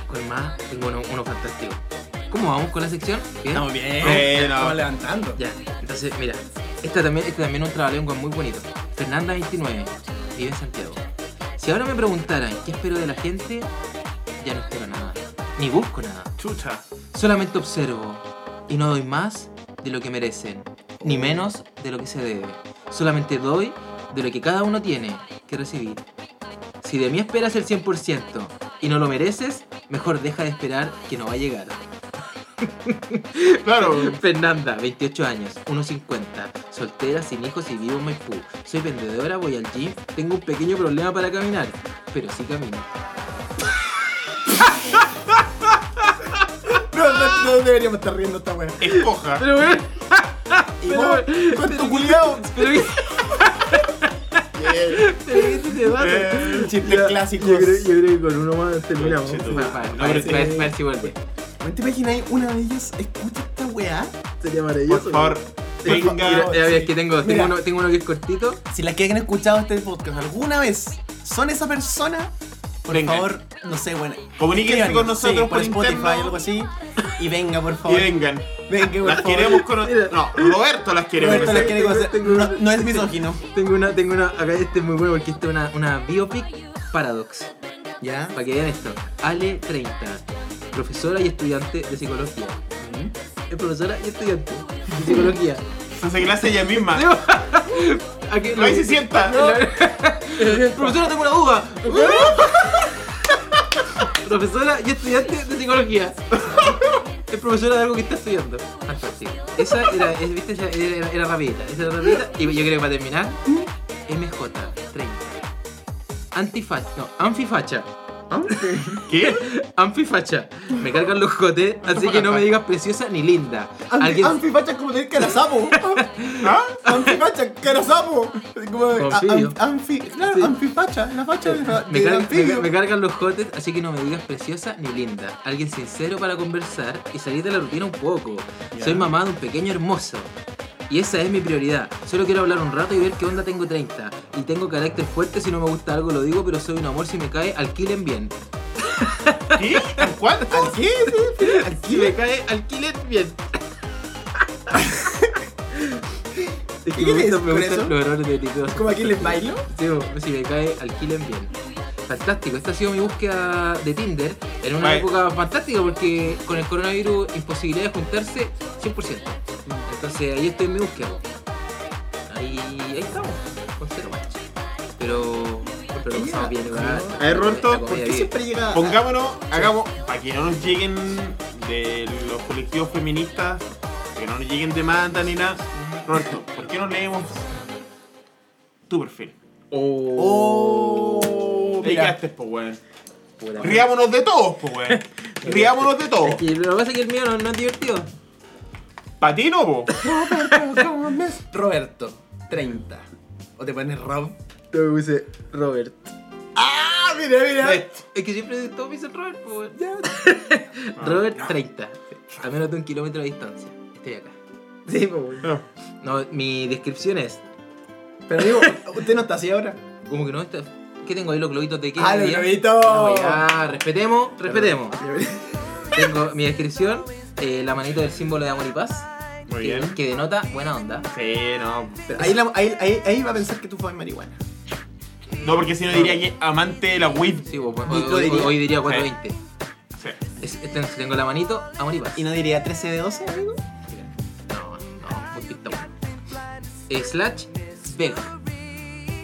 [SPEAKER 1] Con más, tengo uno, uno fantástico. ¿Cómo vamos con la sección? ¿Bien?
[SPEAKER 3] Estamos bien.
[SPEAKER 2] Bueno. eh,
[SPEAKER 3] Estamos levantando.
[SPEAKER 1] Ya, entonces, mira. Esta también, este también es un trabalengua muy bonito. Fernanda 29, vive en Santiago. Si ahora me preguntaran qué espero de la gente, ya no espero nada. Ni busco nada.
[SPEAKER 2] Chucha.
[SPEAKER 1] Solamente observo y no doy más de lo que merecen, ni menos de lo que se debe. Solamente doy de lo que cada uno tiene que recibir. Si de mí esperas el 100% y no lo mereces, mejor deja de esperar que no va a llegar.
[SPEAKER 2] Claro.
[SPEAKER 1] Fernanda, 28 años, 1.50, soltera, sin hijos y vivo en Maipú. Soy vendedora, voy al gym, tengo un pequeño problema para caminar, pero sí camino.
[SPEAKER 3] No, no, no deberíamos estar riendo esta wea. [laughs]
[SPEAKER 2] Escoja.
[SPEAKER 1] Pero bueno,
[SPEAKER 3] Y
[SPEAKER 1] Pero,
[SPEAKER 3] vos,
[SPEAKER 1] pero,
[SPEAKER 2] [laughs]
[SPEAKER 3] cuánto culiao.
[SPEAKER 1] [laughs] pero que- pero que este te va,
[SPEAKER 2] Eh,
[SPEAKER 3] Chistes clásicos.
[SPEAKER 1] Yo creo, yo creo que con uno más terminamos.
[SPEAKER 2] Conchetumare.
[SPEAKER 1] Va, va,
[SPEAKER 2] No,
[SPEAKER 1] va,
[SPEAKER 2] pero
[SPEAKER 1] va,
[SPEAKER 2] sí.
[SPEAKER 1] va, si vuelve.
[SPEAKER 3] ¿Te imagináis una de ellas escucha esta weá?
[SPEAKER 1] Sería maravilloso.
[SPEAKER 2] Por favor. Venga.
[SPEAKER 1] Mira, mira, es que tengo, tengo,
[SPEAKER 3] Mira. eh,
[SPEAKER 1] uno, tengo uno que es cortito.
[SPEAKER 3] Si las que han escuchado este podcast alguna vez son esa persona, por
[SPEAKER 2] Vengan.
[SPEAKER 3] favor, no sé, bueno.
[SPEAKER 2] Comuníquense
[SPEAKER 3] escríbanos,
[SPEAKER 2] con nosotros
[SPEAKER 3] sí,
[SPEAKER 2] por
[SPEAKER 3] Spotify
[SPEAKER 2] interno.
[SPEAKER 3] o algo así. Y venga, por
[SPEAKER 2] Y
[SPEAKER 3] favor.
[SPEAKER 2] vengan.
[SPEAKER 3] Venga, por
[SPEAKER 2] Las
[SPEAKER 3] favor.
[SPEAKER 2] queremos
[SPEAKER 1] Mira.
[SPEAKER 2] conocer. No, Roberto las queremos este
[SPEAKER 3] Roberto las
[SPEAKER 2] conocer.
[SPEAKER 3] quiere conocer.
[SPEAKER 1] Tengo-
[SPEAKER 3] No, no es misógino.
[SPEAKER 1] Tengo una, tengo una, acá este es muy bueno porque este es una, una biopic paradox.
[SPEAKER 3] ¿Ya?
[SPEAKER 1] Para que vean esto. Ale 30, profesora y estudiante de psicología. Es profesora y estudiante de psicología.
[SPEAKER 2] Se hace clase ella misma.
[SPEAKER 1] Aquí-
[SPEAKER 2] No ahí se sienta.
[SPEAKER 1] Profesora, tengo una [laughs] duda. profesora y estudiante de psicología. Es profesora de algo que está estudiando. Fantástico. Ah, Esa era, es- viste, esa era, era, era rapidita. Esa era rapidita. Y yo creo que para terminar, MJ30. Antifacha. No, anfifacha.
[SPEAKER 2] ¿Qué?
[SPEAKER 1] Anfifacha. Me cargan los jotes, así que no me digas preciosa ni linda.
[SPEAKER 3] Alguien...
[SPEAKER 1] Alguien.
[SPEAKER 3] Anfifacha es como tener cara sapo.
[SPEAKER 2] ¿Ah?
[SPEAKER 3] Anfifacha, cara sapo. Como, a-
[SPEAKER 1] Confío.
[SPEAKER 3] am- anfi, claro,
[SPEAKER 1] Sí.
[SPEAKER 3] anfifacha, la facha de, la-
[SPEAKER 1] Me,
[SPEAKER 3] del
[SPEAKER 1] car-
[SPEAKER 3] anfibio.
[SPEAKER 1] me- me cargan los jotes, así que no me digas preciosa ni linda. Alguien sincero para conversar y salir de la rutina un poco.
[SPEAKER 3] Ya.
[SPEAKER 1] Soy mamá de un pequeño hermoso. Y esa es mi prioridad. Solo quiero hablar un rato y ver qué onda tengo 30. y tengo carácter fuerte. Si no me gusta algo, lo digo, pero soy un amor. Si me cae, alquilen bien.
[SPEAKER 2] ¿Qué? ¿Al cuánto?
[SPEAKER 3] ¿Al qué? ¿Al
[SPEAKER 2] Si me cae, alquiler bien.
[SPEAKER 1] Es
[SPEAKER 3] ¿Qué quieres
[SPEAKER 1] me gustan- me
[SPEAKER 3] con
[SPEAKER 1] gustan
[SPEAKER 3] eso?
[SPEAKER 1] los errores de editor.
[SPEAKER 3] ¿Como aquí les bailo?
[SPEAKER 1] Sí, bo, si me cae, alquilen bien. Fantástico, esta ha sido mi búsqueda de Tinder en una
[SPEAKER 2] Vale.
[SPEAKER 1] época fantástica porque con el coronavirus imposibilidad de juntarse 100%. Entonces ahí estoy en mi búsqueda. Ahí, ahí estamos, con cero match. Pero, pero lo pasamos bien igual.
[SPEAKER 3] A
[SPEAKER 2] ver, Roberto,
[SPEAKER 1] La comida
[SPEAKER 2] ¿por
[SPEAKER 3] ¿Por qué
[SPEAKER 1] vive.
[SPEAKER 3] siempre llega
[SPEAKER 2] Pongámonos, hagamos, para que no nos lleguen de los colectivos feministas, que no nos lleguen demandas ni nada. Roberto, ¿por qué no leemos tu perfil?
[SPEAKER 3] Oh,
[SPEAKER 2] Te
[SPEAKER 3] mira.
[SPEAKER 2] quedaste, po, weón.
[SPEAKER 1] Puta madre.
[SPEAKER 2] Riámonos de todos, po, weón. Riámonos de todos.
[SPEAKER 1] Es que lo que pasa es que el mío no, no es divertido.
[SPEAKER 2] Pa' ti no, po.
[SPEAKER 3] Roberto, 30. O te pones Rob.
[SPEAKER 1] Yo me puse Robert.
[SPEAKER 3] ¡Ah! Mira, mira.
[SPEAKER 2] Next.
[SPEAKER 1] Eh, Es que siempre todos me dicen Robert, pues. weón. [laughs] Robert 30, a menos de un kilómetro de distancia. Estoy acá. Sí, pues. weón.
[SPEAKER 2] No.
[SPEAKER 1] No, mi descripción es.
[SPEAKER 3] Pero amigo, usted no está así ahora.
[SPEAKER 1] Como que no está. ¿Qué tengo ahí los globitos de qué?
[SPEAKER 3] ¡Ah, lo
[SPEAKER 1] Ya.
[SPEAKER 3] grabito!
[SPEAKER 1] No, ya, respetemos, respetemos. Tengo mi descripción, eh, la manito del símbolo de amor y paz.
[SPEAKER 2] Muy
[SPEAKER 1] que,
[SPEAKER 2] bien.
[SPEAKER 1] Que denota buena onda.
[SPEAKER 2] Sí, no.
[SPEAKER 3] Pero ahí, la- ahí, ahí, ahí va a pensar que tú fumas marihuana.
[SPEAKER 2] No, porque si no diría que amante de la weed.
[SPEAKER 1] Sí, pues,
[SPEAKER 3] Ni
[SPEAKER 1] hoy,
[SPEAKER 3] tú
[SPEAKER 1] hoy-
[SPEAKER 3] dirías.
[SPEAKER 1] hoy diría Eh. 420.
[SPEAKER 2] Sí.
[SPEAKER 1] Es- entonces tengo la manito, amor y paz.
[SPEAKER 3] ¿Y no diría 13 de 12, amigo?
[SPEAKER 1] No, no, un pito. Eh, slash vega.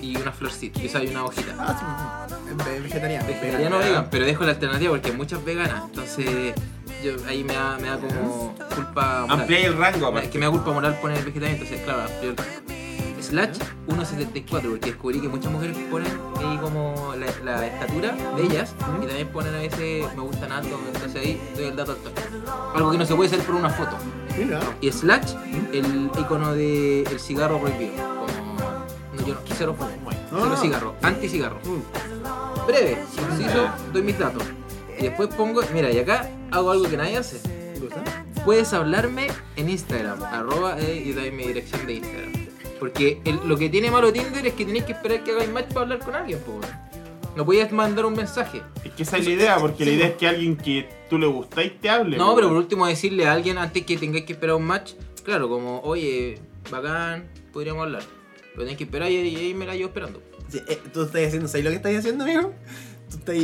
[SPEAKER 1] Y una florcita. Y o sea, y una hojita.
[SPEAKER 3] Ah, sí. ve- Vegetariano.
[SPEAKER 1] Vegetariano o vegan, pero dejo la alternativa porque hay muchas veganas. Entonces, yo, ahí me da, me da como culpa moral.
[SPEAKER 2] Amplía el
[SPEAKER 1] Me-
[SPEAKER 2] rango,
[SPEAKER 1] Es
[SPEAKER 2] aparte.
[SPEAKER 1] que me da culpa moral poner el vegetariano, entonces, claro, amplio el rango. Slash 1.74, porque descubrí que muchas mujeres ponen ahí como la, la estatura de ellas y también ponen a veces me gustan alto, entonces ahí doy el dato al toque. Algo que no se puede hacer por una foto.
[SPEAKER 3] Mira.
[SPEAKER 1] Y Slash, el icono del cigarro prohibido. Como, no, yo no, cero fumo, cero
[SPEAKER 3] Ah.
[SPEAKER 1] cigarro, anti-cigarro
[SPEAKER 3] Mm.
[SPEAKER 1] breve, conciso, doy mis datos. Y después pongo, mira, y acá hago algo que nadie hace.
[SPEAKER 3] ¿Te gusta?
[SPEAKER 1] Puedes hablarme en Instagram, arroba eh, y doy mi dirección de Instagram. Porque el- lo que tiene malo Tinder es que tenéis que esperar que hagáis match para hablar con alguien, po, weón. No podías mandar un mensaje.
[SPEAKER 2] Es que esa es la idea, porque la idea es que alguien que tú le gustáis te hable.
[SPEAKER 1] No,
[SPEAKER 2] po,
[SPEAKER 1] pero por
[SPEAKER 2] weón.
[SPEAKER 1] último decirle a alguien antes que tengáis que esperar un match, claro, como, oye, bacán, podríamos hablar. Pero tenéis que esperar y, y ahí me la llevo esperando.
[SPEAKER 3] Sí, eh, tú estás haciendo, ¿sabes lo que estás haciendo, amigo? Tú estás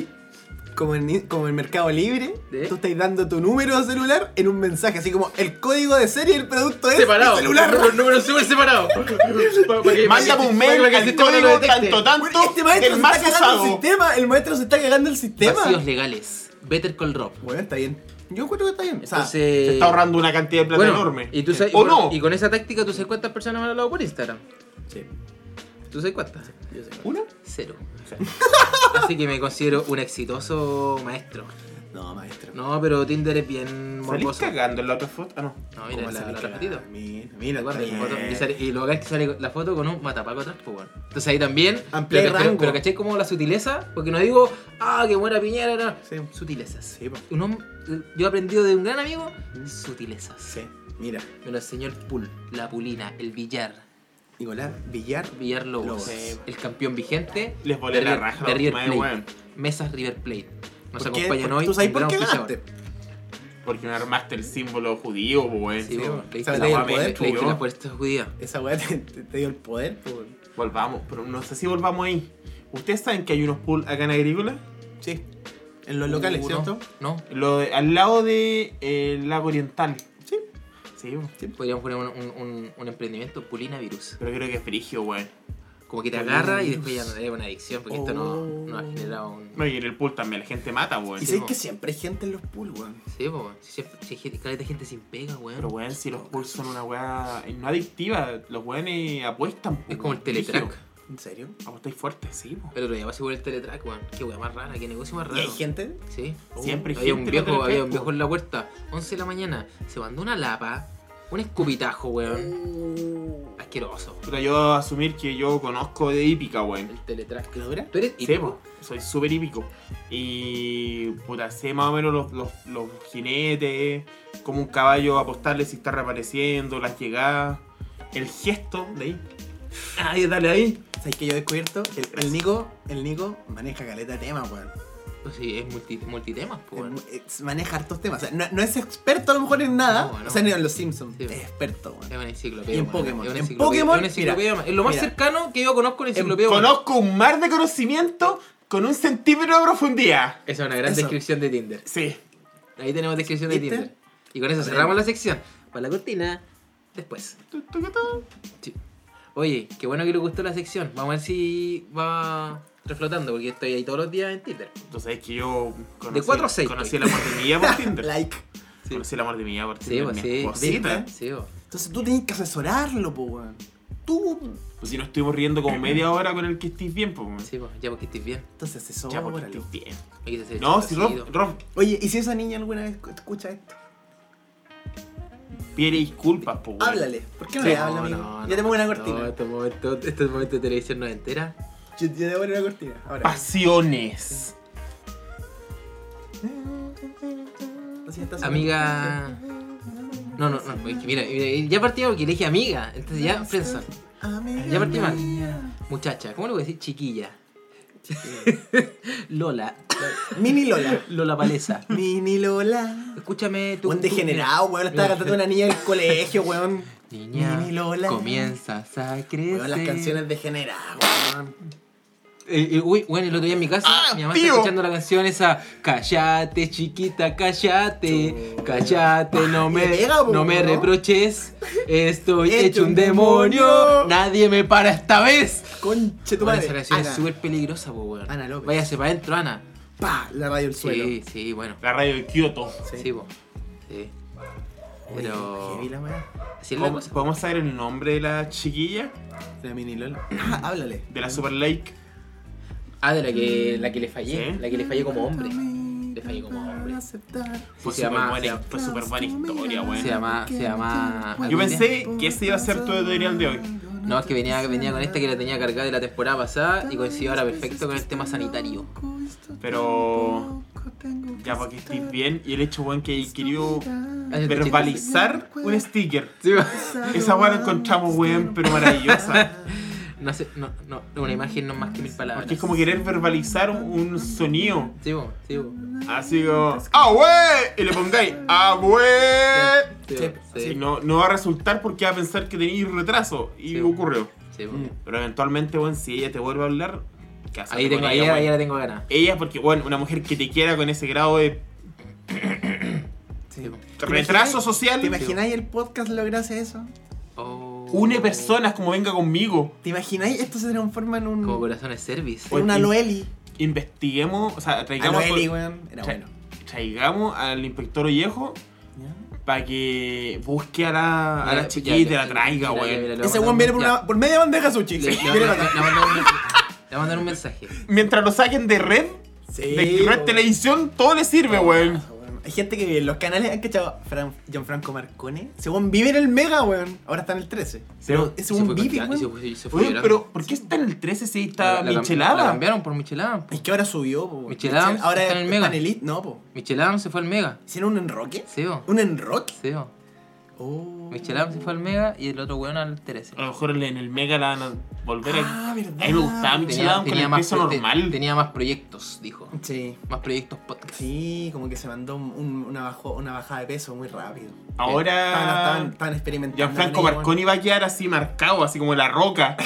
[SPEAKER 3] como en, como en Mercado Libre,
[SPEAKER 2] ¿Eh?
[SPEAKER 1] ¿Sí?
[SPEAKER 3] tú estás dando tu número de celular en un mensaje, así como el código de serie del producto es el celular.
[SPEAKER 1] Los números súper
[SPEAKER 2] [laughs]
[SPEAKER 1] separados.
[SPEAKER 2] Mándame un mail al código tanto, tanto,
[SPEAKER 3] Bueno, Este maestro
[SPEAKER 2] el
[SPEAKER 3] se
[SPEAKER 2] más
[SPEAKER 3] está cagando el
[SPEAKER 2] usado.
[SPEAKER 3] sistema, el maestro se está cagando el sistema.
[SPEAKER 1] Vacíos legales. Better Call Rob.
[SPEAKER 3] Bueno, está bien. Yo encuentro que está bien. O sea,
[SPEAKER 1] Entonces,
[SPEAKER 2] Se está ahorrando una cantidad de plata
[SPEAKER 1] Eh, bueno,
[SPEAKER 2] enorme.
[SPEAKER 1] Y, tú sabes-
[SPEAKER 2] ¿O
[SPEAKER 1] y
[SPEAKER 2] no?
[SPEAKER 1] con, y con esa táctica, ¿tú sabes cuántas personas me han hablado por Instagram?
[SPEAKER 3] sí,
[SPEAKER 1] ¿Tú sabes cuántas?
[SPEAKER 3] yo sé.
[SPEAKER 2] ¿Una?
[SPEAKER 1] Cero. Así que me considero un exitoso maestro.
[SPEAKER 3] No, maestro.
[SPEAKER 1] No, pero Tinder es bien
[SPEAKER 2] ¿Salís
[SPEAKER 1] morboso.
[SPEAKER 2] cagando en la otra foto? Ah, no.
[SPEAKER 1] No,
[SPEAKER 3] ¿Cómo
[SPEAKER 1] mira,
[SPEAKER 3] se
[SPEAKER 1] la,
[SPEAKER 3] le
[SPEAKER 1] la
[SPEAKER 3] queda?
[SPEAKER 1] repetido.
[SPEAKER 3] Mira, mira, está
[SPEAKER 1] Guarda, y
[SPEAKER 3] bien.
[SPEAKER 1] foto- y, sale- y lo que es que sale la foto con un matapaco atrás, pues bueno. Entonces ahí también.
[SPEAKER 3] Amplía
[SPEAKER 1] pero,
[SPEAKER 3] rango.
[SPEAKER 1] Pero, pero ¿cachai como la sutileza? Porque no digo, ah, que buena piñera, no.
[SPEAKER 3] Sí,
[SPEAKER 1] Sutilezas.
[SPEAKER 3] Sí, po. Mm.
[SPEAKER 1] Un hom- eh, yo he aprendido de un gran amigo, sutilezas.
[SPEAKER 3] sí, mira.
[SPEAKER 1] Me lo enseñó el pool, la pulina, el billar.
[SPEAKER 3] Nicolás Villar.
[SPEAKER 1] Villar Lobos,
[SPEAKER 3] Lobos.
[SPEAKER 1] Sí. el campeón vigente
[SPEAKER 2] Les volé
[SPEAKER 1] de
[SPEAKER 2] la
[SPEAKER 1] River-
[SPEAKER 2] raja
[SPEAKER 1] de
[SPEAKER 2] la
[SPEAKER 1] River
[SPEAKER 2] última vez,
[SPEAKER 1] Plate.
[SPEAKER 2] weón.
[SPEAKER 1] Mesas River Plate. Nos
[SPEAKER 3] ¿Por qué?
[SPEAKER 1] acompañan
[SPEAKER 3] Porque
[SPEAKER 1] hoy.
[SPEAKER 3] ¿Tú sabes
[SPEAKER 1] un
[SPEAKER 3] por
[SPEAKER 1] gran
[SPEAKER 3] qué
[SPEAKER 1] auspiciador.
[SPEAKER 3] ganaste?
[SPEAKER 2] Porque me armaste el símbolo judío, po, weón.
[SPEAKER 1] Sí,
[SPEAKER 3] Sí,
[SPEAKER 1] bueno,
[SPEAKER 3] bueno.
[SPEAKER 1] le diste
[SPEAKER 3] Sabes
[SPEAKER 1] la-
[SPEAKER 3] de
[SPEAKER 1] le-
[SPEAKER 3] el poder,
[SPEAKER 1] le- le diste
[SPEAKER 2] po,
[SPEAKER 1] pues, la
[SPEAKER 2] yo.
[SPEAKER 1] puerta judía.
[SPEAKER 3] Esa weá te, te- te dio el poder, pues. por...
[SPEAKER 2] Volvamos, pero no sé si volvamos ahí. ¿Ustedes saben que hay unos pools acá en Agrícola?
[SPEAKER 3] Sí. En los locales,
[SPEAKER 1] Uh,
[SPEAKER 3] ¿cierto?
[SPEAKER 1] No,
[SPEAKER 2] Lo de- al lado de, eh, el lago oriental.
[SPEAKER 3] Sí.
[SPEAKER 2] Sí, po.
[SPEAKER 1] no, podríamos poner un, un- un- un emprendimiento Pulina Virus.
[SPEAKER 2] pero creo que es frigio, weón.
[SPEAKER 1] Como que te
[SPEAKER 3] Pulina
[SPEAKER 1] agarra y
[SPEAKER 3] Virus.
[SPEAKER 1] después ya no es una adicción porque esto no, no ha
[SPEAKER 3] Oh.
[SPEAKER 1] generado un.
[SPEAKER 2] No, y en el pool también la gente mata, weón.
[SPEAKER 3] Y
[SPEAKER 1] Sí,
[SPEAKER 3] sé
[SPEAKER 1] po.
[SPEAKER 3] que siempre hay gente en los pool, weón.
[SPEAKER 1] Sí, po, weón. si, siempre- si hay gente, caleta de gente sin pega, weón.
[SPEAKER 2] Pero weón, si los pools son una weá eh, no adictiva, los weones apuestan. po,
[SPEAKER 1] es como el
[SPEAKER 2] weón. Frigio.
[SPEAKER 1] teletrack.
[SPEAKER 3] ¿En serio?
[SPEAKER 2] Apostáis fuerte, sí, po.
[SPEAKER 1] El otro día pasé por el teletrack, weón. Qué weón más rara, qué negocio más
[SPEAKER 3] ¿Y
[SPEAKER 1] raro.
[SPEAKER 3] hay gente?
[SPEAKER 1] Sí.
[SPEAKER 2] Siempre hay
[SPEAKER 1] había
[SPEAKER 2] gente
[SPEAKER 1] un
[SPEAKER 2] en la
[SPEAKER 1] viejo, había
[SPEAKER 2] teletrack,
[SPEAKER 1] un
[SPEAKER 2] po.
[SPEAKER 1] viejo en la puerta, 11 de la mañana, se mandó una lapa, un escupitajo, weón.
[SPEAKER 3] Uh.
[SPEAKER 1] Asqueroso.
[SPEAKER 2] Puta, yo debo asumir que yo conozco de hípica, weón.
[SPEAKER 1] El teletrack.
[SPEAKER 3] ¿Lo dura?
[SPEAKER 1] ¿Tú eres
[SPEAKER 2] Sí,
[SPEAKER 1] hípico?
[SPEAKER 2] po, soy súper hípico. Y puta, sé más o menos los, los- los jinetes, como un caballo apostarle si está reapareciendo, las llegadas, el gesto de ahí. Ahí, dale ahí.
[SPEAKER 3] ¿Sabes que yo he descubierto? que El, el Nico, el Nico maneja caleta de temas, weón.
[SPEAKER 1] Pues sí, es multi, multitemas, po, weón.
[SPEAKER 3] Es- es- Maneja hartos temas. O sea, no, no es experto a lo mejor en nada.
[SPEAKER 1] No, no.
[SPEAKER 3] O sea, ni en los Simpsons.
[SPEAKER 1] Sí.
[SPEAKER 3] Es experto, weón.
[SPEAKER 1] Es una enciclopedia.
[SPEAKER 3] Y en
[SPEAKER 1] weón.
[SPEAKER 3] Pokémon.
[SPEAKER 1] Es una
[SPEAKER 3] En
[SPEAKER 1] enciclopedia,
[SPEAKER 3] Pokémon,
[SPEAKER 1] es una enciclopedia,
[SPEAKER 3] mira,
[SPEAKER 1] es lo más
[SPEAKER 3] mira.
[SPEAKER 1] cercano que yo conozco una enciclopedia. weón.
[SPEAKER 2] Conozco un mar de conocimiento con un centímetro de profundidad.
[SPEAKER 1] Esa es una gran
[SPEAKER 3] Eso.
[SPEAKER 1] descripción de Tinder.
[SPEAKER 2] Sí.
[SPEAKER 1] Ahí tenemos descripción de
[SPEAKER 3] ¿Viste?
[SPEAKER 1] Tinder. Y con eso
[SPEAKER 3] ver.
[SPEAKER 1] cerramos la sección. Para la cortina, después.
[SPEAKER 2] Tu, tu, tu, tu.
[SPEAKER 1] Oye, qué bueno que le gustó la sección. Vamos a ver si va reflotando, porque estoy ahí todos los días en Tinder.
[SPEAKER 2] Tú sabes que yo conocí,
[SPEAKER 1] De cuatro a seis,
[SPEAKER 2] conocí
[SPEAKER 1] estoy.
[SPEAKER 2] el amor de mi
[SPEAKER 1] [laughs]
[SPEAKER 2] vida por Tinder.
[SPEAKER 3] [laughs] Like.
[SPEAKER 1] Sí,
[SPEAKER 2] Conocí el amor de mi vida por
[SPEAKER 1] sí,
[SPEAKER 2] Tinder.
[SPEAKER 1] pues,
[SPEAKER 2] mi
[SPEAKER 1] sí.
[SPEAKER 2] esposita.
[SPEAKER 1] ¿Viste? Sí, pues.
[SPEAKER 3] Entonces tú tenés que asesorarlo, po, weón. Tú.
[SPEAKER 2] Pues si no estuvimos riendo como media hora con el que estés bien, pues.
[SPEAKER 1] Sí, pues, ya porque estés bien.
[SPEAKER 3] Entonces
[SPEAKER 2] Ya,
[SPEAKER 1] pues,
[SPEAKER 2] porque
[SPEAKER 3] asesóralo.
[SPEAKER 2] estés bien.
[SPEAKER 1] Me quise hacer el
[SPEAKER 2] No, si
[SPEAKER 1] chistosito.
[SPEAKER 2] Rob, Rob
[SPEAKER 3] Oye, ¿y si esa niña alguna vez escucha esto?
[SPEAKER 2] pide disculpas, pues.
[SPEAKER 3] Háblale. ¿Por qué no
[SPEAKER 2] Sí,
[SPEAKER 3] le
[SPEAKER 2] no,
[SPEAKER 3] habla, amigo?
[SPEAKER 1] no,
[SPEAKER 3] ya
[SPEAKER 1] no.
[SPEAKER 3] tenemos una
[SPEAKER 1] No,
[SPEAKER 3] cortina.
[SPEAKER 1] este momento, este momento de televisión no entera.
[SPEAKER 3] Yo, yo debo poner una cortina. Ahora.
[SPEAKER 2] Pasiones.
[SPEAKER 3] Así está sonando.
[SPEAKER 1] Amiga. No, no, no. es que Mira, mira, ya partimos porque le dije amiga. Entonces ya, friendzone.
[SPEAKER 3] Amiga
[SPEAKER 1] Ya partí mal.
[SPEAKER 3] mía.
[SPEAKER 1] Muchacha, ¿cómo le voy a decir?
[SPEAKER 3] [laughs]
[SPEAKER 1] Chiquilla. Lola.
[SPEAKER 3] Mini Lola.
[SPEAKER 1] Lola Palesa.
[SPEAKER 3] Mini Lola.
[SPEAKER 1] Escúchame tú.
[SPEAKER 3] Un
[SPEAKER 1] tú-
[SPEAKER 3] degenerado, weón. Estaba
[SPEAKER 1] Mira.
[SPEAKER 3] cantando una
[SPEAKER 1] [laughs]
[SPEAKER 3] niña del colegio, weón.
[SPEAKER 1] Niña,
[SPEAKER 3] Mini Lola.
[SPEAKER 1] comienzas a crecer.
[SPEAKER 3] Weón, las canciones degeneradas, weón.
[SPEAKER 1] Eh, eh, uy, bueno, el otro día en mi casa,
[SPEAKER 2] ¡Ah,
[SPEAKER 1] mi mamá
[SPEAKER 2] tío!
[SPEAKER 1] está escuchando la canción esa. Cállate, chiquita, cállate. Cállate, no me,
[SPEAKER 3] Y le pega, po,
[SPEAKER 1] no me
[SPEAKER 3] ¿no?
[SPEAKER 1] reproches. Estoy
[SPEAKER 3] Hecho
[SPEAKER 1] hecho un
[SPEAKER 3] un
[SPEAKER 1] demonio.
[SPEAKER 3] demonio.
[SPEAKER 1] Nadie me para esta vez.
[SPEAKER 3] Conche tu
[SPEAKER 1] Bueno,
[SPEAKER 3] madre.
[SPEAKER 1] esa canción
[SPEAKER 3] Ana.
[SPEAKER 1] es súper peligrosa, po, weón.
[SPEAKER 3] Ana López.
[SPEAKER 1] Váyase para adentro, Ana.
[SPEAKER 3] Pa, la radio al suelo.
[SPEAKER 1] Sí, sí, bueno.
[SPEAKER 2] La radio de Kioto.
[SPEAKER 1] Sí, po. Sí.
[SPEAKER 3] Oye,
[SPEAKER 1] Pero-
[SPEAKER 3] heavy la weá.
[SPEAKER 1] Así es la
[SPEAKER 2] ¿Podemos
[SPEAKER 1] cosa.
[SPEAKER 2] podemos saber el nombre de la chiquilla?
[SPEAKER 3] De la
[SPEAKER 1] [clears throat]
[SPEAKER 3] mini Lola. Ah, háblale.
[SPEAKER 2] De
[SPEAKER 1] Mm.
[SPEAKER 2] la Super Lake.
[SPEAKER 1] Ah, de la que, la que le fallé.
[SPEAKER 2] Sí.
[SPEAKER 1] La que le fallé como hombre. Le fallé como hombre.
[SPEAKER 2] Fue
[SPEAKER 1] se
[SPEAKER 2] súper
[SPEAKER 1] llama- se
[SPEAKER 2] buena,
[SPEAKER 1] llama-
[SPEAKER 2] fue súper buena historia, weón.
[SPEAKER 1] Se llama. Se llama.
[SPEAKER 2] Yo pensé que ese iba a ser tu tutorial de hoy.
[SPEAKER 1] No, es que venía, venía con esta que la tenía cargada de la temporada pasada y coincidió ahora perfecto con el tema sanitario.
[SPEAKER 2] Pero. Ya para que estés bien. Y el hecho, weón, que he querido
[SPEAKER 1] Ah, yo te
[SPEAKER 2] verbalizar un sticker.
[SPEAKER 1] Sí, va.
[SPEAKER 2] Esa weá la encontramos, weón, pero maravillosa.
[SPEAKER 1] No sé, no, no, una imagen no es más que mil palabras.
[SPEAKER 2] Porque es como querer verbalizar un, un sonido.
[SPEAKER 1] Sí, bo, sí, bo.
[SPEAKER 2] Así como. ¡Ah, wey! Y le pongáis. ¡Ah, wey!
[SPEAKER 1] Sí,
[SPEAKER 3] Sí,
[SPEAKER 1] bo, sí,
[SPEAKER 2] Y no, no va a resultar porque va a pensar que tenéis retraso. Y
[SPEAKER 1] Sí.
[SPEAKER 2] ocurrió.
[SPEAKER 1] sí, bo.
[SPEAKER 2] Pero eventualmente, weón, si ella te vuelve a hablar, ¿qué haces
[SPEAKER 1] Ahí
[SPEAKER 2] con
[SPEAKER 1] tengo, ahí,
[SPEAKER 2] ella,
[SPEAKER 1] ahí
[SPEAKER 2] weón?
[SPEAKER 1] la tengo ganas.
[SPEAKER 2] Ella, porque, bueno, una mujer que te quiera con ese grado de
[SPEAKER 3] Sí. ¿Te
[SPEAKER 2] retraso
[SPEAKER 3] imaginas-
[SPEAKER 2] social,
[SPEAKER 3] ¿Te imagináis el podcast lo gracias a eso?
[SPEAKER 1] Oh.
[SPEAKER 2] une personas como venga conmigo.
[SPEAKER 3] ¿Te imagináis esto se transforma en
[SPEAKER 1] Como
[SPEAKER 3] un.
[SPEAKER 1] corazones service.
[SPEAKER 3] en una
[SPEAKER 2] Oye,
[SPEAKER 3] Loeli?
[SPEAKER 2] Investiguemos, o sea,
[SPEAKER 3] A
[SPEAKER 2] traigamos,
[SPEAKER 3] Loeli, weón. Era
[SPEAKER 2] tra-
[SPEAKER 3] bueno.
[SPEAKER 2] traigamos al inspector Ollejo
[SPEAKER 3] ¿Ya?
[SPEAKER 2] para que busque a la, a
[SPEAKER 1] Mira,
[SPEAKER 2] la
[SPEAKER 1] ya,
[SPEAKER 2] chiquilla y
[SPEAKER 1] ya,
[SPEAKER 2] te la
[SPEAKER 1] ya,
[SPEAKER 2] traiga,
[SPEAKER 1] mira, ya,
[SPEAKER 2] weón.
[SPEAKER 1] mira, le voy a
[SPEAKER 3] Ese
[SPEAKER 1] mandar
[SPEAKER 3] weón
[SPEAKER 1] un-
[SPEAKER 3] viene por,
[SPEAKER 1] ya.
[SPEAKER 3] una, por media bandeja [laughs]
[SPEAKER 1] Le,
[SPEAKER 3] sushi.
[SPEAKER 1] le- le-
[SPEAKER 3] Viene
[SPEAKER 1] le-
[SPEAKER 3] para acá.
[SPEAKER 1] le voy a mandar un- le voy a mandar un mensaje.
[SPEAKER 2] Mientras lo saquen de red,
[SPEAKER 3] Sí,
[SPEAKER 2] de red
[SPEAKER 3] weón.
[SPEAKER 2] televisión, todo le sirve, weón.
[SPEAKER 3] Ah, weón. Hay gente que en los canales han cachado Fran- Gianfranco Marcone. Ese weón vive en el Mega, weón. Ahora está en el 13.
[SPEAKER 2] Pero,
[SPEAKER 3] Ese
[SPEAKER 1] Y se
[SPEAKER 3] weón
[SPEAKER 1] fue
[SPEAKER 3] vive,
[SPEAKER 1] contando, y se
[SPEAKER 3] weón.
[SPEAKER 1] fue- y se fue
[SPEAKER 2] oye,
[SPEAKER 1] llorando.
[SPEAKER 2] pero ¿por qué está en el 13 si
[SPEAKER 1] La-
[SPEAKER 2] está
[SPEAKER 1] la cam- La
[SPEAKER 2] michelada?
[SPEAKER 1] cambiaron por Michelada. po.
[SPEAKER 3] Es que ahora subió, po. weón.
[SPEAKER 1] Michel Adams
[SPEAKER 3] Ahora
[SPEAKER 1] está en el Mega.
[SPEAKER 3] panelista- No, po.
[SPEAKER 1] Michelada se fue al Mega.
[SPEAKER 3] ¿Hicieron un enroque?
[SPEAKER 1] Seo.
[SPEAKER 3] ¿Un enroque?
[SPEAKER 1] Seo.
[SPEAKER 3] Oh.
[SPEAKER 1] Michelada se fue al Mega y el otro weón al 13.
[SPEAKER 2] A lo mejor en el Mega la van a volver a...
[SPEAKER 3] Ah, verdad.
[SPEAKER 2] A mí me gustaba Michelada con el peso
[SPEAKER 1] pro- te-
[SPEAKER 2] normal.
[SPEAKER 1] tenía más proyectos, dijo.
[SPEAKER 3] Sí.
[SPEAKER 1] Más proyectos podcast.
[SPEAKER 3] Sí, como que se mandó un- un- una, bajo- una bajada de peso muy rápido. Estaban, estaban-
[SPEAKER 2] Ahora...
[SPEAKER 3] estaban experimentando.
[SPEAKER 2] Ah. Gianfranco
[SPEAKER 3] con ella,
[SPEAKER 2] Marconi va a quedar así marcado, así como la roca.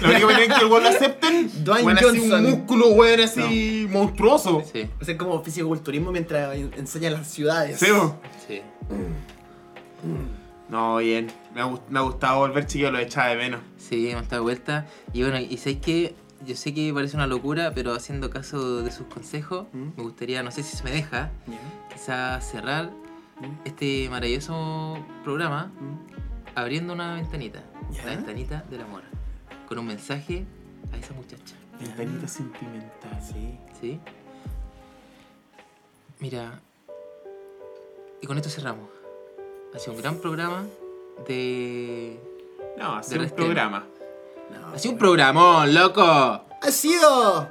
[SPEAKER 2] La única manera en que el weón lo acepten,
[SPEAKER 3] Dwayne
[SPEAKER 2] weón, así un
[SPEAKER 3] Johnson.
[SPEAKER 2] músculo, weón, así monstruoso.
[SPEAKER 1] Sí,
[SPEAKER 3] weón. Hacer como fisiculturismo mientras en- enseña las ciudades.
[SPEAKER 2] Sí, weón.
[SPEAKER 1] sí.
[SPEAKER 2] No, bien. Me ha, gust- me ha gustado volver, chiquillo, lo echaba de menos.
[SPEAKER 1] Sí, hemos dado vuelta. Y bueno, y sé que yo sé que parece una locura, pero haciendo caso de sus consejos,
[SPEAKER 3] ¿Mm?
[SPEAKER 1] me gustaría, no sé si se me deja,
[SPEAKER 3] Ya.
[SPEAKER 1] quizá cerrar
[SPEAKER 3] ¿Mm?
[SPEAKER 1] este maravilloso programa
[SPEAKER 3] ¿Mm?
[SPEAKER 1] abriendo una ventanita.
[SPEAKER 3] Ya.
[SPEAKER 1] La ventanita del amor. Con un mensaje a esa muchacha.
[SPEAKER 2] Ventanita sentimental.
[SPEAKER 3] Sí.
[SPEAKER 1] ¿Sí? Mira, y con esto cerramos. Ha sido un gran programa de...
[SPEAKER 2] No, hacer
[SPEAKER 1] Del
[SPEAKER 2] un
[SPEAKER 1] resto.
[SPEAKER 2] programa.
[SPEAKER 3] No,
[SPEAKER 1] Ha sido un
[SPEAKER 3] weón.
[SPEAKER 1] programón, loco.
[SPEAKER 3] Ha sido.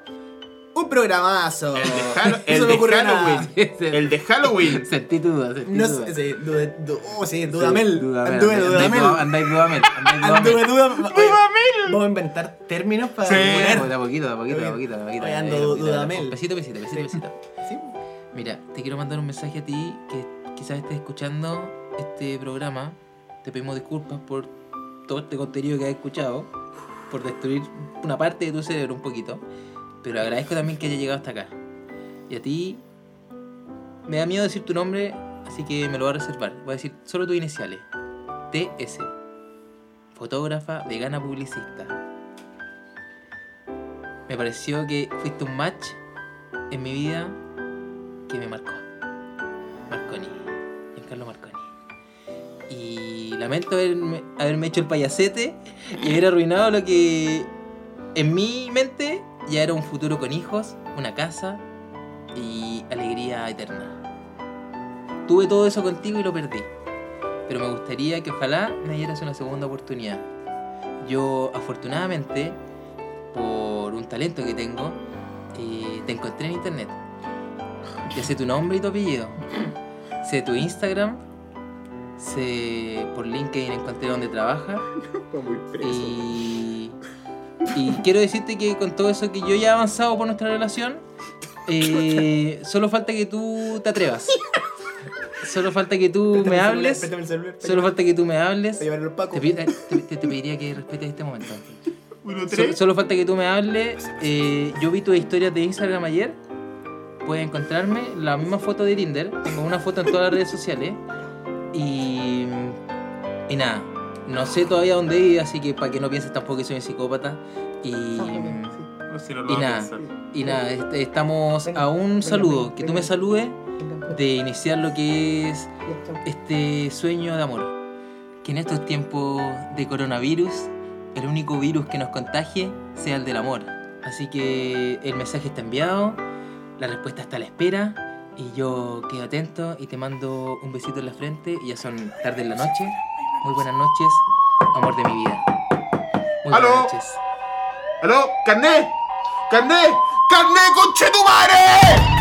[SPEAKER 3] Un programazo.
[SPEAKER 2] El de, Hall- el
[SPEAKER 3] no se me
[SPEAKER 2] de
[SPEAKER 3] ocurrió nada. [laughs]
[SPEAKER 2] Halloween. El de Halloween.
[SPEAKER 1] Sentí duda, sentí
[SPEAKER 3] No
[SPEAKER 1] duda.
[SPEAKER 3] sé, sí, dude- du- oh, sí,
[SPEAKER 1] Sí,
[SPEAKER 3] Dudamel.
[SPEAKER 1] Dudamel,
[SPEAKER 3] Anduve
[SPEAKER 1] andáis
[SPEAKER 3] Dudamel.
[SPEAKER 1] duda- Andáis Dudamel. Andáis
[SPEAKER 3] Anduve
[SPEAKER 1] Dudamel.
[SPEAKER 3] Dudamel. Oye,
[SPEAKER 2] ¡Dudamel!
[SPEAKER 3] Vamos a inventar términos para
[SPEAKER 2] Sí.
[SPEAKER 1] Bueno,
[SPEAKER 3] poner.
[SPEAKER 1] De a poquito, de a poquito, de a poquito, de a poquito.
[SPEAKER 3] Oye,
[SPEAKER 1] de a
[SPEAKER 3] ando
[SPEAKER 1] poquito, de a
[SPEAKER 3] Dudamel.
[SPEAKER 1] poquito. Pesito, pesito, pesito, pesito.
[SPEAKER 3] Sí.
[SPEAKER 1] Mira, te quiero mandar un mensaje a ti que quizás estés escuchando este programa. Te pedimos disculpas por todo este contenido que has escuchado, por destruir una parte de tu cerebro un poquito. Pero agradezco también que hayas llegado hasta acá. Y a ti me da miedo decir tu nombre, así que me lo voy a reservar. Voy a decir solo tus iniciales. TS. Fotógrafa, vegana, publicista. Me pareció que fuiste un match en mi vida que me marcó. Marconi. Giancarlo Marconi. Y lamento haberme, haberme hecho el payasete y haber arruinado lo que en mi mente ya era un futuro con hijos, una casa y alegría eterna. Tuve todo eso contigo y lo perdí. Pero me gustaría que ojalá me dieras una segunda oportunidad. Yo afortunadamente, por un talento que tengo, eh, te encontré en internet. Ya sé tu nombre y tu apellido. Sé tu Instagram. Sé por LinkedIn encontré donde trabajas.
[SPEAKER 2] muy
[SPEAKER 1] Y, y quiero decirte que con todo eso que yo ya he avanzado por nuestra relación, eh, solo falta que tú te atrevas. Solo falta que tú
[SPEAKER 3] Préstame
[SPEAKER 1] me
[SPEAKER 3] el celular,
[SPEAKER 1] hables.
[SPEAKER 3] préstame el celular,
[SPEAKER 1] Solo falta que tú me hables.
[SPEAKER 3] Para llevarlo al Paco.
[SPEAKER 1] Te, pedi- te- te- te pediría que respetes este momento.
[SPEAKER 2] Uno,
[SPEAKER 1] So-
[SPEAKER 2] tres.
[SPEAKER 1] solo falta que tú me hables. Eh, yo vi tus historias de Instagram ayer. Puedes encontrarme la misma foto de Tinder. Tengo una foto en todas las redes sociales. Y, y nada, no sé todavía dónde ir, así que para que no pienses tampoco que soy un psicópata. Y,
[SPEAKER 2] No sé, no lo
[SPEAKER 1] y
[SPEAKER 2] voy a
[SPEAKER 1] nada,
[SPEAKER 2] pensar.
[SPEAKER 1] y nada, est- estamos a un saludo. Que tú me saludes de iniciar lo que es este sueño de amor. Que en estos tiempos de coronavirus, el único virus que nos contagie sea el del amor. Así que el mensaje está enviado, la respuesta está a la espera, y yo quedo atento y te mando un besito en la frente. Y ya son tarde en la noche. Muy buenas noches, amor de mi vida. Muy
[SPEAKER 2] ¡Aló!
[SPEAKER 1] buenas noches.
[SPEAKER 2] ¡Aló! ¡Carné! ¡Carné! ¡Carné, conchetumare!